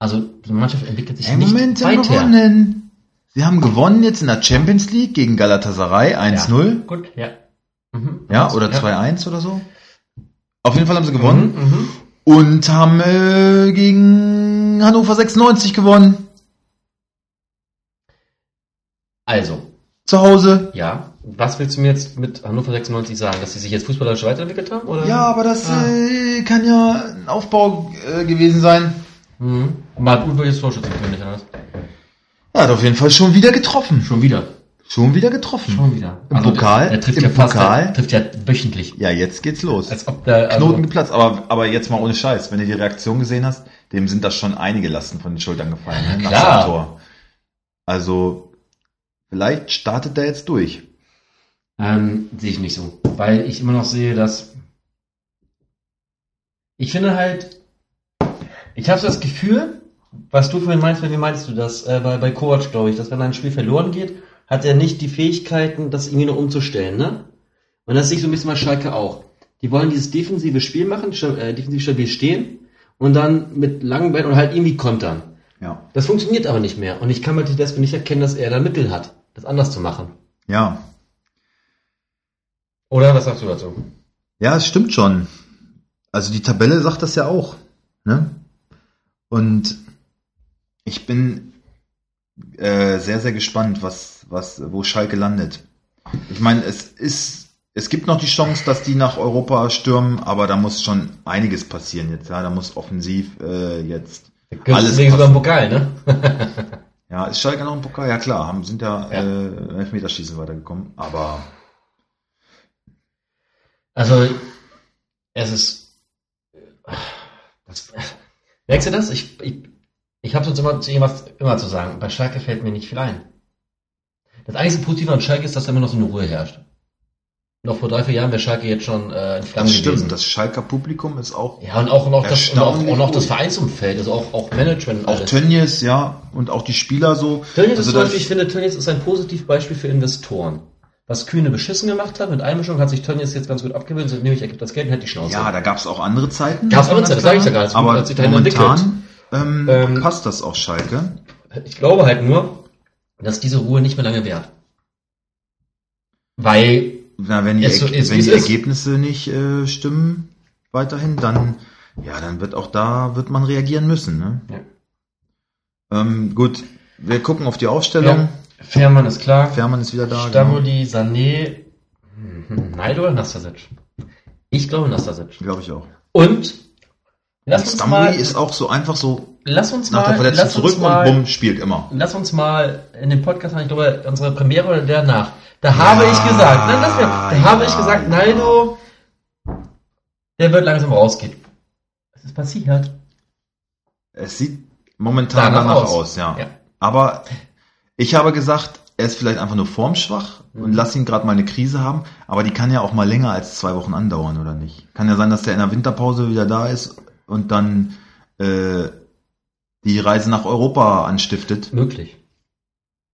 Speaker 2: Also, die Mannschaft entwickelt sich
Speaker 1: Hey,
Speaker 2: nicht
Speaker 1: Moment, sie haben
Speaker 2: weiter.
Speaker 1: gewonnen. Sie haben gewonnen jetzt in der Champions League gegen Galatasaray 1-0.
Speaker 2: Gut, ja. Mhm.
Speaker 1: Ja, oder 2-1 oder so. Auf jeden Fall haben sie gewonnen.
Speaker 2: Mhm, mhm.
Speaker 1: Und haben äh, gegen Hannover 96 gewonnen.
Speaker 2: Also,
Speaker 1: Zu Hause.
Speaker 2: ja. Was willst du mir jetzt mit Hannover 96 sagen? Dass sie sich jetzt fußballerisch weiterentwickelt haben? Oder?
Speaker 1: Ja, aber das
Speaker 2: Ah.
Speaker 1: äh, kann ja ein Aufbau äh, gewesen sein.
Speaker 2: Mhm. Marc Uwe ist Torschützenkönig, oder was?
Speaker 1: Er hat auf jeden Fall schon wieder getroffen.
Speaker 2: Schon wieder.
Speaker 1: Schon wieder getroffen.
Speaker 2: Schon wieder.
Speaker 1: Im Pokal?
Speaker 2: Er trifft
Speaker 1: Im
Speaker 2: ja fast,
Speaker 1: Pokal?
Speaker 2: Er trifft ja wöchentlich.
Speaker 1: Ja, jetzt geht's los.
Speaker 2: Als ob der, also,
Speaker 1: Knoten geplatzt, aber, aber jetzt mal ohne Scheiß. Wenn du die Reaktion gesehen hast, dem sind das schon einige Lasten von den Schultern gefallen.
Speaker 2: Ja,
Speaker 1: ne, nach
Speaker 2: klar.
Speaker 1: seinem Tor. Also, vielleicht startet er jetzt durch.
Speaker 2: Ähm, sehe ich nicht so. Weil ich immer noch sehe, dass. Ich finde halt. Ich habe das Gefühl, was du vorhin meinst, wenn wie meinst du das? Äh, bei, bei Kovac, glaube ich, dass wenn ein Spiel verloren geht, hat er nicht die Fähigkeiten, das irgendwie noch umzustellen, ne? Und das sehe ich so ein bisschen bei Schalke auch. Die wollen dieses defensive Spiel machen, sta- äh, defensiv stabil stehen und dann mit langen Bällen und halt irgendwie kontern.
Speaker 1: Ja.
Speaker 2: Das funktioniert aber nicht mehr. Und ich kann bei Tedesco nicht erkennen, dass er da Mittel hat, das anders zu machen.
Speaker 1: Ja.
Speaker 2: Oder was sagst du dazu?
Speaker 1: Ja, es stimmt schon. Also die Tabelle sagt das ja auch. Ne? Und ich bin äh, sehr, sehr gespannt, was, was, wo Schalke landet. Ich meine, es ist, es gibt noch die Chance, dass die nach Europa stürmen, aber da muss schon einiges passieren jetzt. Ja, da muss offensiv äh, jetzt. Alles
Speaker 2: Alles wegen sogar im Pokal, ne?
Speaker 1: Ja, ist Schalke noch im Pokal? Ja klar, haben, sind ja,
Speaker 2: Ja.
Speaker 1: Äh, im Elfmeterschießen weitergekommen. Aber
Speaker 2: also, es ist. Das, merkst du das? Ich, ich, ich habe sonst immer zu irgendwas immer zu sagen. Bei Schalke fällt mir nicht viel ein. Das einzige Positive an Schalke ist, dass da immer noch so eine Ruhe herrscht. Noch vor drei, vier Jahren wäre Schalke jetzt schon äh, in Flammen
Speaker 1: das
Speaker 2: gewesen.
Speaker 1: stimmt, das Schalker Publikum ist auch,
Speaker 2: ja, und auch, und auch, das, und auch,
Speaker 1: Erstaunlich
Speaker 2: auch noch das
Speaker 1: gut.
Speaker 2: Vereinsumfeld, also auch, auch Management. und
Speaker 1: auch
Speaker 2: alles.
Speaker 1: Tönnies, ja, und auch die Spieler so.
Speaker 2: Tönnies
Speaker 1: Also
Speaker 2: ist zum
Speaker 1: da
Speaker 2: Beispiel, ich finde, Tönnies ist ein Positivbeispiel für Investoren. Was Kühne beschissen gemacht hat mit Einmischung, hat sich Tönnies jetzt ganz gut abgewöhnt. So, nämlich, er gibt das Geld und hat die Schnauze.
Speaker 1: Ja, da gab's auch andere Zeiten.
Speaker 2: Gab's andere Zeiten, das sag ich ja gar nicht.
Speaker 1: Aber
Speaker 2: Hat sich dahin
Speaker 1: momentan ähm,
Speaker 2: Ähm,
Speaker 1: passt das auch Schalke.
Speaker 2: Ich glaube halt nur, dass diese Ruhe nicht mehr lange währt. Weil,
Speaker 1: Na, wenn die,
Speaker 2: Ist so-
Speaker 1: Erg-
Speaker 2: ist-
Speaker 1: wenn
Speaker 2: ist-
Speaker 1: die
Speaker 2: ist-
Speaker 1: Ergebnisse nicht äh, stimmen weiterhin, dann ja, dann wird auch da wird man reagieren müssen. Ne? Ähm, gut, wir gucken auf die Aufstellung.
Speaker 2: Ja. Fährmann ist klar.
Speaker 1: Fährmann ist genau. wieder da.
Speaker 2: Stamuli, Sané, Neidl oder Nastasic? Ich glaube Nastasic.
Speaker 1: Glaube ich auch.
Speaker 2: Und lass uns mal,
Speaker 1: Stamuli ist auch so einfach so
Speaker 2: lass uns
Speaker 1: nach der
Speaker 2: mal,
Speaker 1: Verletzung
Speaker 2: lass uns
Speaker 1: zurück und
Speaker 2: mal,
Speaker 1: bumm, spielt immer.
Speaker 2: lass uns mal in den Podcast haben, ich glaube, unsere Premiere oder der nach. Da habe ich gesagt, nein, lass mir, da
Speaker 1: ja,
Speaker 2: habe ich gesagt,
Speaker 1: ja.
Speaker 2: Naldo, der wird langsam rausgehen. Was ist passiert?
Speaker 1: Es sieht momentan
Speaker 2: Danach
Speaker 1: danach,
Speaker 2: aus.
Speaker 1: aus, ja.
Speaker 2: Ja.
Speaker 1: Aber ich habe gesagt, er ist vielleicht einfach nur formschwach und
Speaker 2: Mhm.
Speaker 1: lass ihn gerade mal eine Krise haben, aber die kann ja auch mal länger als zwei Wochen andauern, oder nicht? Kann ja sein, dass der in der Winterpause wieder da ist und dann äh, die Reise nach Europa anstiftet,
Speaker 2: Möglich.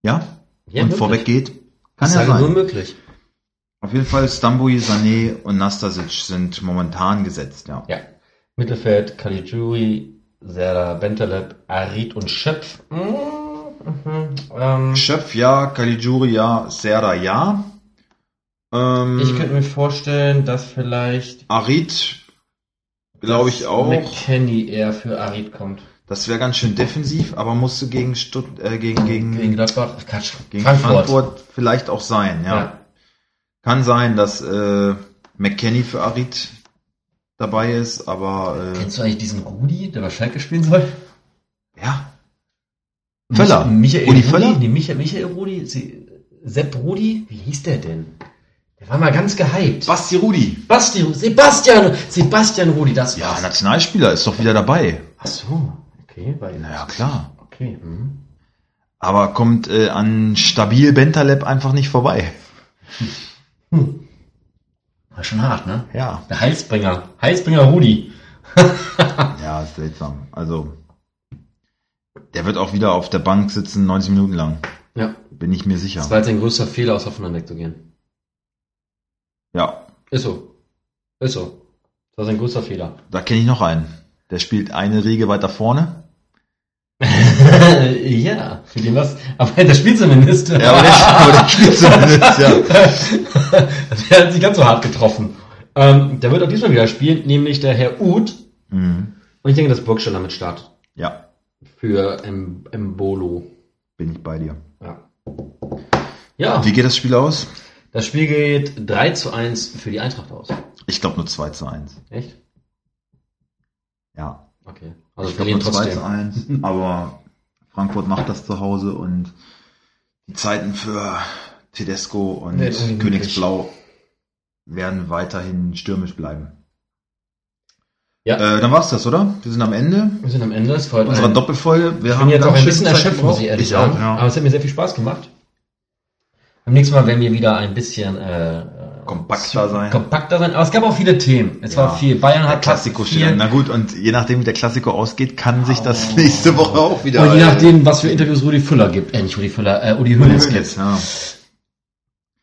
Speaker 1: ja?
Speaker 2: Ja,
Speaker 1: und
Speaker 2: möglich.
Speaker 1: vorweg geht. Kann
Speaker 2: ich
Speaker 1: ja
Speaker 2: sage nur
Speaker 1: sein.
Speaker 2: möglich.
Speaker 1: Auf jeden Fall Stambui, Sané und Nastasic sind momentan gesetzt, ja.
Speaker 2: Ja. Mittelfeld, Caligiuri, Serda, Bentaleb, Arid und Schöpf. Mhm. Ähm,
Speaker 1: Schöpf ja, Caligiuri ja, Serra ja. Ähm,
Speaker 2: Ich könnte mir vorstellen, dass vielleicht
Speaker 1: Arid, glaube ich auch.
Speaker 2: McKenny eher für Arid kommt.
Speaker 1: Das wäre ganz schön defensiv, aber musste gegen Stutt äh, gegen, gegen,
Speaker 2: Gegen
Speaker 1: gegen,
Speaker 2: Gladbach, Quatsch,
Speaker 1: Frankfurt. vielleicht auch sein, ja.
Speaker 2: Ja.
Speaker 1: Kann sein, dass äh, McKenny für Arid dabei ist, aber
Speaker 2: Kennst du eigentlich diesen Rudi, der bei Schalke spielen soll?
Speaker 1: äh, ja. Völler.
Speaker 2: Michael
Speaker 1: Rudi
Speaker 2: Rudi
Speaker 1: Völler?
Speaker 2: Nee, Michael, Michael Rudi, sie, Sepp Rudi, wie hieß der denn? Der war mal ganz gehypt.
Speaker 1: Basti Rudi.
Speaker 2: Basti, Sebastian, Sebastian Rudi, das
Speaker 1: Ja,
Speaker 2: war's.
Speaker 1: Nationalspieler ist doch wieder dabei.
Speaker 2: Ach so, okay, weil,
Speaker 1: Naja, klar.
Speaker 2: okay. Hm.
Speaker 1: Aber kommt äh, an stabil Bentaleb einfach nicht vorbei.
Speaker 2: War schon hart, ne?
Speaker 1: Ja.
Speaker 2: Der Heilsbringer, Heilsbringer Rudi.
Speaker 1: Ja, ist seltsam. Also, der wird auch wieder auf der Bank sitzen, 90 Minuten lang.
Speaker 2: Ja,
Speaker 1: Bin ich mir sicher.
Speaker 2: das war jetzt ein größter Fehler, aus Hoffenheim wegzugehen.
Speaker 1: Ja,
Speaker 2: Ist so. Ist so. Das ist ein großer Fehler.
Speaker 1: Da kenne ich noch einen. Der spielt eine Riege weiter vorne.
Speaker 2: ja, für den was. Aber der spielt zumindest.
Speaker 1: Ja, aber der, aber der spielt zumindest, ja.
Speaker 2: der hat sich ganz so hart getroffen. Ähm, der wird auch diesmal wieder spielen, nämlich der Herr Uth.
Speaker 1: Mhm.
Speaker 2: Und ich denke, dass Burgstall damit startet.
Speaker 1: Ja,
Speaker 2: Für M Mbolo.
Speaker 1: bin ich bei dir.
Speaker 2: Ja. Ja,
Speaker 1: Wie geht das Spiel aus?
Speaker 2: das Spiel geht 3 zu 1 für die Eintracht aus.
Speaker 1: Ich glaube nur 2 zu 1.
Speaker 2: Echt?
Speaker 1: Ja,
Speaker 2: Okay. Also
Speaker 1: ich glaube
Speaker 2: verlieren
Speaker 1: nur 2
Speaker 2: trotzdem.
Speaker 1: zu 1. Aber Frankfurt macht das zu Hause und die Zeiten für Tedesco und
Speaker 2: Nee, unmöglich.
Speaker 1: Königsblau werden weiterhin stürmisch bleiben.
Speaker 2: Ja.
Speaker 1: Äh, dann war's das, oder? Wir sind am Ende
Speaker 2: Wir sind am Ende. Es freut
Speaker 1: unserer
Speaker 2: einen.
Speaker 1: Doppelfolge. Wir
Speaker 2: Ich
Speaker 1: haben
Speaker 2: bin jetzt
Speaker 1: ganz
Speaker 2: auch ein
Speaker 1: schön
Speaker 2: bisschen
Speaker 1: Zeit
Speaker 2: erschöpft, muss ich
Speaker 1: gebraucht.
Speaker 2: ehrlich
Speaker 1: auch,
Speaker 2: sagen.
Speaker 1: ja.
Speaker 2: Aber es hat mir sehr viel Spaß gemacht. Beim nächsten Mal werden wir wieder ein bisschen äh, äh,
Speaker 1: Kompakter sein.
Speaker 2: kompakter sein. Aber es gab auch viele Themen. Es
Speaker 1: Ja.
Speaker 2: war viel. Bayern
Speaker 1: Der
Speaker 2: hat
Speaker 1: Klassiko steht an.
Speaker 2: viel.
Speaker 1: Na gut, und je nachdem, wie der Klassiko ausgeht, kann sich das
Speaker 2: Oh.
Speaker 1: nächste Woche auch wieder.
Speaker 2: Und je nachdem, was für Interviews Rudi Füller gibt. Äh, nicht Rudi Füller, äh, Uli
Speaker 1: Äh,
Speaker 2: Hoeneß gibt.
Speaker 1: jetzt, ja.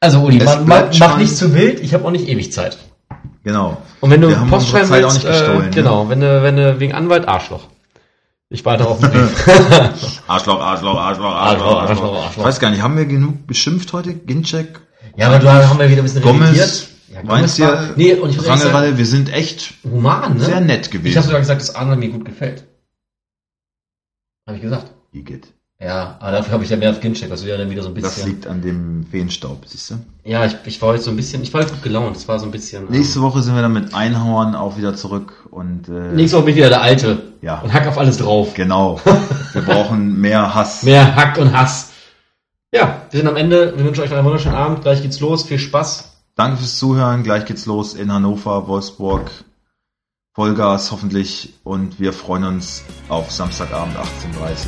Speaker 2: Also Uli,
Speaker 1: Es
Speaker 2: mach, mach,
Speaker 1: bleibt
Speaker 2: mach
Speaker 1: spannend.
Speaker 2: nicht zu wild. Ich habe auch nicht ewig Zeit.
Speaker 1: Genau.
Speaker 2: Und wenn du
Speaker 1: Wir haben
Speaker 2: Post
Speaker 1: unsere
Speaker 2: schreiben
Speaker 1: Zeit
Speaker 2: willst,
Speaker 1: auch nicht gestohlen,
Speaker 2: äh,
Speaker 1: ne?
Speaker 2: genau. Wenn du, wenn du wegen Anwalt Arschloch. Ich warte auf den Brief.
Speaker 1: Arschloch, Arschloch, Arschloch,
Speaker 2: Arschloch,
Speaker 1: Arschloch,
Speaker 2: Arschloch,
Speaker 1: Arschloch. Ich
Speaker 2: Arschloch.
Speaker 1: weiß gar nicht, haben wir genug beschimpft heute? Ginczek,
Speaker 2: ja, aber da haben wir wieder ein bisschen
Speaker 1: Gomez,
Speaker 2: Äh, Ja, Gomez
Speaker 1: meinst
Speaker 2: war,
Speaker 1: du?
Speaker 2: nee, und ich muss ehrlich sagen,
Speaker 1: Rangel, wir sind echt
Speaker 2: human, ne?
Speaker 1: sehr nett
Speaker 2: Ich habe
Speaker 1: gewesen.
Speaker 2: sogar gesagt, dass Arnold mir gut gefällt. Habe ich gesagt.
Speaker 1: Igitt.
Speaker 2: Ja, aber dafür habe ich ja mehr auf Gincheck, das wäre dann wieder so ein
Speaker 1: Das
Speaker 2: bisschen.
Speaker 1: liegt an dem Feenstaub, siehst du?
Speaker 2: Ja, ich, ich war heute so ein bisschen, ich war heute gut gelaunt, das war so ein bisschen. ähm,
Speaker 1: Nächste Woche sind wir dann mit Einhorn auch wieder zurück und äh,
Speaker 2: nächste Woche bin ich wieder der Alte.
Speaker 1: Ja.
Speaker 2: Und hack auf alles drauf.
Speaker 1: genau. Wir brauchen mehr Hass.
Speaker 2: Mehr Hack und Hass. Ja, wir sind am Ende. Wir wünschen euch einen wunderschönen Abend. Gleich geht's los. Viel Spaß.
Speaker 1: Danke fürs Zuhören. Gleich geht's los in Hannover, Wolfsburg. Vollgas hoffentlich und wir freuen uns auf Samstagabend 18.30